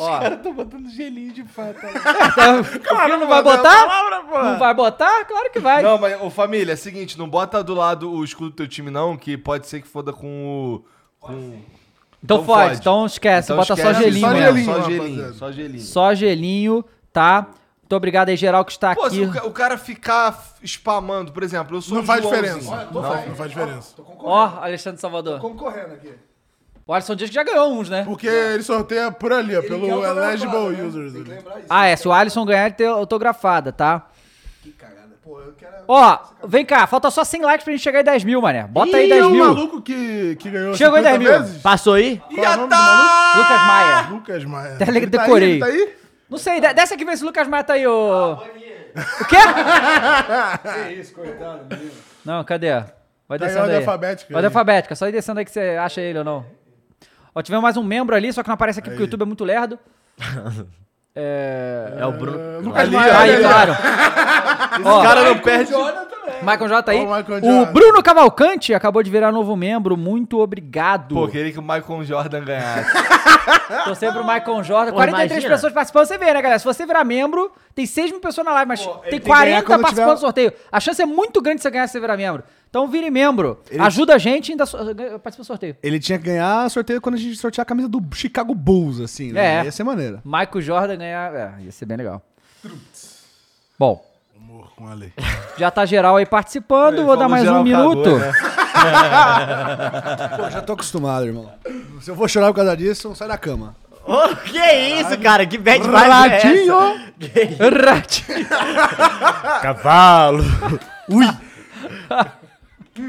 Ó. tá botando gelinho de pata. Então, o que não vai botar? não vai botar? Claro que vai. Não, mas, ô família, é o seguinte, não bota do lado o escudo do teu time, não, que pode ser que foda com o. com- Então fode, então esquece, bota só gelinho Só mesmo. gelinho, só Rapaziada. gelinho, só gelinho. Só gelinho, tá? Muito obrigado aí, geral, que está Pô, se aqui. o, ca- o cara ficar f- spamando, por exemplo, eu sou Não o faz Joãozinho. diferença. Olha, tô Não, falando. não faz diferença. Ó, Alexandre Salvador. Concorrendo aqui. O Alisson Dias que já ganhou uns, né? Porque ele sorteia por ali, ó, quer pelo autografado, eligible né? users. ali. Ah, é, se o Alisson ganhar, ele tem autografada, tá? Pô, eu quero. Ó, vem cá, falta só 100 likes pra gente chegar em 10 mil, mané. Bota aí Ih, 10 o mil. um maluco que, que ganhou Chegou em 10 50 mil. vezes? Passou aí? Qual é o nome do maluco? Lucas Maia. Lucas Maia. Até Ele tá aí, decorei. ele tá aí? Não sei, de- desce aqui ver se o Lucas Maia tá aí, ô. O quê? Que isso, coitado, menino. Não, cadê? Vai Tá em descendo ordem aí. alfabética Ordem aí. alfabética, só ir descendo aí que você acha ele ou não. Ó, tivemos mais um membro ali, só que não aparece aqui porque o YouTube é muito lerdo. É... É o Bruno. Lucas Ali, Maia. olha Aí, aí, claro. Esse cara não perde. Michael J tá aí. Ó, o Michael O Jordan. Bruno Cavalcante acabou de virar novo membro. Muito obrigado. Pô, queria que o Michael Jordan ganhasse. Torcer pro Michael Jordan. Pô, 43 imagina. pessoas participando. Você vê, né, galera? Se você virar membro, tem 6 mil pessoas na live, mas tem tem que ganhar 40 quando participando tiver- do sorteio. A chance é muito grande de você ganhar se você virar membro. Então vire membro. Ajuda a gente e ainda so- ganha- participa do sorteio. Ele tinha que ganhar sorteio quando a gente sortear a camisa do Chicago Bulls, assim, né? É. Ia ser maneiro. Michael Jordan ganhar. É, ia ser bem legal. Bom. Humor com a lei. Já tá geral aí participando. Ele Vou dar falou mais geral um minuto. cagou, né? Pô, já tô acostumado, irmão. Se eu vou chorar por causa disso, não sai da cama. Ô, que isso, cara? Que bad vibe Ratinho! é essa? Ratinho! Cavalo! Ui!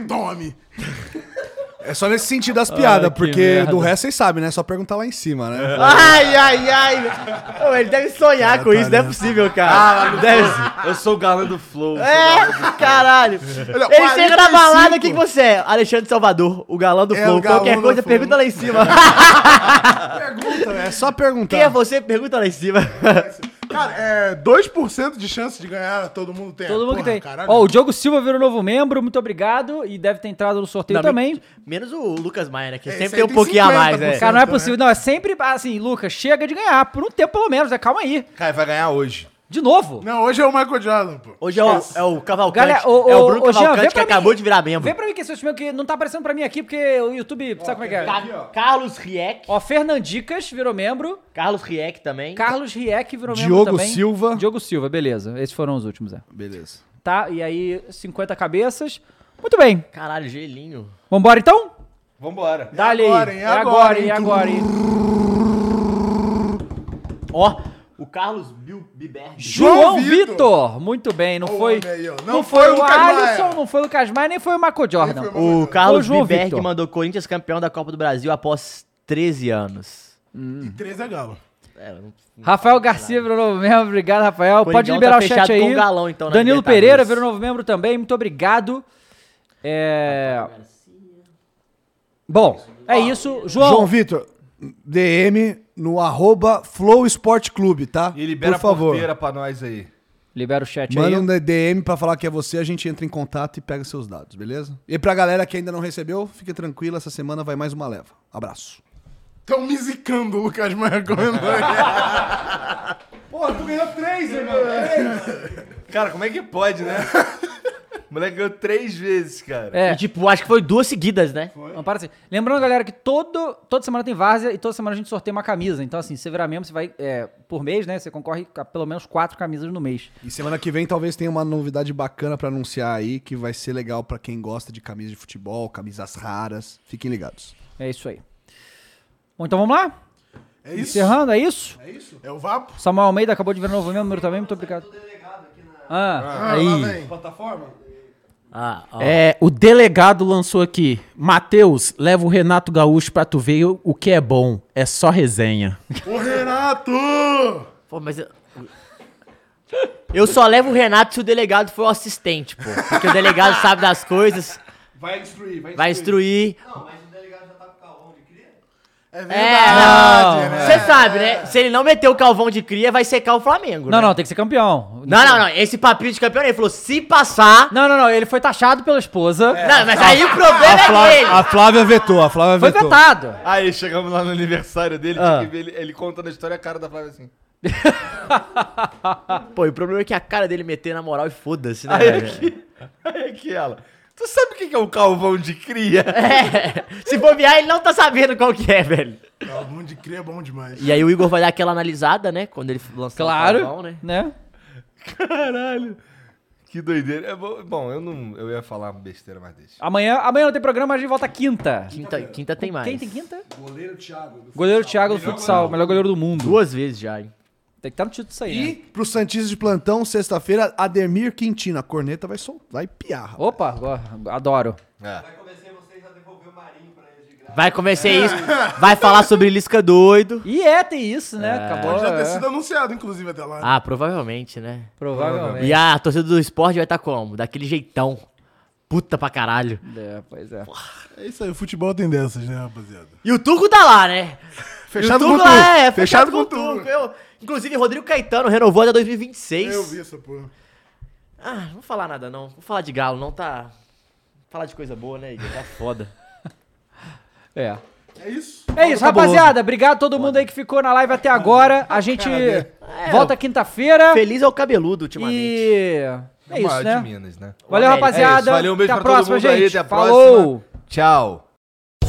Tome! É só nesse sentido das piadas, Ah, que porque merda. do resto vocês sabem, É né? Só perguntar lá em cima, né? Ai, ai, ai. Ô, ele deve sonhar com isso, não é possível, cara. Ah, deve... eu sou o galã do Flow. É, caralho. Olha, Ele chega na 45. balada, o que, que você é? Alexandre Salvador, o galã do É, Flow. o galã Qualquer do coisa, Flow. pergunta lá em cima. Então. Pergunta, né? É só perguntar. Quem é você? Pergunta lá em cima. Cara, é 2% de chance de ganhar, todo mundo tem. Todo mundo que Porra, tem. Caralho. Ó, o Diogo Silva virou novo membro. Muito obrigado. E deve ter entrado no sorteio Não, também. Menos o Lucas Maia, né? Que É, Esse sempre aí tem um tem pouquinho a mais, né? 50%. Cara, não é Certo, né? possível. Não, é sempre assim, Lucas, chega de ganhar. Por um tempo, pelo menos, né? Calma aí. Cara, vai ganhar hoje. De novo. Não, hoje é o Michael Jordan, pô. Hoje é o, é o Cavalcante. Galera, ô, é ô, o Bruno ô, Jean, Cavalcante vê que pra mim. acabou de virar membro. Vê pra mim que esse último que não tá aparecendo pra mim aqui, porque o YouTube, sabe como é que é? Ca- Carlos Rieck. Ó, Fernandicas virou membro. Carlos Rieck também. Carlos Rieck virou membro Diogo também. Silva. Diogo Silva, beleza. Esses foram os últimos, é. Beleza. Tá? E aí, 50 cabeças. Muito bem. Caralho, gelinho. Vambora então? Vambora. Dá-lhe agora, aí. hein? É É agora, agora, hein? hein? É agora, hein? Ó, o Carlos Bil Biberg. João João Vitor. Vitor. Muito bem. Não Olha o foi, homem aí, ó. não foi o Lucas Alisson, Maia. não foi o Lucas Maia, nem foi o Michael Jordan. foi o O Carlos João Biberg Vitor. mandou Corinthians campeão da Copa do Brasil após 13 anos. E 3 é galo. É, eu não- Rafael Garcia virou novo membro, obrigado, Rafael. Coringão Pode liberar tá o chat fechado aí. com o Galão, então, na Danilo Libertadores. Pereira virou novo membro também, muito obrigado. É... Bom, é isso. João, João Vitor, DM no arroba Flow Esporte Clube, tá? E libera Por favor. a porteira pra nós aí. libera o chat Manda aí. um DM pra falar que é você, a gente entra em contato e pega seus dados, beleza? E pra galera que ainda não recebeu, fica tranquila, essa semana vai mais uma leva. Abraço. Tão me zicando o Lucas Maia comendo aí. é. Porra, tu ganhou três, irmão. Cara, como é que pode, né? O moleque ganhou três vezes, cara. É. E, tipo, acho que foi duas seguidas, né? Não, para assim. Lembrando, galera, que todo, toda semana tem várzea e toda semana a gente sorteia uma camisa. Então, assim, se você virar membro, você vai é, por mês, né? Você concorre a pelo menos quatro camisas no mês. E semana que vem talvez tenha uma novidade bacana pra anunciar aí, que vai ser legal pra quem gosta de camisa de futebol, camisas raras. Fiquem ligados. É isso aí. Bom, então vamos lá? É isso. Encerrando, é isso? É o Vapo? Samuel Almeida acabou de virar novo membro também, muito obrigado. Ah, Ah, lá vem. Ah, ó. É, o delegado lançou aqui. Matheus, leva o Renato Gaúcho pra tu ver o o que é bom. É só resenha. Ô, Renato! Pô, mas eu... Eu só levo o Renato se o delegado for o assistente, pô. Porque o delegado sabe das coisas, Vai instruir, vai instruir. Não, mas o delegado já tá com o calor. É verdade, né? Você sabe, né? Se ele não meter o calvão de cria, vai secar o Flamengo. Não, né? não, tem que ser campeão. Não, não, não. Esse papinho de campeão, ele falou, se passar... Não, não, não. Ele foi taxado pela esposa. Não, mas aí o problema é dele. A Flávia vetou, a Flávia Foi vetou. vetado. É, Aí chegamos lá no aniversário dele, Ah. tinha que ver ele, ele contando a história e a cara da Flávia assim. Pô, e o problema é que a cara dele meter na moral e foda-se, né? Aí é velho? que- aí é que ela. Tu sabe o que que é um calvão de cria? É. Se bobear, ele não tá sabendo qual que é, velho. Calvão de cria é bom demais. E aí o Igor vai dar aquela analisada, né? Quando ele lançar Claro, o calvão, né? né? Caralho. Que doideira. É bo- bom, eu não. Eu ia falar besteira, mas deixa. Amanhã, amanhã não tem programa, a gente volta quinta. Quinta, quinta tem mais. Quem tem quinta? Goleiro Thiago. Goleiro Thiago do futsal, melhor goleiro do mundo. Duas vezes já, hein? Tem que estar no título disso aí, E né? pro Santistas de plantão, sexta-feira, Ademir Quintino. A corneta vai soltar, vai piar. Opa, go- adoro. Vai começar isso. Vai falar sobre Lisca doido. E é, tem isso, né? Acabou. Pode já ter é. sido anunciado, inclusive, até lá. Ah, provavelmente, né? Provavelmente. E a torcida do esporte vai estar como? Daquele jeitão. Puta pra caralho. É, pois é. É isso aí, o futebol tem dessas, né, rapaziada? E o Turco tá lá, né? Fechado E o Turco com o Turco. lá, é, fechado, Fechado com o com o Turco. Turco. Eu- inclusive, Rodrigo Caetano renovou até 2026. Eu vi essa porra. Ah, não vou falar nada, não. Vou falar de galo, não tá... Falar de coisa boa, né, Igor? Tá foda. É. É isso. É isso, rapaziada. Obrigado a todo mundo aí que ficou na live até agora. A gente É, é, dele. volta quinta-feira. Feliz é o cabeludo ultimamente. E é o maior isso, né? de Minas, né? Valeu, É rapaziada. isso, Valeu, um beijo até a pra próxima, todo mundo aí, gente. até a Falou. próxima. Tchau.